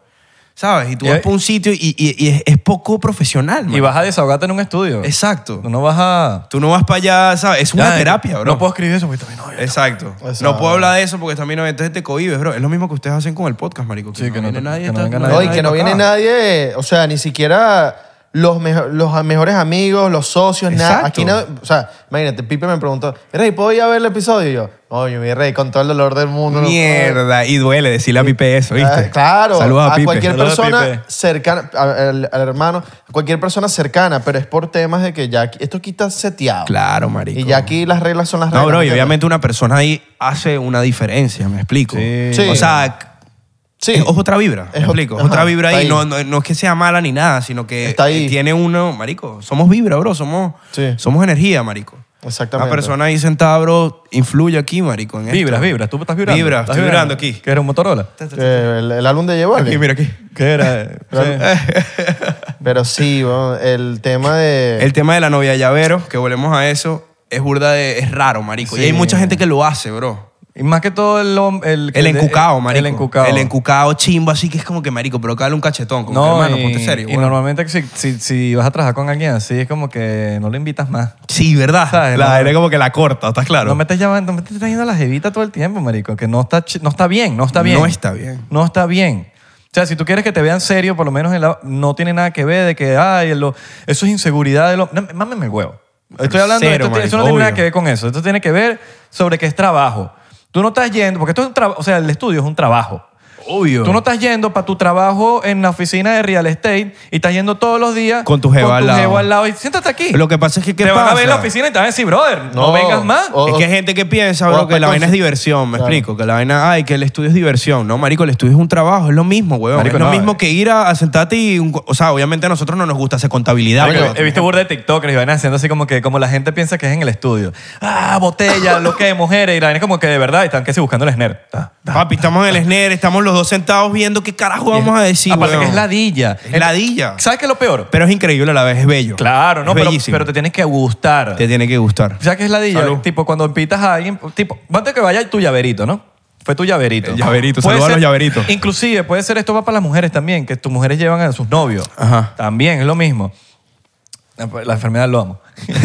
Speaker 3: ¿Sabes? Y tú
Speaker 2: Y-
Speaker 3: vas para un sitio y, y- y es, es poco profesional, man.
Speaker 2: Y vas a desahogarte en un estudio.
Speaker 3: Exacto.
Speaker 2: Tú no vas a...
Speaker 3: Tú no vas para allá, ¿sabes? Es una
Speaker 2: Ya,
Speaker 3: terapia, bro.
Speaker 2: No puedo escribir eso porque estoy mi novia.
Speaker 3: Exacto.
Speaker 1: Exacto.
Speaker 3: No puedo hablar de eso porque también entonces te cohibes, bro. Es lo mismo que ustedes hacen con el podcast, marico.
Speaker 2: Sí, que no
Speaker 3: viene
Speaker 2: te-
Speaker 3: nadie. Ah.
Speaker 2: que no venga
Speaker 3: está-
Speaker 1: No, y que no
Speaker 3: pa'
Speaker 1: viene
Speaker 3: acá.
Speaker 1: nadie, o sea, ni siquiera los, mejo- los mejores amigos, los socios, nada.
Speaker 3: Exacto.
Speaker 1: Aquí no, o sea, imagínate, Pipe me preguntó, Rey, ¿puedo ir a ver el episodio? Y yo, oye, mi rey, con todo el dolor del mundo. no puedo".
Speaker 3: Mierda, y duele decirle a Pipe eso, ¿viste?
Speaker 1: Ah, Claro,
Speaker 3: Saludos a,
Speaker 1: a,
Speaker 3: Pipe.
Speaker 1: cualquier
Speaker 2: Saludos a Pipe.
Speaker 1: persona cercana, a- al, al hermano, a cualquier persona cercana, pero es por temas de que ya aquí- esto aquí está seteado.
Speaker 3: Claro, marico.
Speaker 1: Y ya aquí las reglas son las reglas.
Speaker 3: No, bro, y
Speaker 1: ¿entiendes?
Speaker 3: obviamente una persona ahí hace una diferencia, ¿me explico?
Speaker 2: Sí.
Speaker 1: Sí.
Speaker 3: O sea,
Speaker 1: Sí.
Speaker 3: es otra vibra, ¿me
Speaker 1: Es ot-
Speaker 3: explico? Es
Speaker 1: ajá,
Speaker 3: otra vibra
Speaker 1: está
Speaker 3: ahí.
Speaker 1: ahí.
Speaker 3: No, no- no es que sea mala ni nada, sino que eh,
Speaker 1: Está ahí.
Speaker 3: tiene uno, marico, somos vibra, bro, somos,
Speaker 1: Sí.
Speaker 3: somos energía, marico.
Speaker 1: Exactamente.
Speaker 3: Una persona ahí sentada, bro, influye aquí, marico. en esto.
Speaker 2: Vibras, vibras. Tú estás vibrando.
Speaker 3: Vibra,
Speaker 2: ¿Estás
Speaker 3: estoy vibrando aquí.
Speaker 2: Que era un Motorola.
Speaker 1: Eh, el, el álbum de Llevo.
Speaker 3: Aquí, mira aquí.
Speaker 1: Eh.
Speaker 2: ¿Qué era? Sí.
Speaker 1: Pero sí, bueno, el tema de...
Speaker 3: El tema de la novia llavero, que volvemos a eso, es burda de, es raro, marico. Y
Speaker 2: Sí.
Speaker 3: hay mucha gente que lo hace, bro.
Speaker 2: Y más que todo el... hom- El,
Speaker 3: El encucao, marico.
Speaker 2: El encucado.
Speaker 3: El encucao chimbo, así que es como que, marico, pero cale un cachetón. Como que,
Speaker 2: No,
Speaker 3: hermano,
Speaker 2: y,
Speaker 3: ponte serio.
Speaker 2: y
Speaker 3: weón.
Speaker 2: normalmente si, si, si vas a trabajar con alguien así es como que no lo invitas más.
Speaker 3: Sí, ¿verdad?
Speaker 2: ¿Sabes? No.
Speaker 3: La era como que la corta, ¿estás claro?
Speaker 2: No me estés llamando, no me estés trayendo a la jevita todo el tiempo, marico, que no está, chi- no está bien, no está bien.
Speaker 3: No está bien.
Speaker 2: No está bien. O sea, si tú quieres que te vean serio, por lo menos en la- no tiene nada que ver de que, ay, lo- eso es inseguridad. De lo, no, mámeme el huevo. Estoy
Speaker 3: Pero
Speaker 2: hablando de
Speaker 3: cero,
Speaker 2: esto, eso
Speaker 3: marico,
Speaker 2: no tiene nada
Speaker 3: obvio.
Speaker 2: que ver con eso. Esto tiene que ver sobre que es trabajo. Tú no estás yendo, porque esto es un trabajo, o sea, el estudio es un trabajo.
Speaker 3: Obvio.
Speaker 2: Tú no estás yendo para tu trabajo en la oficina de real estate y estás yendo todos los días
Speaker 3: Con tu jeva al lado.
Speaker 2: al lado y siéntate aquí.
Speaker 3: Lo que pasa es que, ¿qué
Speaker 2: te van a
Speaker 3: pasa?
Speaker 2: ver en la oficina y te van a decir, brother,
Speaker 1: No,
Speaker 2: no, vengas más.
Speaker 1: o-
Speaker 3: Es que hay gente que piensa,
Speaker 1: o-
Speaker 3: bro, que la
Speaker 1: o-
Speaker 3: vaina es diversión, me
Speaker 1: Claro.
Speaker 3: explico. Que la vaina, ay, que el estudio es diversión. No, marico, el estudio es un trabajo, es lo mismo, weón.
Speaker 2: Marico,
Speaker 3: es lo
Speaker 2: no,
Speaker 3: mismo
Speaker 2: eh.
Speaker 3: que ir a, a sentarte y... un- o sea, obviamente a nosotros no nos gusta hacer contabilidad,
Speaker 2: Marico, eh,
Speaker 3: pero-
Speaker 2: he visto burda de TikTokers y van haciendo así como que como la gente piensa que es en el estudio. Ah, botella, lo que, mujeres. Y la vaina es como que de verdad están que sí buscando el SNER. Ta, ta.
Speaker 3: Papi, estamos en el SNER, estamos los dos sentados viendo qué carajo vamos a decir,
Speaker 2: Aparte
Speaker 3: weón.
Speaker 2: que es ladilla.
Speaker 3: Es ladilla.
Speaker 2: ¿Sabes qué es lo peor?
Speaker 3: Pero es increíble a la vez, es bello.
Speaker 2: Claro, no,
Speaker 3: Es
Speaker 2: pero,
Speaker 3: bellísimo.
Speaker 2: pero te tienes que gustar.
Speaker 3: Te tiene que gustar.
Speaker 2: ¿Sabes qué es ladilla?
Speaker 3: Salud.
Speaker 2: Tipo, cuando invitas a alguien, tipo, antes que vaya tu llaverito, ¿no? Fue tu llaverito.
Speaker 3: El llaverito,
Speaker 2: Puede
Speaker 3: saluda a los
Speaker 2: ser-
Speaker 3: llaveritos.
Speaker 2: Inclusive, puede ser esto va para las mujeres también, que tus mujeres llevan a sus novios.
Speaker 3: Ajá.
Speaker 2: También, es lo mismo. La, la enfermedad del lomo.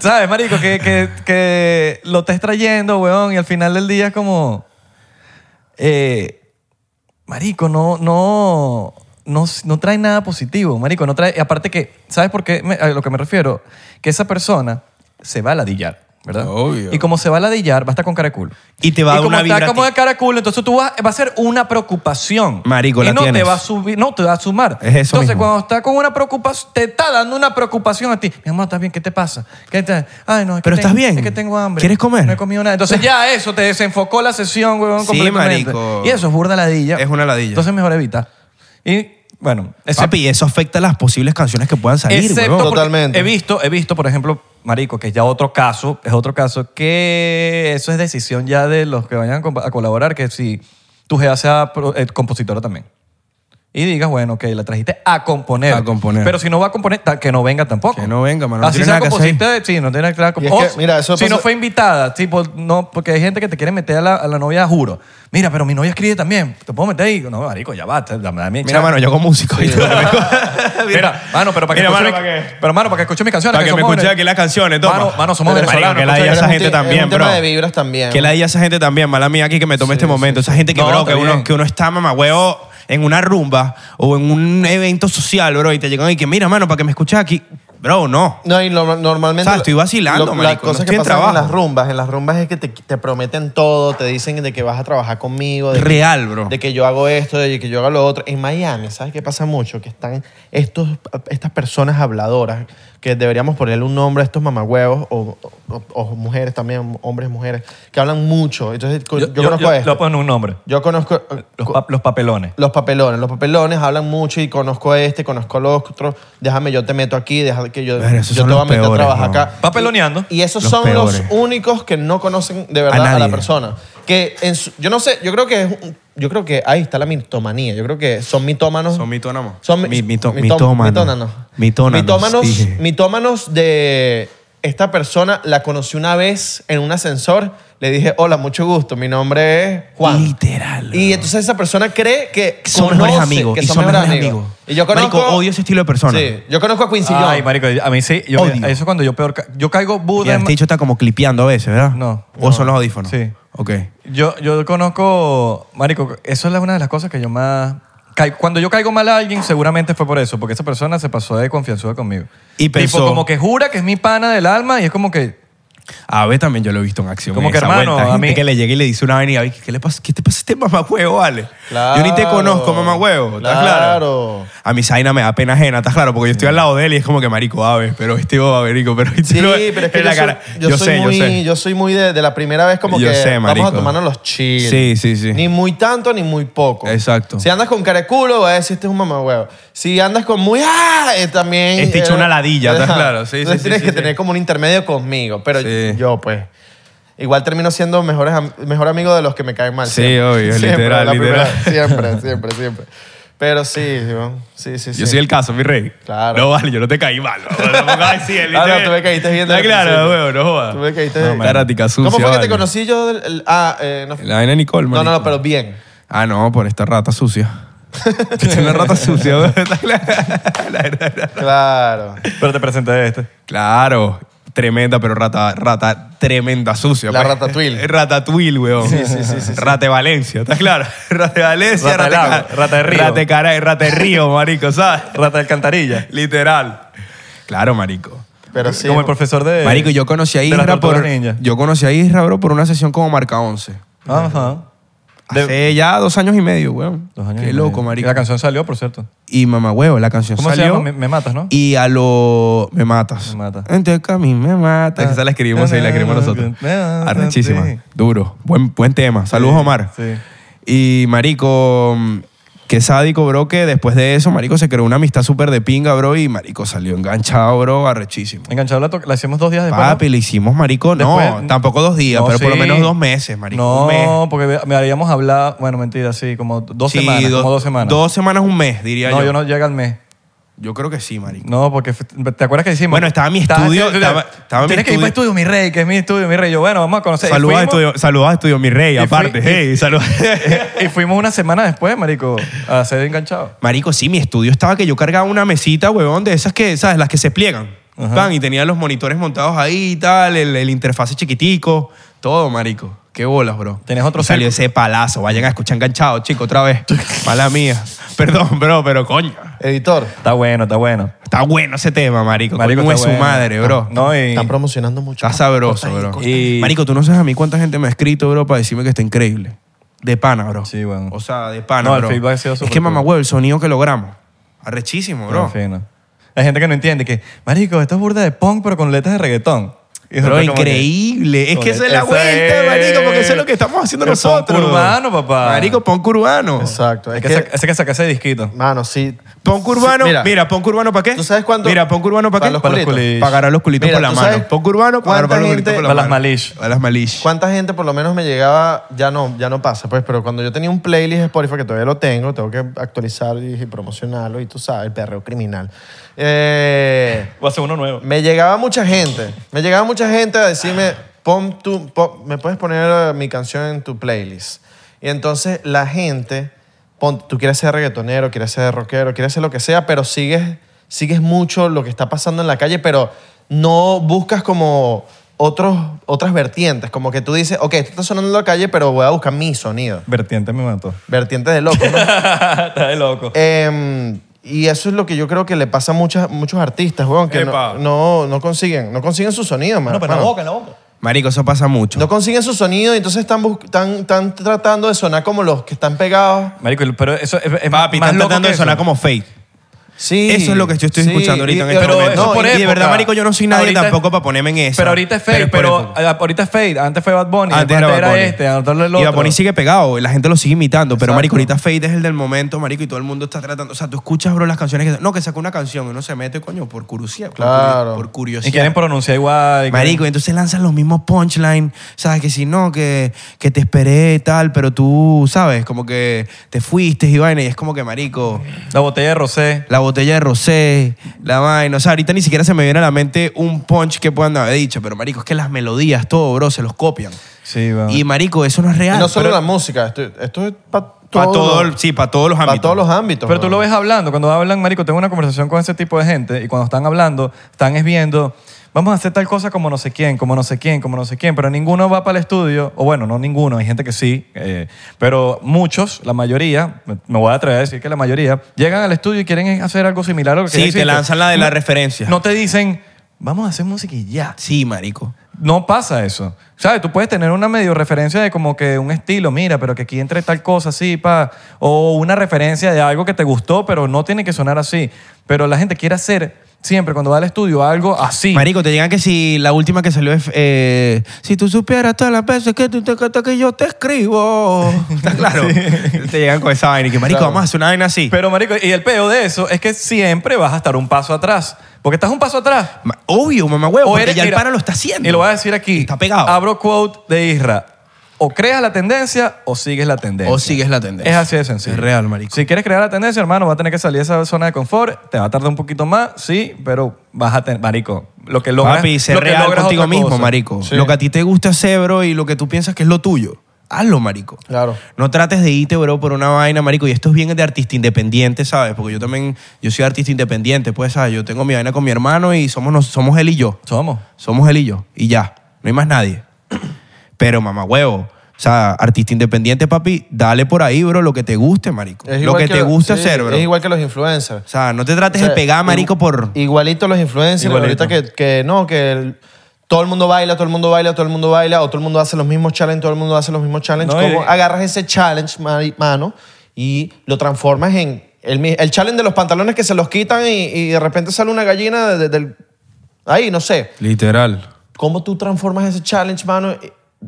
Speaker 2: ¿Sabes, marico? Que, que, que lo estés trayendo, weón, y al final del día es como... eh, marico, no, no, no, no trae nada positivo, marico. No trae, y aparte que, ¿sabes por qué? me- a lo que me refiero, que esa persona se va a ladillar. ¿verdad?
Speaker 5: Obvio.
Speaker 2: Y como se va a ladillar, va a estar con cara de culo.
Speaker 3: Y te va
Speaker 2: y
Speaker 3: a dar
Speaker 2: como
Speaker 3: una
Speaker 2: está
Speaker 3: vibra a
Speaker 2: como
Speaker 3: ti.
Speaker 2: de cara de culo, entonces tú vas, va a ser una preocupación.
Speaker 3: Marico,
Speaker 2: y
Speaker 3: la
Speaker 2: no te
Speaker 3: tienes.
Speaker 2: va a subir, no te va a sumar.
Speaker 3: Es eso
Speaker 2: entonces
Speaker 3: mismo.
Speaker 2: cuando está con una preocupación, te está dando una preocupación a ti. Mi amor, ¿estás bien? ¿Qué te pasa? ¿Qué te- Ay, no, es que
Speaker 3: Pero
Speaker 2: tengo-
Speaker 3: estás bien.
Speaker 2: Es que tengo hambre.
Speaker 3: ¿Quieres comer?
Speaker 2: No he comido nada. Entonces ya eso te desenfocó la sesión, weón,
Speaker 5: Sí,
Speaker 2: completamente.
Speaker 5: marico.
Speaker 2: Y eso es burda ladilla.
Speaker 5: Es una ladilla.
Speaker 2: Entonces mejor evitar. Y bueno, ese
Speaker 3: Papi, eso afecta las posibles canciones que puedan salir,
Speaker 2: Excepto
Speaker 3: huevón.
Speaker 2: porque
Speaker 1: Totalmente.
Speaker 2: He visto, he visto, por ejemplo, Marico, que es ya otro caso, es otro caso, que eso es decisión ya de los que vayan a colaborar, que si tu jefa sea pro- eh, compositora también. Y digas, bueno, que la trajiste a componer.
Speaker 5: A componer.
Speaker 2: Pero si no va a componer, ta- que no venga tampoco.
Speaker 5: Que no venga, mano, no
Speaker 2: Así
Speaker 5: tiene
Speaker 2: sea
Speaker 5: nada que hacer.
Speaker 2: compositora, sí, no tiene nada que
Speaker 1: Y es
Speaker 2: o
Speaker 1: que,
Speaker 2: si-
Speaker 1: mira, eso
Speaker 2: Si
Speaker 1: pasa-
Speaker 2: no fue invitada, tipo, no, porque hay gente que te quiere meter a la, a la novia a juro. Mira, pero mi novia escribe también. ¿Te puedo meter ahí? No, marico, ya basta. Dame, dame
Speaker 3: Mira, mano, yo como músico. y todo.
Speaker 2: Mira, mano, pero para que
Speaker 3: Mira,
Speaker 2: escuche
Speaker 3: mano,
Speaker 2: mi-
Speaker 3: ¿para qué?
Speaker 2: pero, mano, para que escuche mis canciones.
Speaker 3: Para que me
Speaker 2: somos
Speaker 3: escuche
Speaker 2: venez-
Speaker 3: aquí las canciones, toma.
Speaker 2: Mano, mano, somos
Speaker 3: Marico,
Speaker 2: venezolanos.
Speaker 3: que la
Speaker 2: escucha-
Speaker 3: haya
Speaker 1: Pero
Speaker 3: esa
Speaker 1: es un
Speaker 3: gente
Speaker 1: ti-
Speaker 3: también,
Speaker 1: es un tema
Speaker 3: bro.
Speaker 1: de vibras también.
Speaker 3: Que la di a esa gente también, mala mía aquí que me tomé este momento. Esa gente que,
Speaker 2: No,
Speaker 3: bro,
Speaker 2: está
Speaker 3: que uno,
Speaker 2: bien.
Speaker 3: que uno está mamahuevo en una rumba o en un evento social, bro, y te llegan y que, mira, mano, para que me escuches aquí. Bro, no.
Speaker 1: No, y lo- normalmente.
Speaker 3: O sea, estoy vacilando,
Speaker 1: Las
Speaker 3: marico, no
Speaker 1: cosas
Speaker 3: estoy
Speaker 1: que
Speaker 3: en
Speaker 1: pasan en
Speaker 3: trabajo.
Speaker 1: las rumbas. En las rumbas es que te, te prometen todo, te dicen de que vas a trabajar conmigo. De
Speaker 3: Real, bro.
Speaker 1: De que yo hago esto, de que yo hago lo otro. En Miami, ¿sabes qué pasa mucho? Que están estos, estas personas habladoras, que deberíamos ponerle un nombre a estos mamagüevos, o, o- o mujeres también, hombres, mujeres, que hablan mucho. Entonces, yo, yo conozco
Speaker 2: yo-
Speaker 1: a esto.
Speaker 2: Le ponen un nombre.
Speaker 1: yo conozco.
Speaker 2: Los, pap- los papelones.
Speaker 1: Los papelones. Los papelones hablan mucho y conozco a este, conozco al otro. Déjame, yo te meto aquí, deja que yo,
Speaker 3: Pero esos
Speaker 1: yo
Speaker 3: son
Speaker 1: te voy
Speaker 3: los
Speaker 1: a meter
Speaker 3: peores,
Speaker 1: a trabajar
Speaker 3: ¿no?
Speaker 1: acá.
Speaker 2: Papeloneando.
Speaker 1: Y, y esos
Speaker 3: Los
Speaker 1: son
Speaker 3: peores.
Speaker 1: los únicos que no conocen de verdad a, la
Speaker 3: nadie.
Speaker 1: persona. Que en su- yo no sé, yo creo que es un- yo creo que ahí está la mitomanía. Yo creo que son mitómanos.
Speaker 5: Son mitómanos.
Speaker 1: Son
Speaker 3: Mi- mito-
Speaker 1: mitom-
Speaker 3: mitómanos.
Speaker 1: mitónanos.
Speaker 3: Mitónanos,
Speaker 1: Mitómanos,
Speaker 3: dije.
Speaker 1: mitómanos de esta persona la conocí una vez en un ascensor. Le dije, hola, mucho gusto. Mi nombre es Juan.
Speaker 3: Literal,
Speaker 1: Y entonces esa persona cree que
Speaker 3: Que son
Speaker 1: conoce,
Speaker 3: mejores amigos,
Speaker 1: Que
Speaker 3: y
Speaker 1: son,
Speaker 3: son
Speaker 1: mejores
Speaker 3: mejores
Speaker 1: amigos.
Speaker 3: amigos.
Speaker 1: Y yo conozco.
Speaker 3: Marico, odio ese estilo de persona.
Speaker 1: Sí, yo conozco a Quincy
Speaker 2: Ay,
Speaker 1: Jones.
Speaker 2: marico, a mí sí. Yo,
Speaker 3: Odio.
Speaker 2: Eso es cuando yo peor. ca- Yo caigo burda.
Speaker 3: Mira,
Speaker 2: en-
Speaker 3: este dicho está como clipeando a veces, ¿verdad?
Speaker 2: No.
Speaker 3: O son los audífonos.
Speaker 2: Sí.
Speaker 3: Ok.
Speaker 2: Yo, yo conozco, Marico, eso es la- una de las cosas que yo más... caigo- Cuando yo caigo mal a alguien, seguramente fue por eso, porque esa persona se pasó de confianzuda conmigo.
Speaker 3: Y
Speaker 2: Tipo,
Speaker 3: pensó-
Speaker 2: como que jura que es mi pana del alma y es como que...
Speaker 3: A ver, también yo lo he visto en acción.
Speaker 2: Como
Speaker 3: en
Speaker 2: que,
Speaker 3: esa
Speaker 2: hermano,
Speaker 3: vuelta. Hay
Speaker 2: a
Speaker 3: gente
Speaker 2: mí-
Speaker 3: que le llega y le dice una vaina y a ver, ¿qué le pasa? ¿Qué te pasa a este mamagüevo, vale? Yo ni te
Speaker 1: Claro.
Speaker 3: conozco, mamagüevo. ¿Estás claro?
Speaker 1: Claro.
Speaker 3: A mi Zaina me da pena ajena, ¿estás claro? Porque yo estoy al lado de él y es como que, marico, a ver, pero este boba, marico, pero...
Speaker 1: Sí, pero es que
Speaker 3: en
Speaker 1: yo,
Speaker 3: la
Speaker 1: soy,
Speaker 3: cara.
Speaker 1: yo soy
Speaker 3: sé,
Speaker 1: muy,
Speaker 3: yo sé.
Speaker 1: soy muy de, de la primera vez como
Speaker 3: Yo
Speaker 1: que
Speaker 3: sé,
Speaker 1: vamos
Speaker 3: marico.
Speaker 1: a tomarnos los chill.
Speaker 3: Sí, sí, sí.
Speaker 1: Ni muy tanto ni muy poco.
Speaker 3: Exacto.
Speaker 1: Si andas con cara de culo, voy a decir, este es un mamagüevo. Si andas con muy, ah, eh, también...
Speaker 3: Este hecho una ladilla, ¿estás claro? Sí,
Speaker 1: Entonces
Speaker 3: sí, sí,
Speaker 1: tienes
Speaker 3: sí,
Speaker 1: que
Speaker 3: sí.
Speaker 1: tener como un intermedio conmigo. Pero
Speaker 3: Sí.
Speaker 1: yo, pues, igual termino siendo mejores am- mejor amigo de los que me caen mal.
Speaker 3: Sí,
Speaker 1: siempre.
Speaker 3: obvio,
Speaker 1: Siempre,
Speaker 3: literal,
Speaker 1: la primera-
Speaker 3: literal.
Speaker 1: Siempre, siempre, siempre. Pero sí, yo- sí, sí, sí.
Speaker 3: Yo soy el caso, mi rey.
Speaker 1: Claro.
Speaker 3: No, vale, yo no te caí mal. No, tampoco vas a decir, él
Speaker 1: Ah,
Speaker 3: dice-
Speaker 1: no, tú me caíste bien
Speaker 3: Está
Speaker 1: desde el
Speaker 3: claro,
Speaker 1: principio.
Speaker 3: weón, no
Speaker 2: Ah.
Speaker 3: jodas.
Speaker 1: Tú me caíste bien.
Speaker 3: La ratica sucia,
Speaker 1: ¿Cómo fue que
Speaker 3: vale.
Speaker 1: te conocí yo? del- el- ah, eh, no,
Speaker 3: La vaina de Nicole,
Speaker 1: no, no,
Speaker 3: marico.
Speaker 1: no, pero bien.
Speaker 3: Ah, no, por esta rata sucia. es una rata sucia, weón. Está claro.
Speaker 1: Claro.
Speaker 2: Pero te presenté a este.
Speaker 3: Claro, tremenda, pero rata, rata tremenda sucia.
Speaker 1: La
Speaker 3: pues.
Speaker 1: ratatouille.
Speaker 3: Ratatouille, weón. Sí, sí, sí. Rate Valencia, ¿está claro? Rate Valencia,
Speaker 2: Rata del
Speaker 3: rata,
Speaker 2: lago, rata de río.
Speaker 3: Rate Caray, rata de río, marico, ¿sabes?
Speaker 2: Rata de alcantarilla.
Speaker 3: Literal. Claro, marico.
Speaker 1: Pero sí.
Speaker 2: como el profesor de...
Speaker 5: Marico, yo conocí a
Speaker 2: de las
Speaker 5: Isra
Speaker 2: tortugas
Speaker 5: por.
Speaker 2: ninja.
Speaker 5: Yo conocí a Isra, bro, por una sesión como marca 11.
Speaker 2: Ajá. De-
Speaker 5: Hace ya dos años y medio, weón.
Speaker 2: Dos años
Speaker 5: Qué
Speaker 2: y
Speaker 5: loco,
Speaker 2: medio.
Speaker 5: marico.
Speaker 2: La canción salió, por cierto.
Speaker 5: Y mamá, huevo, la canción
Speaker 2: ¿Cómo se
Speaker 5: salió.
Speaker 2: llama? Me- Me matas, ¿no?
Speaker 5: Y a lo. Me matas.
Speaker 2: Me matas.
Speaker 5: Entonces, que a mí me matas.
Speaker 3: Esa la escribimos y la escribimos nosotros. Arrechísima.
Speaker 2: Sí.
Speaker 3: Duro. Buen, buen tema. Saludos, Omar.
Speaker 2: sí.
Speaker 3: Y marico, mm, qué sádico, bro, que después de eso, marico, se creó una amistad súper de pinga, bro, y marico salió enganchado, bro, arrechísimo.
Speaker 2: Enganchado la, to- la hicimos dos días después. ¿no?
Speaker 3: Papi, le hicimos, marico, no,
Speaker 2: Después-
Speaker 3: tampoco dos días,
Speaker 2: No,
Speaker 3: pero por lo
Speaker 2: sí.
Speaker 3: menos dos meses, marico.
Speaker 2: No,
Speaker 3: un mes.
Speaker 2: porque ve- me habíamos hablado, bueno, mentira, sí, como dos
Speaker 3: Sí,
Speaker 2: semanas,
Speaker 3: do-
Speaker 2: como dos semanas.
Speaker 3: Dos semanas, un mes, diría
Speaker 2: no,
Speaker 3: yo.
Speaker 2: yo no llega al mes.
Speaker 3: Yo creo que sí, marico.
Speaker 2: No, porque f- te acuerdas que hicimos.
Speaker 3: Bueno, estaba mi
Speaker 2: Estabas-
Speaker 3: estudio,
Speaker 2: Tienes
Speaker 3: estaba- estaba mi
Speaker 2: que ir para
Speaker 3: estudio.
Speaker 2: estudio, mi rey, que es mi estudio, mi rey. Yo, bueno, vamos a conocer. Y
Speaker 3: Saludos a
Speaker 2: fuimos-
Speaker 3: estudio, saludos a estudio, mi rey,
Speaker 2: y fui-
Speaker 3: aparte.
Speaker 2: y-
Speaker 3: hey, saludos.
Speaker 2: y fuimos una semana después, marico, a ser enganchado.
Speaker 3: Marico, sí, mi estudio estaba que yo cargaba una mesita, huevón, de esas que, ¿sabes? Las que se pliegan. Pan, y tenía los monitores montados ahí y tal, el, el interfaz chiquitico, todo, marico. Qué bolas, bro.
Speaker 2: Tenés otro
Speaker 3: Y Salió
Speaker 2: circo.
Speaker 3: ese palazo. Vayan a escuchar enganchado, chico, otra vez. Mala mía. Perdón, bro, pero coño.
Speaker 1: Editor,
Speaker 2: Está bueno, está bueno.
Speaker 3: Está bueno ese tema, marico.
Speaker 2: Marico,
Speaker 3: ¿Cómo
Speaker 2: está
Speaker 3: es su
Speaker 2: bueno.
Speaker 3: madre, bro?
Speaker 2: No, y...
Speaker 1: están promocionando mucho.
Speaker 3: Está sabroso, bro.
Speaker 2: Y-
Speaker 3: Marico, tú no sabes a mí cuánta gente me ha escrito, bro, para decirme que está increíble. De pana, bro.
Speaker 2: Sí, weón.
Speaker 3: O sea, de pana,
Speaker 2: No, el
Speaker 3: bro.
Speaker 2: feedback ha sido
Speaker 3: es
Speaker 2: súper
Speaker 3: que, mamá,
Speaker 2: cool.
Speaker 3: huevo, el sonido que logramos. Arrechísimo, bro.
Speaker 2: En fin, no. Hay gente que no entiende que, marico, esto es burda de punk, pero con letras de reggaetón. Y
Speaker 3: Bro,
Speaker 2: nosotros como que-
Speaker 3: increíble. Es
Speaker 2: Como
Speaker 3: que esa es la vuelta,
Speaker 2: es-
Speaker 3: marico, porque eso es lo que estamos haciendo
Speaker 2: el
Speaker 3: nosotros.
Speaker 2: Punk urbano, papá.
Speaker 3: Marico, pon urbano.
Speaker 1: Exacto.
Speaker 2: Hay
Speaker 1: Es
Speaker 2: que,
Speaker 1: que,
Speaker 2: sac- hay que sacar ese disquito.
Speaker 1: mano, sí.
Speaker 3: Pon urbano,
Speaker 1: Sí,
Speaker 3: mira,
Speaker 1: mira.
Speaker 3: pon urbano para qué?
Speaker 1: ¿Tú sabes cuánto-
Speaker 3: Mira, pon urbano para
Speaker 1: Para
Speaker 3: qué?
Speaker 1: los
Speaker 2: los
Speaker 1: culitos.
Speaker 2: culitos.
Speaker 3: Pagar a los culitos
Speaker 1: Mira,
Speaker 3: por la
Speaker 1: ¿tú
Speaker 3: mano.
Speaker 1: sabes
Speaker 3: Pon urbano, pagar
Speaker 1: cuánta
Speaker 3: para los culitos
Speaker 1: gente-
Speaker 3: por la
Speaker 2: Para
Speaker 3: mano.
Speaker 2: las malish.
Speaker 3: Para las malish.
Speaker 1: ¿Cuánta gente por lo menos me llegaba? Ya no, ya no pasa, pues, pero cuando yo tenía un playlist de Spotify, que todavía lo tengo, tengo que actualizarlo y y promocionarlo, y tú sabes, el perreo criminal. Eh,
Speaker 2: O hacer uno nuevo.
Speaker 1: me llegaba mucha gente, me llegaba mucha gente a decirme, pon tu, pon- me puedes poner eh, mi canción en tu playlist. Y entonces la gente, pon- tú quieres ser reggaetonero, quieres ser rockero, quieres ser lo que sea, pero sigues, sigues mucho lo que está pasando en la calle, pero no buscas como otros, otras vertientes, como que tú dices, ok, esto está sonando en la calle, pero voy a buscar mi sonido.
Speaker 2: Vertiente me mató.
Speaker 1: Vertiente de loco, ¿no?
Speaker 2: Está de loco.
Speaker 3: Eh,
Speaker 1: Em, y eso es lo que yo creo que le pasa a muchas, muchos artistas, weón, que
Speaker 3: Epa.
Speaker 1: no, no, no consiguen, no consiguen su sonido, man. mano.
Speaker 2: en la boca.
Speaker 3: Marico, eso pasa mucho.
Speaker 1: No consiguen su sonido y entonces están, bus- están, están tratando de sonar como los que están pegados.
Speaker 2: Marico, pero eso es, es
Speaker 3: Papi,
Speaker 2: más
Speaker 3: están
Speaker 2: loco
Speaker 3: tratando
Speaker 2: que
Speaker 3: de sonar
Speaker 2: eso.
Speaker 3: como fake.
Speaker 1: Sí.
Speaker 3: Eso es lo que yo estoy
Speaker 1: sí,
Speaker 3: escuchando ahorita en
Speaker 1: y-
Speaker 3: este
Speaker 1: pero
Speaker 3: momento.
Speaker 1: eso
Speaker 2: por
Speaker 3: y de
Speaker 2: época.
Speaker 3: verdad, marico, yo no soy nadie
Speaker 2: Ahorita-
Speaker 3: tampoco para ponerme en eso.
Speaker 2: Pero ahorita es fake,
Speaker 3: por
Speaker 2: pero,
Speaker 3: época.
Speaker 2: ahorita es fake. Antes fue Bad Bunny,
Speaker 3: Antes
Speaker 2: antes,
Speaker 3: era
Speaker 2: era,
Speaker 3: Bad Bunny.
Speaker 2: este, antes era el otro.
Speaker 3: Y Bad Bunny sigue pegado, y la gente lo sigue imitando. Pero, marico, ahorita Fade es el del momento, marico, y todo el mundo está tratando. O sea, tú escuchas, bro, las canciones que. No, que sacó una canción y uno se mete, coño, por curiosidad. por curi-
Speaker 1: Claro.
Speaker 3: Por
Speaker 2: Y quieren
Speaker 3: curiosidad.
Speaker 2: pronunciar igual. y quieren-
Speaker 3: Marico, y entonces lanzan los mismos punchline, ¿sabes? Que si no, que, que te esperé tal, pero tú, ¿sabes? Como que te fuiste y vaina, y es como que, marico,
Speaker 2: La botella de rosé.
Speaker 3: la botella de rosé, la vaina. O sea, ahorita ni siquiera se me viene a la mente un punch que puedan haber dicho, pero marico, es que las melodías, todo, bro, se los copian.
Speaker 2: Sí, weón.
Speaker 3: Y marico, eso no es
Speaker 1: Y
Speaker 3: real.
Speaker 1: no solo
Speaker 3: pero-
Speaker 1: la música, esto, esto es para
Speaker 3: Pa' todo el- sí, pa' todos los ámbitos.
Speaker 1: todos los ámbitos.
Speaker 2: Pero tú
Speaker 1: weón.
Speaker 2: lo ves hablando, cuando hablan, marico, tengo una conversación con ese tipo de gente y cuando están hablando, están es viendo, vamos a hacer tal cosa como no sé quién, como no sé quién, como no sé quién, pero ninguno va para el estudio, o bueno, no ninguno, hay gente que sí, eh, pero muchos, la mayoría, me me voy a atrever a decir que la mayoría, llegan al estudio y quieren hacer algo similar a lo que ya
Speaker 3: Sí, te
Speaker 2: existe.
Speaker 3: lanzan la de la
Speaker 2: No-
Speaker 3: referencia.
Speaker 2: No te dicen, vamos a hacer música y ya.
Speaker 3: Sí, marico.
Speaker 2: No pasa eso. ¿Sabes? Tú puedes tener una medio referencia de como que un estilo, mira, pero que aquí entre tal cosa así, pa. O una referencia de algo que te gustó, pero no tiene que sonar así. Pero la gente quiere hacer siempre cuando va al estudio algo así.
Speaker 3: Marico, te llegan que si la última que salió es eh, si tú supieras todas las veces que tú te que- que yo te escribo. ¿Está claro? Te llegan con esa vaina y que, marico, vamos a hacer una vaina así.
Speaker 2: Pero, marico, y el peo de eso es que siempre vas a estar un paso atrás. Porque estás un paso atrás.
Speaker 3: Ma- Obvio, mamá huevo, porque
Speaker 2: eres-
Speaker 3: ya
Speaker 2: mira,
Speaker 3: el pana lo está haciendo.
Speaker 2: Y lo voy a decir aquí.
Speaker 3: Está pegado.
Speaker 2: Abro quote de Isra. O creas la tendencia o sigues la tendencia.
Speaker 3: O sigues la tendencia.
Speaker 2: Es así de sencillo.
Speaker 3: Es real, marico.
Speaker 2: Si quieres crear la tendencia, hermano, vas a tener que salir de esa zona de confort. Te va a tardar un poquito más, sí, pero vas a tener... Marico, lo que logras...
Speaker 3: Papi, ser
Speaker 2: lo que
Speaker 3: real
Speaker 2: logras
Speaker 3: contigo
Speaker 2: otra
Speaker 3: mismo,
Speaker 2: cosa.
Speaker 3: marico.
Speaker 1: Sí.
Speaker 3: Lo que a ti te gusta hacer, bro, y lo que tú piensas que es lo tuyo. Hazlo, marico.
Speaker 1: Claro.
Speaker 3: No trates de irte, bro, por una vaina, marico. Y esto es bien de artista independiente, ¿sabes? Porque yo también, yo soy artista independiente, pues, ¿sabes? Yo tengo mi vaina con mi hermano y somos, nos- somos él y yo.
Speaker 2: Somos.
Speaker 3: Somos él y yo. Y ya. No hay más nadie. Pero, mamá, huevo. O sea, artista independiente, papi, dale por ahí, bro, lo que te guste, marico.
Speaker 1: Es
Speaker 3: lo
Speaker 1: igual
Speaker 3: que, te guste
Speaker 1: sí,
Speaker 3: hacer, bro.
Speaker 1: Es igual que los influencers.
Speaker 3: O sea, no te trates de pegar, marico,
Speaker 1: i-
Speaker 3: por...
Speaker 1: Igualito los influencers,
Speaker 2: Igualito.
Speaker 1: ahorita que, que no, que el- todo el mundo baila, todo el mundo baila, todo el mundo baila, o todo el mundo hace los mismos challenges, todo el mundo hace los mismos challenges.
Speaker 2: No,
Speaker 1: ¿Cómo
Speaker 2: y-
Speaker 1: agarras ese challenge, mari- mano, y lo transformas en el, mi- el challenge de los pantalones que se los quitan y, y de repente sale una gallina de- de- del... Ahí, no sé.
Speaker 6: Literal.
Speaker 1: ¿Cómo tú transformas ese challenge, mano,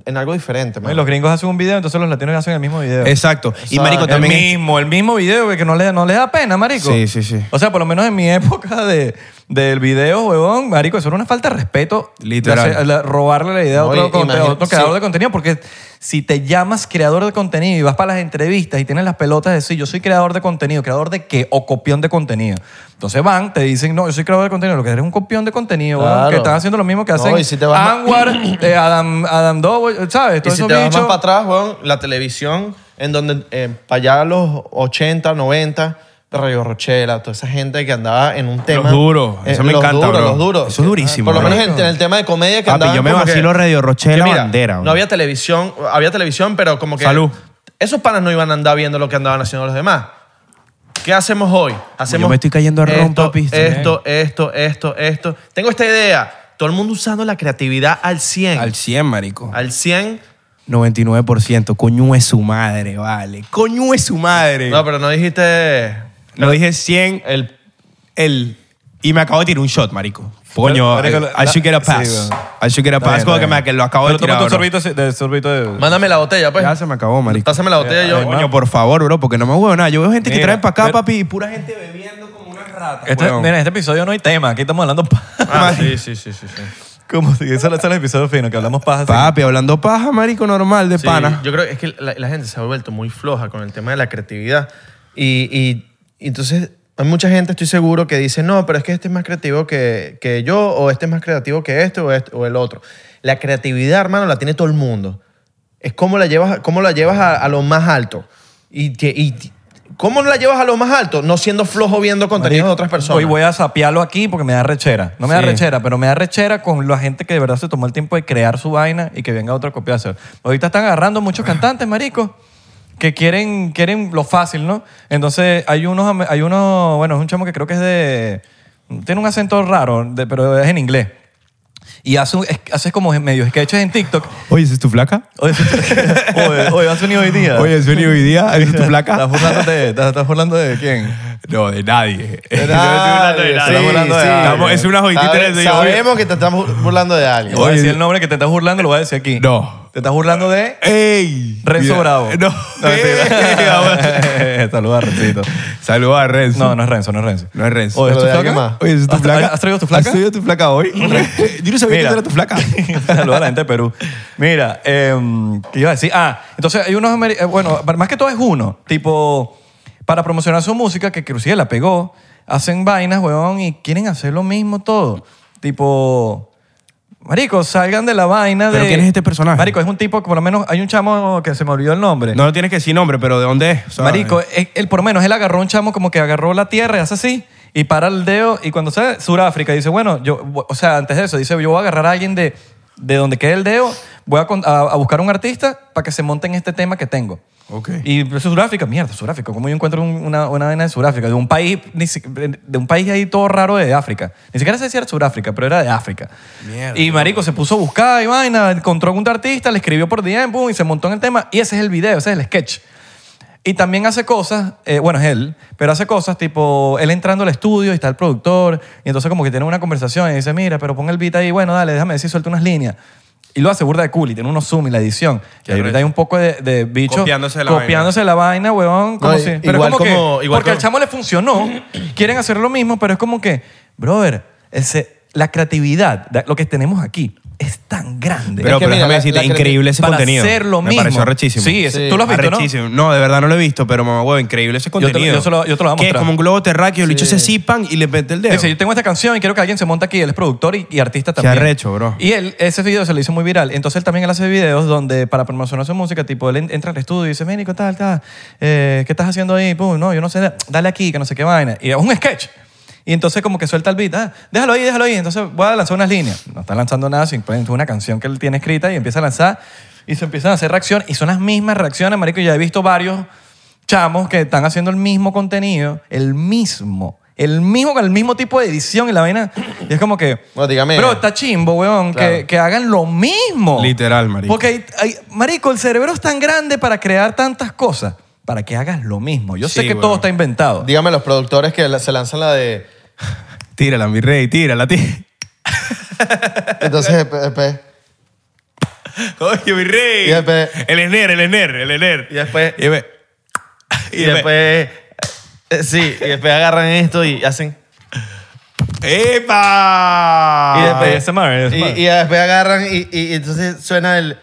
Speaker 1: en algo diferente,
Speaker 2: Y
Speaker 1: mano?
Speaker 2: los gringos hacen un video, entonces los latinos hacen el mismo video.
Speaker 3: Exacto. Y, marico,
Speaker 2: El
Speaker 3: también...
Speaker 2: mismo, el mismo video, güey, que no le, no le da pena, marico.
Speaker 3: Sí, sí, sí.
Speaker 2: O sea, por lo menos en mi época de, del video, huevón, marico, eso era una falta de respeto.
Speaker 3: Literal.
Speaker 2: De hacer- la- robarle la idea a
Speaker 1: No,
Speaker 2: otro,
Speaker 1: y-
Speaker 2: conte-
Speaker 1: imagínate,
Speaker 2: otro creador
Speaker 1: sí.
Speaker 2: de contenido, porque si te llamas creador de contenido y vas para las entrevistas y tienes las pelotas de decir, yo soy creador de contenido, ¿creador de qué? O copión de contenido. Entonces van, te dicen, no, yo soy creador de contenido, lo que eres es un copión de contenido, huevón,
Speaker 1: Claro.
Speaker 2: que estás haciendo lo mismo que
Speaker 1: No,
Speaker 2: hacen
Speaker 1: y si te vas más-
Speaker 2: Anwar, eh, Adam, Adam Dovo, ¿sabes?
Speaker 1: Y
Speaker 2: Todos
Speaker 1: si
Speaker 2: esos
Speaker 1: te vas más
Speaker 2: bichos.
Speaker 1: para atrás, weón, la televisión, en donde eh, para allá los 80, 90, Rayo Rochela, toda esa gente que andaba en un tema.
Speaker 7: Los
Speaker 1: Eh,
Speaker 7: duros, eso me
Speaker 1: los
Speaker 7: encanta,
Speaker 1: duros,
Speaker 7: bro.
Speaker 1: los duros.
Speaker 3: Eso es durísimo,
Speaker 1: Por lo
Speaker 3: bro.
Speaker 1: menos en, en el tema de comedia que
Speaker 3: Papi,
Speaker 1: andaban
Speaker 3: yo me
Speaker 1: como que-
Speaker 3: vacilo Radio Rochela
Speaker 1: que mira,
Speaker 3: bandera, bro.
Speaker 1: No había televisión, había televisión, pero como que.
Speaker 3: Salud.
Speaker 1: Esos panas no iban a andar viendo lo que andaban haciendo los demás. ¿Qué hacemos hoy? Hacemos
Speaker 3: me estoy cayendo a ¿eh? ron,
Speaker 1: esto,
Speaker 3: papi.
Speaker 1: Esto, esto, esto, esto. Tengo esta idea. Todo el mundo usando la creatividad al 100.
Speaker 7: Al 100, marico.
Speaker 1: Al 100.
Speaker 3: 99%. Coño es su madre, vale. Coño es su madre.
Speaker 1: No, pero no dijiste.
Speaker 3: Lo dije 100. El, y me acabo de tirar un shot, marico. Coño,
Speaker 2: Marico,
Speaker 3: I, I should get a pass.
Speaker 2: sí, weón.
Speaker 3: I should get a
Speaker 2: Está
Speaker 3: pass.
Speaker 2: bien,
Speaker 3: Como
Speaker 2: está
Speaker 3: que me
Speaker 2: bien.
Speaker 3: que lo acabo de
Speaker 2: Pero
Speaker 3: tirar.
Speaker 2: toma tu
Speaker 3: bro.
Speaker 2: sorbito de... sorbito de-
Speaker 1: Mándame la botella, pues.
Speaker 3: Ya se me acabó, marico.
Speaker 1: Pásame la botella yo.
Speaker 3: Coño, por favor, bro, porque no me huevo nada. Yo veo gente que
Speaker 2: Mira,
Speaker 3: traen para acá,
Speaker 2: pero-
Speaker 3: papi, y pura gente bebiendo como una rata.
Speaker 2: Este,
Speaker 3: weón.
Speaker 2: mira, en este episodio no hay tema. Aquí estamos hablando paja.
Speaker 1: Ah, sí, sí, sí, sí. sí.
Speaker 2: Como si ese es el episodio fino, que hablamos paja. sí.
Speaker 3: Papi, hablando paja, marico, normal, de
Speaker 1: Sí,
Speaker 3: pana.
Speaker 1: Yo creo que es que la, la gente se ha vuelto muy floja con el tema de la creatividad. Y, y- y entonces hay mucha gente, estoy seguro, que dice, no, pero es que este es más creativo que, que yo, o este es más creativo que este, o este, o el otro. La creatividad, hermano, la tiene todo el mundo. Es cómo la llevas, cómo la llevas a, a lo más alto. Y, que- y cómo la llevas a lo más alto, no siendo flojo viendo contenidos de otras personas.
Speaker 2: Hoy voy a sapearlo aquí porque me da rechera. No me da
Speaker 3: Sí.
Speaker 2: rechera, pero me da rechera con la gente que de verdad se tomó el tiempo de crear su vaina y que venga otro a copiarse. Ahorita están agarrando muchos cantantes, marico, que quieren, quieren lo fácil, ¿no? Entonces hay unos, ame- hay uno, bueno, es un chamo que creo que es de... Tiene un acento raro, de- pero es en inglés. Y hace, un- es- hace como medio sketches en TikTok.
Speaker 3: Oye, ¿es tu flaca?
Speaker 2: Oye, oye, oye, ¿has venido hoy día?
Speaker 3: Oye, ¿es venido hoy día? ¿Es tu
Speaker 2: ¿Estás
Speaker 3: flaca?
Speaker 2: burlándote de- estás- estás burlando de quién?
Speaker 3: No, de nadie.
Speaker 1: Nadie,
Speaker 2: de
Speaker 1: sí,
Speaker 2: nadie. Estamos
Speaker 1: sí.
Speaker 3: Estamos- es una jodidita
Speaker 1: Sabe-
Speaker 3: en el de-
Speaker 1: Sabemos que te estamos burlando de
Speaker 2: Te
Speaker 1: algo.
Speaker 2: voy a
Speaker 3: Oye,
Speaker 2: decir
Speaker 3: yo-
Speaker 2: el nombre que te estás burlando, lo voy a decir aquí.
Speaker 3: No.
Speaker 2: Te estás burlando de.
Speaker 3: ¡Ey!
Speaker 2: Renzo
Speaker 3: Mira,
Speaker 2: Bravo.
Speaker 3: No.
Speaker 2: mentira. Saluda a Rencito.
Speaker 3: Saludos a Renzo.
Speaker 2: No, no es Renzo, no es Renzo.
Speaker 3: No es Renzo.
Speaker 2: Oye, ¿es
Speaker 1: Pero
Speaker 2: tu
Speaker 1: de alguien
Speaker 2: flaca?
Speaker 1: más.
Speaker 3: Oye, ¿es tu
Speaker 2: ¿Has-
Speaker 3: flaca?
Speaker 2: has traído tu flaca?
Speaker 3: ¿Has traído tu flaca hoy? Yo no sabía
Speaker 2: Mira.
Speaker 3: que era tu flaca.
Speaker 2: Saluda a la gente de Perú. Mira, eh, ¿qué iba a decir? Ah, entonces hay unos. ameri- eh, Bueno, más que todo es uno. Tipo, para promocionar su música, que inclusive la pegó, hacen vainas, weón, y quieren hacer lo mismo todo. Tipo. Marico, salgan de la vaina
Speaker 3: ¿Pero
Speaker 2: de.
Speaker 3: quién es este personaje?
Speaker 2: Marico, es un tipo que por lo menos hay un chamo que se me olvidó el nombre.
Speaker 3: No tienes que decir nombre, pero ¿de dónde es? O sea, eh,
Speaker 2: Marico, eh, él, él por lo menos él agarró un chamo como que agarró la tierra y hace así y para el dedo y cuando sale Suráfrica dice, bueno, yo, o sea, antes de eso dice, yo voy a agarrar a alguien de, de donde quede el dedo, voy a, con- a- a buscar un artista para que se monte en este tema que tengo.
Speaker 3: Ok.
Speaker 2: Y Suráfrica, mierda, Suráfrica, ¿cómo yo encuentro un- una, una vaina de Suráfrica? De un país, ni si- de un país ahí todo raro de África. Ni siquiera sé si era Suráfrica, pero era de África.
Speaker 3: Mierda.
Speaker 2: Y marico, se puso a buscar y vaina, encontró a algún artista, le escribió por DM, boom, y se montó en el tema. Y ese es el video, ese es el sketch. Y también hace cosas, eh, bueno, es él, pero hace cosas tipo él entrando al estudio y está el productor, y entonces como que tiene una conversación y dice, mira, pero pon el beat ahí, bueno, dale, déjame decir, suelta unas líneas. Y lo hace burda de cool y tiene unos zoom y la edición. Y ahorita hay un poco de, de bichos
Speaker 3: Copiándose la
Speaker 2: copiándose la vaina, huevón. como
Speaker 1: No,
Speaker 2: si-
Speaker 1: i-
Speaker 2: pero
Speaker 1: igual
Speaker 2: como que-
Speaker 1: como- igual
Speaker 2: porque
Speaker 1: como-
Speaker 2: al chamo le funcionó, quieren hacer lo mismo, pero es como que, brother, ese- la creatividad, da- lo que tenemos aquí, es tan grande.
Speaker 3: Pero,
Speaker 1: que
Speaker 3: pero
Speaker 1: mira,
Speaker 3: déjame
Speaker 1: la-
Speaker 3: decirte,
Speaker 1: la creati-
Speaker 3: increíble ese
Speaker 2: para
Speaker 3: contenido.
Speaker 2: hacer lo
Speaker 3: me
Speaker 2: mismo.
Speaker 3: pareció rechísimo.
Speaker 2: Sí, es- tú lo has visto, ¿no?
Speaker 3: Arrechísimo. ¿no? de verdad no lo he visto, pero mamá huevo, increíble ese
Speaker 2: te lo-
Speaker 3: contenido.
Speaker 2: yo se lo- yo te lo voy a
Speaker 3: Que es
Speaker 2: mostrar.
Speaker 3: como un globo terráqueo, los bichos se zipan y le mete el dedo.
Speaker 2: Dice, yo tengo esta canción y quiero que alguien se monte aquí. Él es productor y, y artista
Speaker 3: Qué
Speaker 2: también.
Speaker 3: arrecho, bro.
Speaker 2: Y él, ese video se le hizo muy viral. Entonces él también él hace videos donde para promocionar su música, tipo, él en- entra al estudio y dice, Ménico, tal, tal, eh, ¿qué estás haciendo ahí? Pum, no, yo no sé, dale aquí, que no sé qué vaina. Y es un sketch. Y entonces como que suelta el beat, ah, déjalo ahí, déjalo ahí. Entonces voy a lanzar unas líneas. No está lanzando nada, simplemente una canción que él tiene escrita y empieza a lanzar y se empiezan a hacer reacciones. Y son las mismas reacciones, marico. Ya he visto varios chamos que están haciendo el mismo contenido, el mismo, el mismo con el mismo tipo de edición y la vaina. Y es como que.
Speaker 1: Bueno, dígame.
Speaker 2: Bro, está chimbo, weón,
Speaker 1: Claro.
Speaker 2: que, que hagan lo mismo.
Speaker 3: Literal, marico.
Speaker 2: Porque, hay- hay- marico, el cerebro es tan grande para crear tantas cosas, para que hagas lo mismo. Yo sé
Speaker 3: Sí,
Speaker 2: que
Speaker 3: weón.
Speaker 2: todo está inventado.
Speaker 1: Dígame los productores que la- se lanzan la de...
Speaker 3: Tírala, mi rey, tírala, tírala.
Speaker 1: Entonces, después- después-
Speaker 3: Oye, mi rey.
Speaker 1: Y después-
Speaker 3: El esner, el esner, el esner.
Speaker 1: Y después-
Speaker 3: Y después.
Speaker 1: Y después... eh, Sí, y después agarran esto y hacen...
Speaker 3: ¡Epa!
Speaker 1: Y después,
Speaker 2: ASMR,
Speaker 1: y,
Speaker 2: ASMR.
Speaker 1: y después agarran y, y- y entonces suena el...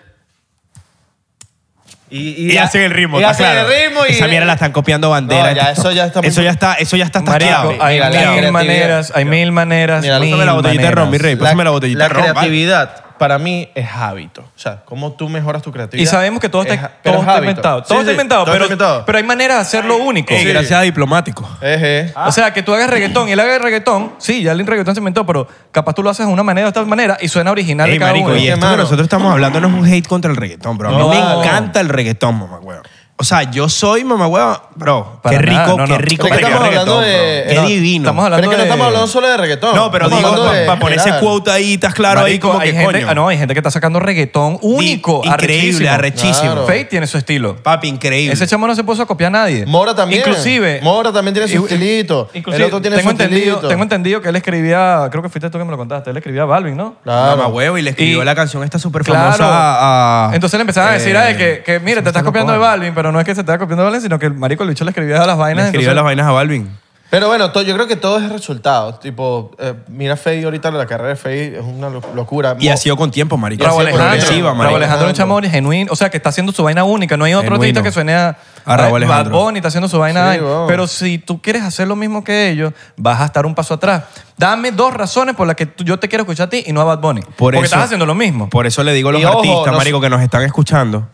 Speaker 1: Y,
Speaker 3: Y hacen el ritmo,
Speaker 1: Y
Speaker 3: está
Speaker 1: hacen
Speaker 3: claro.
Speaker 1: el ritmo y...
Speaker 3: Esa mierda la están copiando bandera.
Speaker 1: No, ya, eso ya está muy-
Speaker 3: Eso ya está, eso ya está
Speaker 2: Marico,
Speaker 3: tasqueado.
Speaker 1: Mira,
Speaker 2: hay
Speaker 1: la
Speaker 2: mil
Speaker 1: creatividad.
Speaker 2: maneras, hay mil maneras.
Speaker 1: Mira,
Speaker 2: mil
Speaker 3: Pásame la botellita de
Speaker 2: maneras.
Speaker 3: ron, mi rey. Pásame la botellita
Speaker 1: La
Speaker 3: de ron. vale.
Speaker 1: creatividad para mí es hábito. O sea, cómo tú mejoras tu creatividad.
Speaker 2: Y sabemos que todo está,
Speaker 1: es- pero
Speaker 2: todo
Speaker 1: es
Speaker 2: está
Speaker 1: hábito.
Speaker 2: inventado.
Speaker 1: Sí,
Speaker 2: Todo
Speaker 1: sí,
Speaker 2: está inventado,
Speaker 1: todo
Speaker 2: pero,
Speaker 1: está inventado. Eh,
Speaker 2: pero hay maneras de hacerlo único.
Speaker 8: Ey, Gracias a diplomático.
Speaker 1: Ejé.
Speaker 2: O sea, que tú hagas reggaetón y él haga reggaetón. Sí, ya el reggaetón se inventó, pero capaz tú lo haces de una manera o de otra manera y suena original de
Speaker 3: Ey,
Speaker 2: cada
Speaker 3: marico,
Speaker 2: uno.
Speaker 3: y esto que
Speaker 1: Hermano.
Speaker 3: nosotros estamos hablando no es un hate contra el reggaetón, bro. A mí
Speaker 2: No,
Speaker 3: me
Speaker 2: no.
Speaker 3: encanta el reggaetón, mamá huevo. O sea, yo soy mamá huevo, bro.
Speaker 2: Para
Speaker 3: qué rico,
Speaker 2: nada, no, no.
Speaker 3: qué rico.
Speaker 1: Es que
Speaker 3: marico,
Speaker 1: estamos
Speaker 3: el
Speaker 1: hablando
Speaker 3: reggaetón,
Speaker 1: de-
Speaker 3: bro. Qué
Speaker 1: no,
Speaker 3: divino.
Speaker 2: estamos
Speaker 1: Pero es que no
Speaker 2: de-
Speaker 1: estamos hablando solo de reggaetón.
Speaker 3: No, pero
Speaker 1: Estamos
Speaker 3: digo,
Speaker 1: hablando
Speaker 3: para
Speaker 1: de
Speaker 3: ponerse
Speaker 1: general.
Speaker 3: cuota ahí, estás claro
Speaker 2: Marico,
Speaker 3: ahí como
Speaker 2: hay
Speaker 3: que
Speaker 2: gente,
Speaker 3: coño.
Speaker 2: ah, no, hay gente que está sacando reggaetón único,
Speaker 3: Di- increíble, arrechísimo.
Speaker 1: Claro.
Speaker 2: Faith tiene su estilo.
Speaker 3: Papi, increíble.
Speaker 2: Ese chamo no se puso a copiar a nadie.
Speaker 1: Mora también.
Speaker 2: Inclusive.
Speaker 1: Mora también tiene su
Speaker 2: Igu-
Speaker 1: estilito.
Speaker 2: Inclusive,
Speaker 1: el otro tiene su
Speaker 2: tengo entendido,
Speaker 1: estilito.
Speaker 2: tengo entendido que él escribía, creo que fuiste tú que me lo contaste, él escribía a Balvin, ¿no?
Speaker 1: Claro.
Speaker 3: Mamá huevo, y le escribió
Speaker 2: Y-
Speaker 3: la canción esta súper famosa
Speaker 1: ah,
Speaker 3: a, a-
Speaker 2: Entonces le empezaban a decir
Speaker 3: eh,
Speaker 2: a él que, que mira, te estás copiando de
Speaker 3: loco,
Speaker 2: Balvin, pero no es que se estaba copiando de Balvin, sino que el marico el bicho le escribía a las
Speaker 3: Le
Speaker 2: vainas.
Speaker 3: escribió
Speaker 2: entonces-
Speaker 3: las vainas a Balvin.
Speaker 1: Pero bueno, to- yo creo que todo es resultado. Tipo, eh, mira Fey ahorita, la carrera de Fey es una lo- locura.
Speaker 3: Y
Speaker 1: Mo-
Speaker 3: ha sido con tiempo, marico.
Speaker 2: Raúl
Speaker 1: Sí, porque-
Speaker 2: Alejandro,
Speaker 3: Progresiva,
Speaker 2: Raúl
Speaker 3: marico.
Speaker 2: Alejandro es un chamo genuino, o sea, que está haciendo su vaina única, no hay otro
Speaker 3: Genuino.
Speaker 2: artista que suene a,
Speaker 3: A Raúl
Speaker 2: a Bad
Speaker 3: Alejandro.
Speaker 2: Bunny, está haciendo su vaina.
Speaker 1: Sí, weón.
Speaker 2: Pero si tú quieres hacer lo mismo que ellos, vas a estar un paso atrás. Dame dos razones por las que tú- yo te quiero escuchar a ti y no a Bad Bunny.
Speaker 3: Por
Speaker 2: porque
Speaker 3: eso-
Speaker 2: estás haciendo lo mismo.
Speaker 3: Por eso le digo a los
Speaker 1: Y ojo,
Speaker 3: artistas,
Speaker 1: no-
Speaker 3: marico, que nos están escuchando,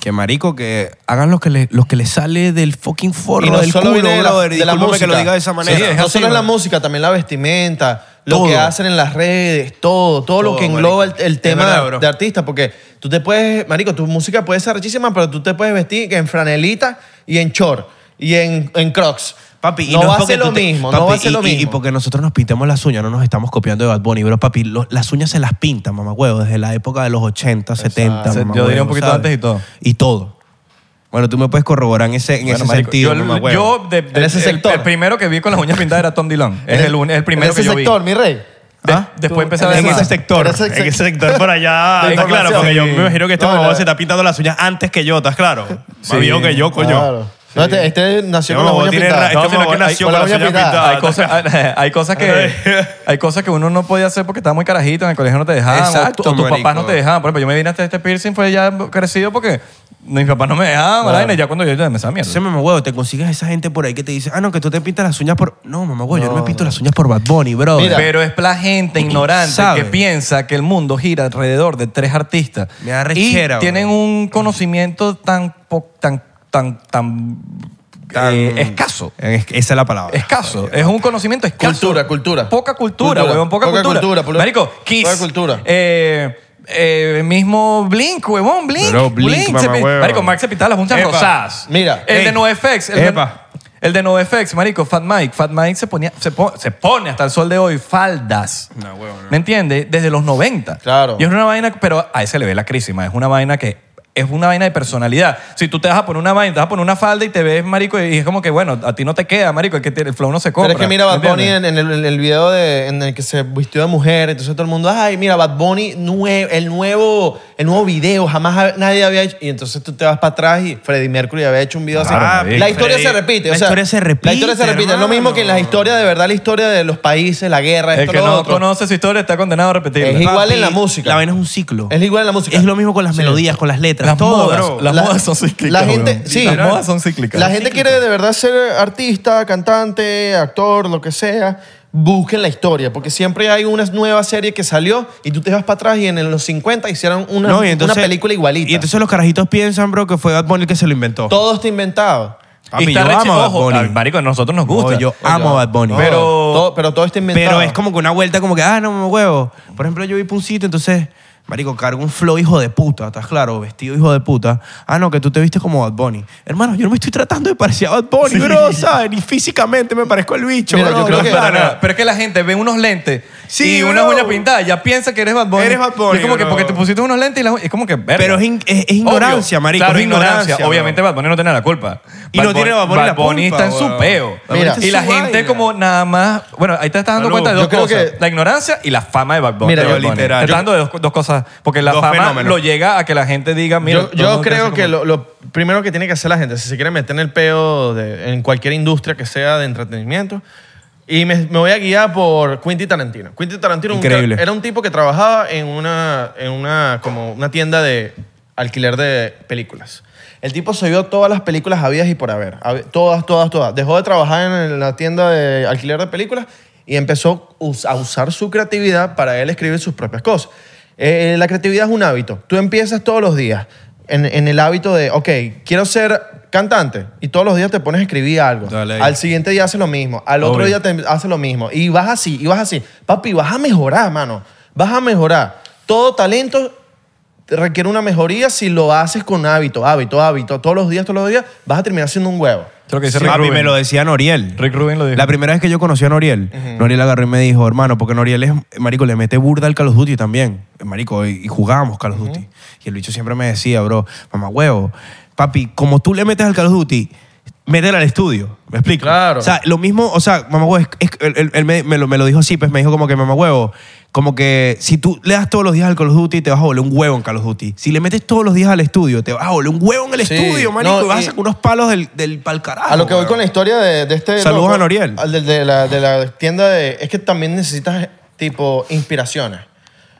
Speaker 3: que marico, que hagan lo que, le- lo que les sale del fucking forro,
Speaker 1: Y no
Speaker 3: del
Speaker 1: solo
Speaker 3: culo,
Speaker 1: viene de la,
Speaker 3: brother.
Speaker 1: de la
Speaker 3: Discúlpame
Speaker 1: música.
Speaker 3: que lo diga de esa manera.
Speaker 1: Sí,
Speaker 3: Es
Speaker 1: no
Speaker 3: así,
Speaker 1: solo es la
Speaker 3: marico.
Speaker 1: música, también la vestimenta, lo
Speaker 3: Todo.
Speaker 1: que hacen en las redes, todo, todo, lo
Speaker 3: Todo,
Speaker 1: que engloba el,
Speaker 3: marico.
Speaker 1: el
Speaker 3: Es
Speaker 1: tema
Speaker 3: verdad, bro.
Speaker 1: de artista. Porque tú te puedes, marico, tu música puede ser rechísima, pero tú te puedes vestir en franelita y en short y en, en crocs.
Speaker 3: Papi, y
Speaker 1: no,
Speaker 3: es
Speaker 1: va a
Speaker 3: porque
Speaker 1: ser
Speaker 3: tú
Speaker 1: lo
Speaker 3: te-
Speaker 1: mismo, no
Speaker 3: papi,
Speaker 1: va a ser
Speaker 3: y-
Speaker 1: lo
Speaker 3: y-
Speaker 1: mismo.
Speaker 3: Y porque nosotros nos pintemos las uñas, no nos estamos copiando de Bad Bunny, bro. Papi, lo- las uñas se las pintan, mamá huevo, desde la época de los 80, 70,
Speaker 2: Se-
Speaker 3: mamá
Speaker 2: yo diría
Speaker 3: huevo,
Speaker 2: un poquito
Speaker 3: ¿sabes?
Speaker 2: antes y todo.
Speaker 3: Y todo. Bueno, tú me puedes corroborar en ese, en
Speaker 2: Bueno,
Speaker 3: ese
Speaker 2: marico,
Speaker 3: sentido,
Speaker 2: yo,
Speaker 3: mamá huevo.
Speaker 2: yo de- de-
Speaker 1: En ese
Speaker 2: el-
Speaker 1: sector.
Speaker 2: El, primero que vi con las uñas pintadas era Tom Dillon. Es el, un- el primero
Speaker 1: en ese
Speaker 2: que yo
Speaker 1: sector,
Speaker 2: vi.
Speaker 1: mi rey.
Speaker 2: De-
Speaker 3: ¿Ah?
Speaker 2: después empecé a ver
Speaker 3: en
Speaker 2: más.
Speaker 3: ese sector,
Speaker 1: En ese
Speaker 3: en ese
Speaker 1: sector.
Speaker 3: sector por allá,
Speaker 1: De
Speaker 3: está claro, porque
Speaker 2: información,
Speaker 3: yo me
Speaker 2: sí.
Speaker 3: imagino que este
Speaker 1: No, eh.
Speaker 3: mamá
Speaker 1: no.
Speaker 3: se está pintando las uñas antes que yo, ¿estás claro? Más
Speaker 2: Sí.
Speaker 3: viejo que yo, coño.
Speaker 1: Claro. No, este, este nació
Speaker 3: Yo
Speaker 1: con las
Speaker 3: no,
Speaker 1: uñas
Speaker 3: tiene ra-
Speaker 1: pintadas.
Speaker 3: este
Speaker 1: No,
Speaker 3: mamá
Speaker 1: sino que
Speaker 3: nació
Speaker 1: hay-
Speaker 3: con las uñas pintadas.
Speaker 2: hay cosas, ah, hay cosas que hay cosas que uno no podía hacer porque estaba muy carajito en el colegio no te dejaban o
Speaker 3: Exacto,
Speaker 2: tu- o, tus
Speaker 3: marico.
Speaker 2: papás no te dejaban por ejemplo yo me vine hasta este piercing fue ya crecido porque mis papás no me dejaban la vaina, y ya cuando yo ya me esa mierda
Speaker 3: Ese mamá huevo, te consigues a esa gente por ahí que te dice, ah, no, que tú te pintas las uñas por. No, mamá huevo, yo no me pinto las uñas por Bad Bunny, bro.
Speaker 1: Mira,
Speaker 2: pero es la gente ignorante
Speaker 3: Sabe.
Speaker 2: que piensa que el mundo gira alrededor de tres artistas
Speaker 3: Me da rechera,
Speaker 2: y tienen
Speaker 3: bro.
Speaker 2: un conocimiento tan po- tan tan tan, eh, escaso
Speaker 3: Es- esa es la palabra.
Speaker 2: Escaso, es un conocimiento escaso.
Speaker 1: Cultura, cultura.
Speaker 2: Poca cultura,
Speaker 1: Cultura,
Speaker 2: huevón, poca,
Speaker 1: poca
Speaker 2: cultura.
Speaker 1: cultura, poca-
Speaker 2: Marico, Kiss.
Speaker 1: poca cultura.
Speaker 2: Eh, eh, mismo Blink, huevón, Blink.
Speaker 3: Bro, Blink,
Speaker 2: se
Speaker 3: mamá,
Speaker 2: pi-
Speaker 3: huevón.
Speaker 2: Marico, Max se pintaba las puntas
Speaker 3: Epa.
Speaker 2: rosadas.
Speaker 1: Mira.
Speaker 2: El de
Speaker 3: Ey.
Speaker 2: NoFX. El de-
Speaker 3: Epa.
Speaker 2: el de NoFX, marico, Fat Mike. Fat Mike se, ponía, se, po- se pone hasta el sol de hoy faldas.
Speaker 3: No, huevón, no.
Speaker 2: ¿Me entiendes? Desde los 90.
Speaker 1: Claro.
Speaker 2: Y es una vaina, pero a ese le ve la crisis, ma. Es una vaina que es una vaina de personalidad. Si tú te vas a poner una vaina, te vas a poner una falda y te ves, marico, y es como que, bueno, a ti no te queda, marico, es que tiene- el flow no se compra.
Speaker 1: Pero es que mira Bad
Speaker 2: ¿me
Speaker 1: Bunny
Speaker 2: entiendes?
Speaker 1: en el, en el video de- en el que se vistió de mujer, entonces todo el mundo, ay, mira, Bad Bunny, nue- el, nuevo, el nuevo video, jamás ha- nadie había hecho. Y entonces tú te vas para atrás y Freddie Mercury había hecho un video
Speaker 2: Claro,
Speaker 1: así. Ah,
Speaker 2: marico.
Speaker 1: la historia
Speaker 3: Freddie-
Speaker 1: se repite.
Speaker 3: la
Speaker 1: o sea,
Speaker 3: historia se repite,
Speaker 1: La historia se repite. Es lo mismo que en las historias, de verdad, la historia de los países, la guerra,
Speaker 2: El
Speaker 1: esto,
Speaker 2: que
Speaker 1: lo
Speaker 2: no
Speaker 1: otro.
Speaker 2: conoce su historia está condenado a repetirla.
Speaker 1: Es igual en la música.
Speaker 3: La vaina es un ciclo.
Speaker 1: Es igual en la música.
Speaker 3: Es lo mismo con las melodías, con las letras,
Speaker 2: Las
Speaker 3: todo,
Speaker 2: modas,
Speaker 3: bro.
Speaker 2: las
Speaker 1: La-
Speaker 2: modas son cíclicas.
Speaker 1: La gente,
Speaker 2: weón.
Speaker 1: sí.
Speaker 2: Las modas son cíclicas.
Speaker 1: La gente quiere de verdad ser artista, cantante, actor, lo que sea. Busquen la historia, porque siempre hay una nueva serie que salió y tú te vas para atrás y en los 50 hicieron una,
Speaker 3: No, y entonces-
Speaker 1: una película igualita.
Speaker 3: Y entonces los carajitos piensan, bro, que fue Bad Bunny el que se lo inventó.
Speaker 1: Todo está inventado.
Speaker 3: Papi,
Speaker 2: y está
Speaker 3: yo
Speaker 2: reche-
Speaker 3: amo a Bad
Speaker 2: ojo,
Speaker 3: Bunny.
Speaker 2: al marico, a nosotros nos gusta.
Speaker 3: No, yo amo a Bad Bunny.
Speaker 1: No,
Speaker 2: Pero-
Speaker 1: todo, pero todo está inventado.
Speaker 3: Pero es como que una vuelta como que, ah, no, me huevo. Por ejemplo, yo vi pa' un sitio, entonces, marico, cargo un flow hijo de puta, ¿estás claro? Vestido hijo de puta. Ah, no, que tú te viste como Bad Bunny. Hermano, yo no me estoy tratando de parecer a Bad Bunny, bro, ¿sabes? Ni físicamente me parezco al bicho,
Speaker 1: Mira,
Speaker 3: bro.
Speaker 1: yo creo
Speaker 2: No,
Speaker 1: que-
Speaker 3: para
Speaker 2: para
Speaker 1: no,
Speaker 2: nada.
Speaker 3: nada.
Speaker 2: Pero es que la gente ve unos lentes
Speaker 3: Sí,
Speaker 2: y unas
Speaker 3: bro.
Speaker 2: uñas pintadas. Ya piensa que eres Bad Bunny.
Speaker 3: Eres Bad
Speaker 2: Y
Speaker 3: Bunny,
Speaker 2: es como que
Speaker 3: bro.
Speaker 2: porque te pusiste unos lentes y las uñas- Es como que. verga.
Speaker 3: Pero es in- es- es ignorancia,
Speaker 2: Obvio.
Speaker 3: marico,
Speaker 2: Claro,
Speaker 3: es
Speaker 2: ignorancia.
Speaker 3: ignorancia,
Speaker 2: Obviamente
Speaker 3: bro.
Speaker 2: Bad Bunny no tiene la culpa.
Speaker 3: Y no tiene Bad Bunny la culpa,
Speaker 2: está en su
Speaker 3: weón.
Speaker 2: peo.
Speaker 3: Bad Bunny
Speaker 1: Mira.
Speaker 3: está en
Speaker 2: Y la
Speaker 3: su
Speaker 2: gente
Speaker 3: vaina.
Speaker 2: como nada más... Bueno, ahí te estás dando
Speaker 3: Salud.
Speaker 2: cuenta de
Speaker 1: Yo
Speaker 2: dos
Speaker 1: creo
Speaker 2: cosas.
Speaker 1: que-
Speaker 2: La ignorancia y la fama de Bad Bunny.
Speaker 1: Mira,
Speaker 2: de
Speaker 1: yo
Speaker 2: Bad Bunny.
Speaker 3: literal.
Speaker 2: Te estás
Speaker 3: Yo-
Speaker 2: dando dos, dos cosas. Porque la
Speaker 3: dos
Speaker 2: fama
Speaker 3: fenómenos.
Speaker 2: lo llega a que la gente diga... Mira,
Speaker 1: yo
Speaker 2: todo el
Speaker 1: yo
Speaker 2: mundo
Speaker 1: creo
Speaker 2: piensa
Speaker 1: que lo,
Speaker 2: como-
Speaker 1: lo primero que tiene que hacer la gente, si se quiere meter en el peo de- en cualquier industria que sea de entretenimiento, y me, me voy a guiar por Quentin Tarantino. Quentin Tarantino un
Speaker 3: Increíble.
Speaker 1: ca- era un tipo que trabajaba en una, en una, como una tienda de alquiler de películas. El tipo se vio todas las películas habidas y por haber. hab- Todas, todas, todas. Dejó de trabajar en la tienda de alquiler de películas y empezó us- a usar su creatividad para él escribir sus propias cosas. Eh, la creatividad es un hábito. Tú empiezas todos los días en, en el hábito de, ok, quiero ser cantante y todos los días te pones a escribir algo.
Speaker 9: Dale ahí.
Speaker 1: Al siguiente día haces lo mismo, al otro
Speaker 2: Obvio.
Speaker 1: día te haces lo mismo y vas así, y vas así. Papi, vas a mejorar, mano. Vas a mejorar. Todo talento requiere una mejoría si lo haces con hábito, hábito, hábito. Todos los días, todos los días vas a terminar siendo un huevo.
Speaker 2: Es lo que dice Rick
Speaker 3: Papi,
Speaker 2: Rubin.
Speaker 3: me lo decía Noriel.
Speaker 2: Rick Rubin lo dijo.
Speaker 3: La primera vez que yo conocí a Noriel, Noriel agarró y me dijo, hermano, porque Noriel es, marico, le mete burda al Call of Duty también. Marico, y, y jugábamos Call of Duty. Y el bicho siempre me decía, bro, mamá huevo, papi, como tú le metes al Call of Duty, métela al estudio. ¿Me explico?
Speaker 1: Claro.
Speaker 3: O sea, lo mismo, o sea, mamá huevo, es- es- él, él- él me, me lo, me lo dijo así, pues me dijo como que, mamá huevo, como que si tú le das todos los días al Call of Duty, te vas a volver un huevo en Call of Duty. Si le metes todos los días al estudio, te vas a volver un huevo en el
Speaker 1: Sí,
Speaker 3: estudio, marico,
Speaker 1: no,
Speaker 3: y vas a
Speaker 1: y-
Speaker 3: sacar unos palos del, del pal carajo.
Speaker 1: A lo que voy
Speaker 3: huevón.
Speaker 1: con la historia de, de este.
Speaker 3: Saludos
Speaker 1: loco,
Speaker 3: a Noriel.
Speaker 1: Al del- de, la, de la tienda de. Es que también necesitas, tipo, inspiraciones.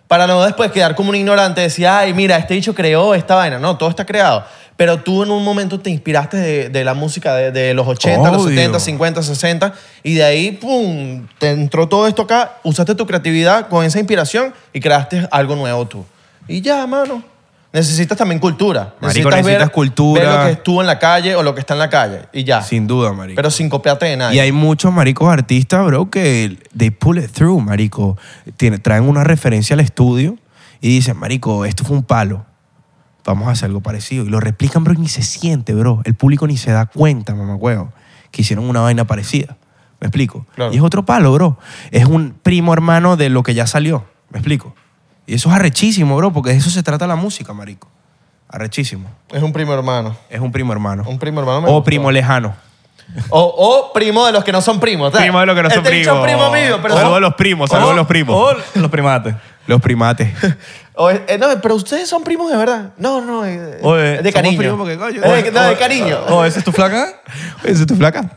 Speaker 1: Para no después quedar como un ignorante, decir, ay, mira, este dicho creó esta vaina. No, todo está creado. Pero tú en un momento te inspiraste de, de la música de, de los 80, los
Speaker 3: Obvio.
Speaker 1: 70, 50, 60. Y de ahí, pum, te entró todo esto acá. Usaste tu creatividad con esa inspiración y creaste algo nuevo tú. Y ya, mano. Necesitas también cultura.
Speaker 3: Marico,
Speaker 1: ver-
Speaker 3: necesitas cultura.
Speaker 1: ver lo que estuvo en la calle o lo que está en la calle. Y ya.
Speaker 3: Sin duda, marico.
Speaker 1: Pero sin copiarte de nadie.
Speaker 3: y hay muchos maricos artistas, bro, que they pull it through, marico. Tiene- traen una referencia al estudio y dicen, marico, esto fue un palo. Vamos a hacer algo parecido. Y lo replican, bro, y ni se siente, bro. El público ni se da cuenta, mamacuevo, que hicieron una vaina parecida. ¿Me explico?
Speaker 1: Claro.
Speaker 3: Y es otro palo, bro. Es un primo hermano de lo que ya salió. ¿Me explico? Y eso es arrechísimo, bro, porque de eso se trata la música, marico. Arrechísimo.
Speaker 1: Es un primo hermano.
Speaker 3: Es un primo hermano.
Speaker 1: Un primo hermano me
Speaker 3: o
Speaker 1: gustó.
Speaker 3: primo lejano.
Speaker 1: O, o primo de los que no son primos. ¿sabes?
Speaker 3: Primo de los que no son
Speaker 1: Este bicho es
Speaker 3: primos.
Speaker 1: primo mío, pero.
Speaker 3: Saludos a los primos, saludos a los primos.
Speaker 2: O Oh, los primates.
Speaker 3: Los primates.
Speaker 1: O es- eh, no, pero ustedes son primos de verdad. No, no. eh,
Speaker 2: O, eh,
Speaker 1: es de
Speaker 2: somos
Speaker 1: cariño.
Speaker 3: primos porque, coño,
Speaker 1: Eh,
Speaker 3: o-
Speaker 1: no, de
Speaker 2: O-
Speaker 1: cariño.
Speaker 2: O Oh, esa es tu flaca.
Speaker 3: Oye, ¿esa es tu flaca?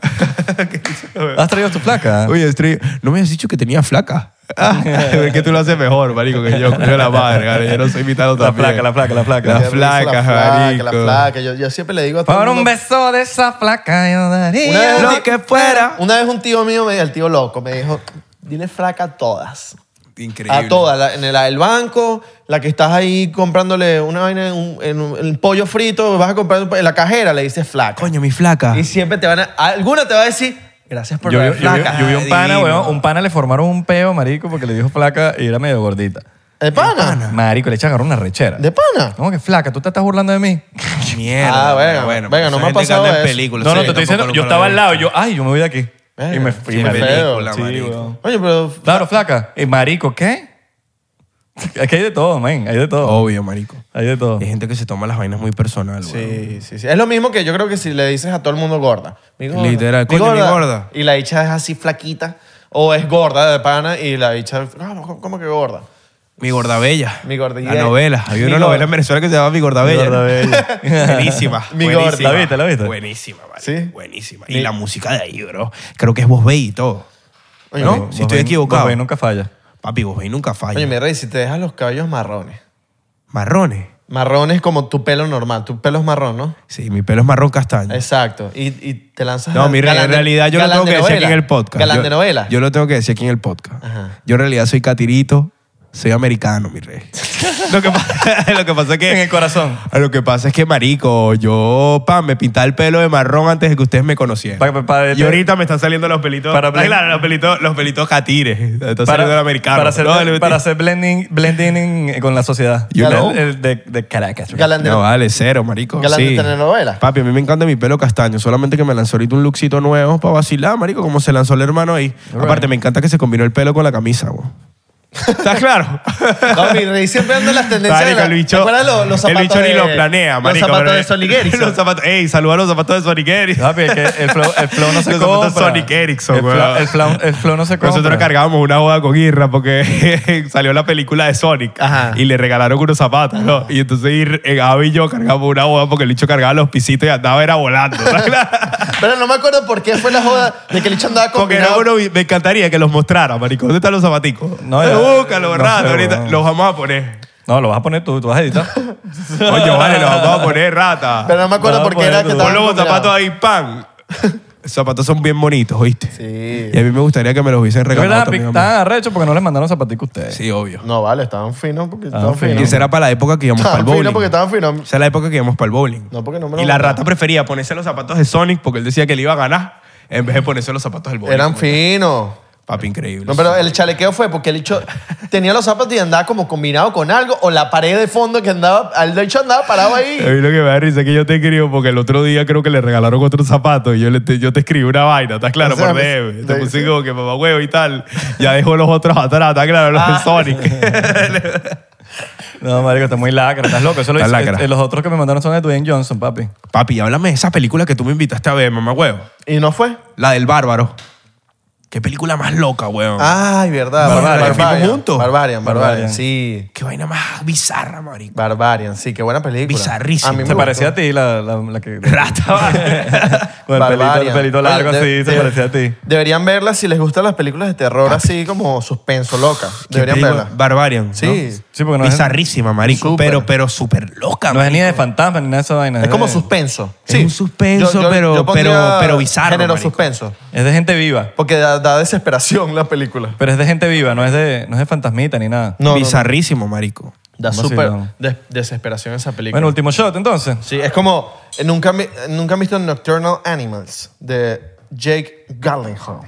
Speaker 2: ¿Has traído tu flaca?
Speaker 3: Oye, Stri, no me habías dicho que tenía flaca. Ah, es que tú lo haces mejor, marico, que yo. Yo la madre, cara, yo no soy invitado
Speaker 2: La
Speaker 3: también.
Speaker 2: flaca, la flaca, la flaca.
Speaker 3: La
Speaker 1: Qué risa,
Speaker 3: flaca,
Speaker 1: la flaca,
Speaker 3: marico.
Speaker 1: la flaca. Yo, yo siempre le digo a todo el
Speaker 2: Por un
Speaker 1: mundo-
Speaker 2: beso de esa flaca yo daría.
Speaker 1: Una vez-
Speaker 3: Lo que fuera.
Speaker 1: Una vez un tío mío, me, el tío loco, me dijo, dile flaca a todas.
Speaker 3: Increíble.
Speaker 1: A todas, la- en la del banco, la que estás ahí comprándole una vaina, en un, en un- en pollo frito, vas a comprar un- en la cajera, le dices flaca.
Speaker 3: Coño, mi flaca.
Speaker 1: Y siempre te van a, alguna te va a decir, gracias por
Speaker 2: Yo,
Speaker 1: la
Speaker 2: vi-
Speaker 1: de
Speaker 2: yo vi-
Speaker 1: flaca.
Speaker 2: yo vi un pana,
Speaker 3: Divino.
Speaker 2: weón. Un pana le formaron un peo, marico, porque le dijo flaca y era medio gordita.
Speaker 1: ¿De pana?
Speaker 2: Marico, le echaron una rechera.
Speaker 1: ¿De pana?
Speaker 2: ¿Cómo que flaca? ¿Tú te estás burlando de mí?
Speaker 3: Mierda.
Speaker 1: Ah, bueno, bueno,
Speaker 3: esa
Speaker 1: no me ha
Speaker 3: gente que
Speaker 1: pasado
Speaker 3: anda en
Speaker 1: eso.
Speaker 3: películas,
Speaker 2: No, no,
Speaker 3: sí,
Speaker 2: te estoy
Speaker 3: tampoco
Speaker 2: diciendo.
Speaker 3: lo
Speaker 2: Yo estaba al
Speaker 3: conozco.
Speaker 2: lado. Yo, ay, yo me voy de aquí.
Speaker 1: Eh,
Speaker 2: Y me fui.
Speaker 1: Qué
Speaker 2: marico.
Speaker 1: feo.
Speaker 3: película,
Speaker 2: Sí,
Speaker 3: marico.
Speaker 2: weón.
Speaker 1: Oye, pero
Speaker 2: Claro, flaca. Y marico, ¿qué? Aquí hay de todo, man. Hay de todo.
Speaker 3: Obvio, marico.
Speaker 2: Hay de todo.
Speaker 3: Hay gente que se toma las vainas muy personal, güey.
Speaker 1: Sí, sí, sí. Es lo mismo que yo creo que si le dices a todo el mundo gorda. Mi gorda.
Speaker 3: Literal,
Speaker 1: Mi
Speaker 3: coño, mi
Speaker 1: gorda.
Speaker 3: gorda.
Speaker 1: Y la dicha es así flaquita. O es gorda de pana y la dicha, "Ah, no, ¿cómo- ¿cómo que gorda?
Speaker 3: Mi gordabella.
Speaker 1: Mi gordabella.
Speaker 3: La novela.
Speaker 1: Mi
Speaker 3: Había una
Speaker 1: gorda.
Speaker 3: novela en Venezuela que se llamaba Mi gordabella.
Speaker 2: Mi Gordabella.
Speaker 3: buenísima.
Speaker 1: Mi
Speaker 3: buenísima.
Speaker 1: gorda.
Speaker 2: ¿La viste? ¿La viste?
Speaker 3: Buenísima, vale.
Speaker 1: Sí.
Speaker 3: Buenísima. Y la música de ahí, bro. Creo que es Vos Bay y todo.
Speaker 1: Oye,
Speaker 3: ¿No?
Speaker 1: mi-
Speaker 3: Si estoy equivocado.
Speaker 2: Bobby nunca falla.
Speaker 3: Papi, Vos Bay nunca falla.
Speaker 1: Oye, mi rey, si te dejas los cabellos marrones.
Speaker 3: Marrones.
Speaker 1: Marrones como tu pelo normal. Tu pelo es marrón, ¿no?
Speaker 3: Sí, mi pelo es marrón castaño.
Speaker 1: Exacto. Y, y te lanzas.
Speaker 3: No,
Speaker 1: al-
Speaker 3: mi rey,
Speaker 1: galán
Speaker 3: en
Speaker 1: de-
Speaker 3: realidad yo lo
Speaker 1: galán
Speaker 3: tengo
Speaker 1: de
Speaker 3: que decir aquí en
Speaker 1: novela.
Speaker 3: el podcast.
Speaker 1: Galán
Speaker 3: Yo-
Speaker 1: de novela.
Speaker 3: Yo lo tengo que decir aquí en el podcast.
Speaker 1: Ajá.
Speaker 3: Yo en realidad soy catirito, soy americano, mi rey. lo, que pasa, lo que pasa es que...
Speaker 2: En el corazón.
Speaker 3: Lo que pasa es que, marico, yo, pam, me pintaba el pelo de marrón antes de que ustedes me conocieran.
Speaker 2: Pa- pa- pa-
Speaker 1: Este,
Speaker 3: y ahorita me están saliendo los pelitos...
Speaker 2: Para-
Speaker 3: Ay, claro, los pelitos, los pelitos catires. Me Están saliendo los americanos.
Speaker 2: para hacer,
Speaker 3: No, le-
Speaker 2: para hacer blending, blending en- con la sociedad.
Speaker 3: You
Speaker 2: El-
Speaker 3: know.
Speaker 2: el de, de Caracas.
Speaker 1: Galán de
Speaker 3: No, vale, cero, marico.
Speaker 1: Galán de
Speaker 3: sí.
Speaker 1: telenovela.
Speaker 3: Papi, a mí me encanta mi pelo castaño. Solamente que me lanzó ahorita un lookcito nuevo para vacilar, marico, como se lanzó el hermano ahí. Aparte, me encanta que se combinó el pelo con la camisa, güey. ¿Estás claro?
Speaker 1: No, mi rey siempre anda en las tendencias. de
Speaker 3: Marico,
Speaker 1: la-
Speaker 3: el bicho,
Speaker 1: ¿Te acuerdas los, los
Speaker 3: el
Speaker 1: zapatos
Speaker 3: bicho ni
Speaker 1: de-
Speaker 3: lo planea, marico.
Speaker 1: Los zapatos
Speaker 3: pero-
Speaker 1: de Sony Erickson.
Speaker 3: Los zapatos, ey, saluda a los zapatos de Sonic Erickson.
Speaker 2: Papi, es que el flow, el flow no se
Speaker 3: Los zapatos
Speaker 2: compra.
Speaker 3: Sonic Ericsson,
Speaker 2: el, flow,
Speaker 3: weón.
Speaker 2: el, flow, el flow no se compra.
Speaker 3: Nosotros cargábamos una boda con Irra porque salió la película de Sonic
Speaker 1: Ajá.
Speaker 3: y le regalaron unos zapatos, ¿no? Y entonces Ir- eh, Gaby y yo cargábamos una boda porque el bicho cargaba los pisitos y andaba era volando.
Speaker 1: Pero no me acuerdo por qué fue la joda de que el bicho andaba
Speaker 3: Porque
Speaker 1: combinado.
Speaker 3: era uno, me encantaría que los mostrara, marico. ¿Dónde están los zapaticos?
Speaker 2: No,
Speaker 3: No,
Speaker 2: ya- no
Speaker 3: Búscalo, rato,
Speaker 2: sé,
Speaker 3: ahorita
Speaker 2: weón.
Speaker 3: los vamos a poner.
Speaker 2: No, lo vas a poner tú, tú vas a editar.
Speaker 3: Coño, vale, los vamos a poner, rata.
Speaker 1: Pero no me acuerdo
Speaker 2: No,
Speaker 1: por qué
Speaker 2: pues,
Speaker 1: era que
Speaker 2: tú.
Speaker 1: estaba
Speaker 3: Pon los zapatos ahí, pan. Los zapatos son bien bonitos, ¿oíste?
Speaker 1: Sí.
Speaker 3: Y a mí me gustaría que me los hubiesen
Speaker 2: Yo
Speaker 3: regalado
Speaker 2: era
Speaker 3: también a mí.
Speaker 2: tan arrecho porque no les mandaron zapaticos a ustedes.
Speaker 3: Sí, obvio.
Speaker 1: No, vale, estaban finos porque estaban
Speaker 2: fino.
Speaker 1: finos.
Speaker 3: Y esa era para la época que íbamos para el
Speaker 1: Estaban
Speaker 3: bowling.
Speaker 1: finos porque estaban finos.
Speaker 3: Esa es la época que íbamos para el bowling.
Speaker 1: No, porque no me lo
Speaker 3: y la
Speaker 1: mandaron.
Speaker 3: rata prefería ponerse los zapatos de Sonic porque él decía que le iba a ganar en vez de ponerse los zapatos del bowling.
Speaker 1: Eran finos.
Speaker 3: Papi, increíble.
Speaker 1: No, pero el chalequeo fue porque el hecho tenía los zapatos y andaba como combinado con algo o la pared de fondo que andaba, el hecho andaba parado
Speaker 3: A
Speaker 1: ahí.
Speaker 3: mí lo que me da risa es que yo te escribo porque el otro día creo que le regalaron otro zapato y yo, le te- yo te escribí una vaina, ¿estás claro?
Speaker 1: O sea,
Speaker 3: por DM.
Speaker 1: de-
Speaker 3: Te puse como que papá huevo y tal. Ya dejó los otros atrás, ¿estás claro? Los
Speaker 1: Ah.
Speaker 3: de Sonic.
Speaker 2: No, marico, estás muy lacra, estás loco. Eso lo
Speaker 3: Estás
Speaker 2: hice-
Speaker 3: lacra.
Speaker 2: eh, Los otros que me mandaron son de Dwayne Johnson, papi.
Speaker 3: Papi, háblame de esa película que tú me invitaste a ver, mamá huevo.
Speaker 1: Y no fue.
Speaker 3: La del bárbaro. Qué película más loca, huevón.
Speaker 1: Ay, verdad.
Speaker 3: Barbarian.
Speaker 1: Barbarian.
Speaker 3: Fuimos juntos.
Speaker 1: Barbarian, Barbarian,
Speaker 2: Barbarian.
Speaker 1: sí.
Speaker 3: Qué vaina más bizarra, marico.
Speaker 1: Barbarian, sí, qué buena película.
Speaker 3: Bizarrísimo.
Speaker 1: A mí me
Speaker 2: Se
Speaker 1: gustó.
Speaker 2: parecía a ti la, la, la que...
Speaker 3: Rata, va.
Speaker 2: Con el pelito, el
Speaker 1: Barbarian.
Speaker 2: pelito largo
Speaker 1: Oye, de-
Speaker 2: así, se
Speaker 1: de-
Speaker 2: parecía a ti. Ah.
Speaker 1: Deberían verlas si les gustan las películas de terror así como suspenso loca. Deberían
Speaker 3: película?
Speaker 1: verlas.
Speaker 3: Barbarian. ¿no?
Speaker 1: Sí.
Speaker 2: Sí, porque no es,
Speaker 3: Bizarrísima, marico.
Speaker 1: Súper.
Speaker 3: Pero, pero súper loca.
Speaker 2: no es ni
Speaker 3: marico.
Speaker 2: de fantasma ni nada de esa vaina.
Speaker 1: Es como
Speaker 2: de-
Speaker 1: suspenso.
Speaker 3: Es un suspenso, pero-
Speaker 1: pondría
Speaker 3: pero- pero bizarro,
Speaker 1: Género
Speaker 3: marico.
Speaker 1: suspenso.
Speaker 2: Es de gente viva.
Speaker 1: Porque da, da desesperación la película.
Speaker 2: Pero es de gente viva, no es de, no es de fantasmita ni nada.
Speaker 3: Mm,
Speaker 1: No, no, no.
Speaker 3: Bizarrísimo, marico.
Speaker 1: Da
Speaker 2: Vacilón.
Speaker 1: súper des- desesperación esa película.
Speaker 2: Bueno, último shot entonces.
Speaker 1: sí, es como... eh, Nunca, mi- eh, nunca han visto Nocturnal Animals de Jake Gyllenhaal.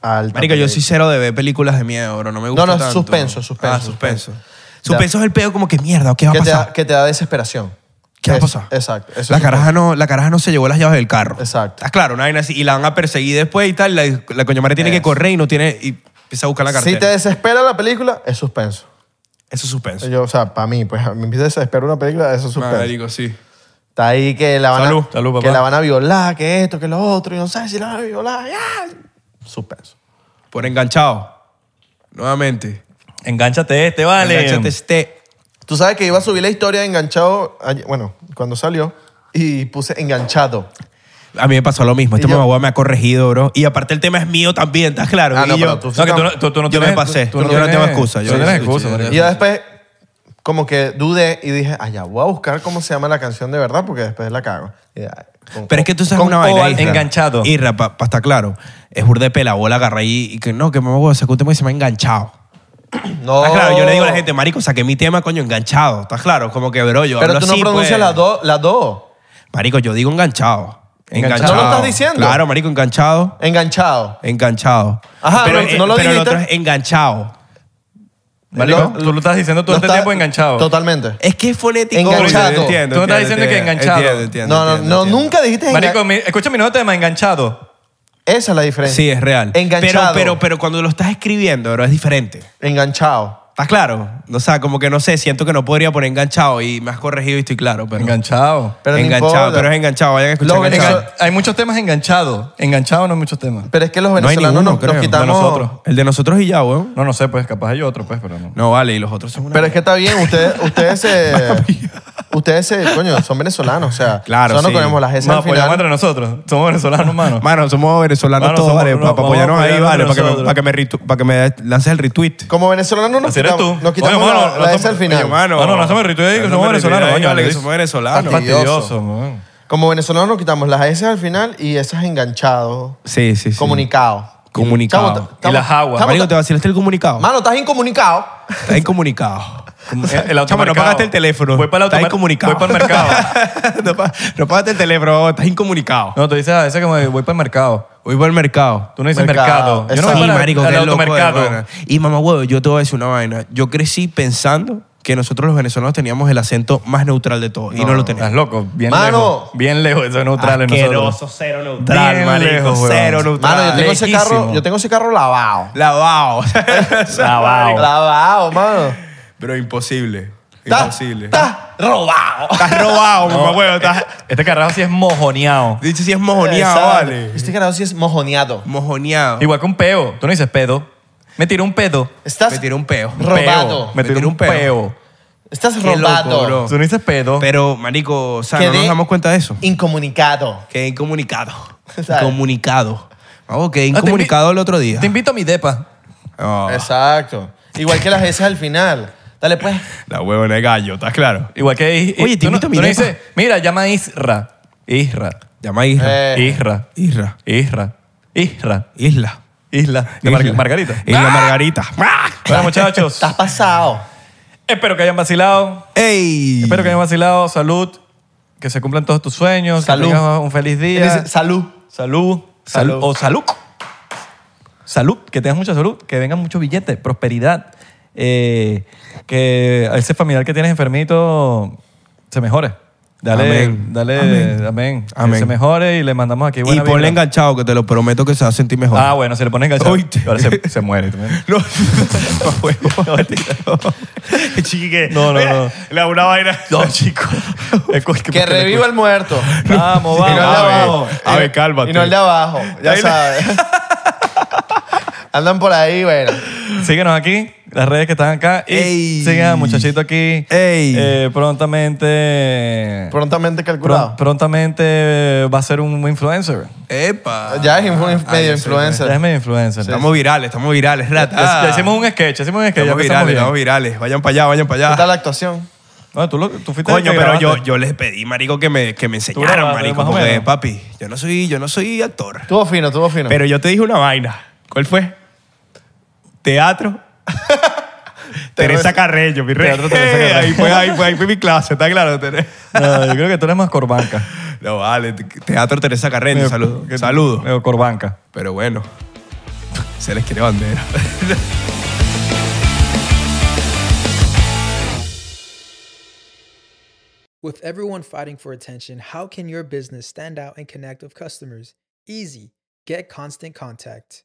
Speaker 1: Alta
Speaker 3: Marico, yo
Speaker 1: película.
Speaker 3: soy cero de ver películas de miedo, bro. No me gusta
Speaker 1: No, no, es
Speaker 3: tanto.
Speaker 1: suspenso, suspenso,
Speaker 3: Ah, suspenso.
Speaker 1: suspenso.
Speaker 3: Suspenso es el pedo como que mierda, ¿qué va a
Speaker 1: Que te,
Speaker 3: pasar?
Speaker 1: da, que te da desesperación.
Speaker 3: ¿Qué va a
Speaker 1: Es-
Speaker 3: pasar?
Speaker 1: Exacto. eso
Speaker 3: La
Speaker 1: es-
Speaker 3: caraja, no, la caraja no se llevó las llaves del carro.
Speaker 1: Exacto.
Speaker 3: Ah, claro, una vaina así. Y la van a perseguir después y tal. La, la coña madre tiene que correr y no tiene... Y empieza a buscar la
Speaker 1: Si
Speaker 3: cartera.
Speaker 1: te desespera la película, es suspenso.
Speaker 3: Eso es suspenso.
Speaker 1: Yo, o sea, para mí, pues a mí me desespera una película, eso es suspenso.
Speaker 3: Marico, sí.
Speaker 1: Está ahí que la van,
Speaker 3: Salud.
Speaker 1: a,
Speaker 2: Salud,
Speaker 1: que
Speaker 2: papá.
Speaker 1: la van a violar, que esto, que lo otro, y no sabes si la van a violar. ¡Ah! Suspenso.
Speaker 3: Por enganchado. Nuevamente.
Speaker 2: Engánchate este, vale.
Speaker 3: Enganchate este...
Speaker 1: Tú sabes que iba a subir la historia de enganchado, ayer- bueno, cuando salió, y puse enganchado.
Speaker 3: A mí me pasó lo mismo. Este
Speaker 1: Y yo-
Speaker 3: mamagüey me ha corregido, bro. Y aparte el tema es mío también, ¿estás claro?
Speaker 1: Ah, no,
Speaker 3: Y yo-
Speaker 1: pero tú-
Speaker 2: No, que tú no, tú- tú no
Speaker 3: Yo me
Speaker 2: tienes-
Speaker 3: pasé.
Speaker 2: tú- tú
Speaker 3: Yo no tengo
Speaker 2: tienes-
Speaker 3: excusa.
Speaker 2: tú
Speaker 3: Yo
Speaker 2: no tienes
Speaker 3: sí, sí,
Speaker 2: excusa,
Speaker 3: sí,
Speaker 2: marico.
Speaker 1: Y yo después, como que dudé y dije, ah, ya, voy a buscar cómo se llama la canción de verdad, porque después la cago. Y, ah, con-
Speaker 3: Pero es que tú sabes
Speaker 2: Con
Speaker 3: una
Speaker 2: o
Speaker 3: vaina.
Speaker 2: al
Speaker 3: Isra.
Speaker 2: enganchado.
Speaker 3: Isra, para estar claro, es burde pela bola, agarra ahí y que no, que mamá huevo, sacó un tema que se llama enganchado.
Speaker 1: no.
Speaker 3: ¿Estás Ah, claro? Yo le digo a la gente, marico, saqué mi tema, coño, enganchado. ¿Estás claro? Como que, bro, yo
Speaker 1: Pero
Speaker 3: hablo
Speaker 1: tú no
Speaker 3: así,
Speaker 1: pronuncias
Speaker 3: pues.
Speaker 1: la do, la do.
Speaker 3: Marico, yo digo enganchado.
Speaker 2: Enganchado.
Speaker 3: Enganchado.
Speaker 1: ¿No lo estás diciendo?
Speaker 3: Claro, marico, enganchado.
Speaker 1: Enganchado.
Speaker 3: Enganchado.
Speaker 1: Ajá,
Speaker 3: pero,
Speaker 1: no- no lo
Speaker 3: pero el
Speaker 1: dijiste.
Speaker 3: otro es enganchado.
Speaker 2: Marico,
Speaker 1: Lo-
Speaker 2: tú lo estás diciendo todo
Speaker 1: No
Speaker 2: este
Speaker 1: está-
Speaker 3: pues,
Speaker 2: tiempo enganchado.
Speaker 1: Totalmente.
Speaker 3: Es que es fonético.
Speaker 1: Enganchado.
Speaker 3: Yo Entiendo,
Speaker 2: Tú no estás
Speaker 3: entiendo,
Speaker 2: diciendo que
Speaker 3: entiendo,
Speaker 2: enganchado.
Speaker 3: Entiendo, entiendo,
Speaker 1: no, no,
Speaker 3: entiendo,
Speaker 1: no,
Speaker 3: entiendo.
Speaker 1: nunca dijiste
Speaker 2: Marico,
Speaker 1: enganchado.
Speaker 2: mi- escucha mi nuevo tema, enganchado.
Speaker 1: Esa es la diferencia.
Speaker 3: Sí, es real.
Speaker 1: Enganchado.
Speaker 3: Pero, pero, pero cuando lo estás escribiendo, bro, es diferente.
Speaker 1: Enganchado.
Speaker 3: ¿Estás claro? O sea, como que no sé, siento que no podría poner enganchado y me has corregido y estoy claro, pero.
Speaker 2: Enganchado.
Speaker 1: Pero no
Speaker 3: enganchado,
Speaker 1: importa.
Speaker 3: pero es enganchado, vayan a escuchar.
Speaker 1: Lo que
Speaker 3: enganchado.
Speaker 1: eso-
Speaker 2: Hay muchos temas enganchados. Enganchado no hay muchos temas.
Speaker 1: Pero es que los
Speaker 3: No hay
Speaker 1: venezolanos
Speaker 3: ninguno,
Speaker 1: nos, nos
Speaker 3: creo, de
Speaker 1: quitamos.
Speaker 2: nosotros.
Speaker 3: El de nosotros y ya, weón.
Speaker 2: No, no sé, pues capaz hay otro, pues, pero no.
Speaker 3: No vale, y los otros son una.
Speaker 1: Pero es que está bien, ustedes, ustedes se. ustedes se. Coño, son venezolanos, o sea.
Speaker 3: Claro,
Speaker 1: Nosotros
Speaker 3: sí. pues,
Speaker 1: no ponemos las S
Speaker 2: Nos
Speaker 1: al final.
Speaker 2: apoyamos entre nosotros. Somos venezolanos, mano.
Speaker 3: Mano, somos venezolanos
Speaker 2: Mano,
Speaker 3: todos,
Speaker 2: somos-
Speaker 3: vale.
Speaker 2: no,
Speaker 3: Para
Speaker 2: vamos
Speaker 3: apoyarnos
Speaker 2: a
Speaker 3: ahí,
Speaker 2: apoyarnos
Speaker 3: vale. Para que, me,
Speaker 2: nosotros.
Speaker 3: pa' que me, ritu- pa' que me lances el retweet.
Speaker 1: Como venezolanos nos
Speaker 2: Así eres
Speaker 1: quitamos,
Speaker 2: tú.
Speaker 1: nos quitamos
Speaker 2: Oye, mano,
Speaker 1: la,
Speaker 2: no
Speaker 1: la S
Speaker 2: somos-
Speaker 1: al final.
Speaker 3: Oye, mano,
Speaker 2: Ah, no, no hacemos el retweet ahí, que
Speaker 3: no
Speaker 2: somos
Speaker 3: hacemos el retweet
Speaker 2: venezolanos,
Speaker 3: ahí,
Speaker 2: coño,
Speaker 3: vale, que
Speaker 2: Luis.
Speaker 3: somos venezolanos.
Speaker 1: Fastidioso.
Speaker 2: Fastidioso, man.
Speaker 1: Como venezolanos nos quitamos las S al final y eso es enganchado.
Speaker 3: Sí, sí, sí.
Speaker 1: Comunicado.
Speaker 3: Comunicado.
Speaker 1: Chamo, ta-
Speaker 2: Y las aguas.
Speaker 1: chamo,
Speaker 3: Marico,
Speaker 1: ta-
Speaker 3: te vacilaste el comunicado.
Speaker 1: Mano, estás incomunicado.
Speaker 3: Está incomunicado.
Speaker 2: El, el
Speaker 3: Chamo, no
Speaker 2: automercado.
Speaker 3: pagaste el teléfono.
Speaker 2: Voy para el
Speaker 3: Estás
Speaker 2: automer-
Speaker 3: incomunicado.
Speaker 2: Voy para el mercado.
Speaker 3: no, pa- no pagaste el teléfono, babón, estás incomunicado.
Speaker 2: No, tú dices a veces como que voy para el mercado.
Speaker 3: Voy por el mercado.
Speaker 2: Tú no dices mercado.
Speaker 1: Mercado.
Speaker 2: Yo no
Speaker 1: Exacto.
Speaker 2: voy
Speaker 3: Sí,
Speaker 2: para
Speaker 3: marico,
Speaker 2: el
Speaker 3: qué loco de
Speaker 2: automercado.
Speaker 3: pana. Y mamá huevo, yo te voy a decir una vaina. Yo crecí pensando que nosotros los venezolanos teníamos el acento más neutral de todos y no lo
Speaker 2: Estás
Speaker 3: teníamos.
Speaker 2: loco. Bien
Speaker 1: Mano.
Speaker 2: lejos. Bien lejos de ser neutrales nosotros.
Speaker 3: cero neutral,
Speaker 2: Bien
Speaker 3: marico,
Speaker 2: lejos, huevón.
Speaker 3: cero neutral.
Speaker 1: Mano, yo tengo, ese carro,
Speaker 2: lejísimo.
Speaker 1: yo tengo ese carro lavado.
Speaker 3: Lavado.
Speaker 2: Lavado.
Speaker 1: Lavado, mano.
Speaker 3: Pero imposible.
Speaker 1: Estás
Speaker 3: Imposible.
Speaker 1: estás robado.
Speaker 3: Estás robado, mamá huevo. Estás...
Speaker 2: Este carajo sí es mojoneado.
Speaker 3: Dice si es mojoneado,
Speaker 1: Exacto.
Speaker 3: vale.
Speaker 1: Este carajo sí es mojoneado.
Speaker 3: Mojoneado.
Speaker 2: Igual que un peo. Tú no dices pedo. Me tiró un pedo.
Speaker 1: Estás
Speaker 3: Me tiré un peo.
Speaker 2: Un peo.
Speaker 1: robado.
Speaker 2: Me tiró un peo.
Speaker 1: Estás
Speaker 3: Qué loco,
Speaker 1: robado.
Speaker 3: bro.
Speaker 2: Tú no dices pedo.
Speaker 3: Pero, marico, o sea, no
Speaker 1: Quedé
Speaker 3: nos damos cuenta de eso.
Speaker 1: Incomunicado.
Speaker 3: Quedé incomunicado.
Speaker 1: ¿Sabes?
Speaker 3: Comunicado. Vamos, quedé
Speaker 2: Ah, te
Speaker 3: incomunicado
Speaker 2: invi-
Speaker 3: el otro día.
Speaker 2: Te invito a mi depa.
Speaker 3: Ah,
Speaker 1: Exacto. Igual que las S al final. Dale pues.
Speaker 3: la huevona de gallo, ¿estás claro?
Speaker 2: Igual que...
Speaker 3: Oye, te
Speaker 2: tú no-
Speaker 3: invito a mi
Speaker 2: tú no
Speaker 3: depa.
Speaker 2: dices, mira, llama a Isra. Isra.
Speaker 3: Llama a Isra.
Speaker 1: Eh,
Speaker 2: Isra.
Speaker 3: Isra.
Speaker 2: Isra. Isra.
Speaker 3: Isla.
Speaker 2: Isla. De Mar- Margarita. Ah,
Speaker 3: Isla Eh. Margarita.
Speaker 2: Bueno, muchachos.
Speaker 1: Estás pasado.
Speaker 2: espero que hayan vacilado.
Speaker 3: ¡Ey!
Speaker 2: Espero que hayan vacilado. Salud. Que se cumplan todos tus sueños. que
Speaker 1: Salud.
Speaker 2: tengas un feliz
Speaker 1: Él
Speaker 2: día.
Speaker 1: dice, salud.
Speaker 2: Salud. Sal-
Speaker 1: Salud.
Speaker 2: O salud. Salud. Que tengas mucha salud. Que vengan muchos billetes. Prosperidad. eh, que a ese familiar que tienes enfermito se mejore. Dale,
Speaker 3: Amén.
Speaker 2: dale, amén.
Speaker 3: Amén.
Speaker 2: Que
Speaker 3: Amén.
Speaker 2: se mejore y le mandamos aquí
Speaker 3: Y
Speaker 2: buena
Speaker 3: ponle
Speaker 2: vibra.
Speaker 3: enganchado, que te lo prometo que se va a sentir mejor.
Speaker 2: Ah, bueno, se le pone enganchado.
Speaker 3: Oíste.
Speaker 2: Ahora se, se muere. también.
Speaker 3: No.
Speaker 2: No, mentira. No, no, no.
Speaker 10: Le hago una vaina.
Speaker 2: No, chico. Es cual-
Speaker 1: Que reviva el muerto.
Speaker 2: Vamos,
Speaker 1: Y no el de abajo.
Speaker 2: vamos.
Speaker 10: a ver, cálmate.
Speaker 1: Y no el de abajo, ya sabes. Andan por ahí, bueno.
Speaker 2: Síguenos aquí, las redes que están acá. Y
Speaker 3: Ey.
Speaker 2: sigan al muchachito aquí.
Speaker 3: Ey.
Speaker 2: Eh, prontamente.
Speaker 1: Prontamente
Speaker 2: pron-
Speaker 1: calculado.
Speaker 2: prontamente eh, va a ser un influencer.
Speaker 3: ¡Epa!
Speaker 1: ya es influ- medio
Speaker 3: Ah, ya sé, güey.
Speaker 1: influencer.
Speaker 2: Ya es medio influencer.
Speaker 3: Estamos virales, estamos virales, rata.
Speaker 2: Ya- ya hicimos un sketch, hicimos un sketch.
Speaker 3: Estamos
Speaker 2: ya empezamos
Speaker 3: virales,
Speaker 2: bien.
Speaker 3: estamos virales. Vayan para allá, vayan para
Speaker 1: ¿Qué tal
Speaker 3: allá.
Speaker 1: la actuación?
Speaker 2: Bueno, tú, lo- tú fuiste el
Speaker 3: Coño,
Speaker 2: que
Speaker 3: pero yo,
Speaker 2: grabaste.
Speaker 3: yo les pedí, marico, que me, que me enseñaran,
Speaker 2: grabaste,
Speaker 3: marico.
Speaker 2: más o
Speaker 3: Porque,
Speaker 2: menos.
Speaker 3: papi, yo no soy, yo no soy actor.
Speaker 1: Tuvo fino, tuvo fino.
Speaker 3: Pero yo te dije una vaina. ¿Cuál fue? Teatro. Teresa Carreño, mi rey.
Speaker 2: Teatro Teresa Carreño.
Speaker 3: Ahí fue, ahí fue, ahí fue mi clase, está claro. Tere-
Speaker 2: No, yo creo que tú eres más corbanca.
Speaker 3: No, vale. Teatro Teresa Carreño,
Speaker 2: Medio-
Speaker 3: saludo.
Speaker 2: que-
Speaker 3: Saludo.
Speaker 2: medio corbanca.
Speaker 3: Pero bueno, se les quiere bandera.
Speaker 11: With everyone fighting for attention, how can your business stand out and connect with customers? Easy. Get Constant Contact.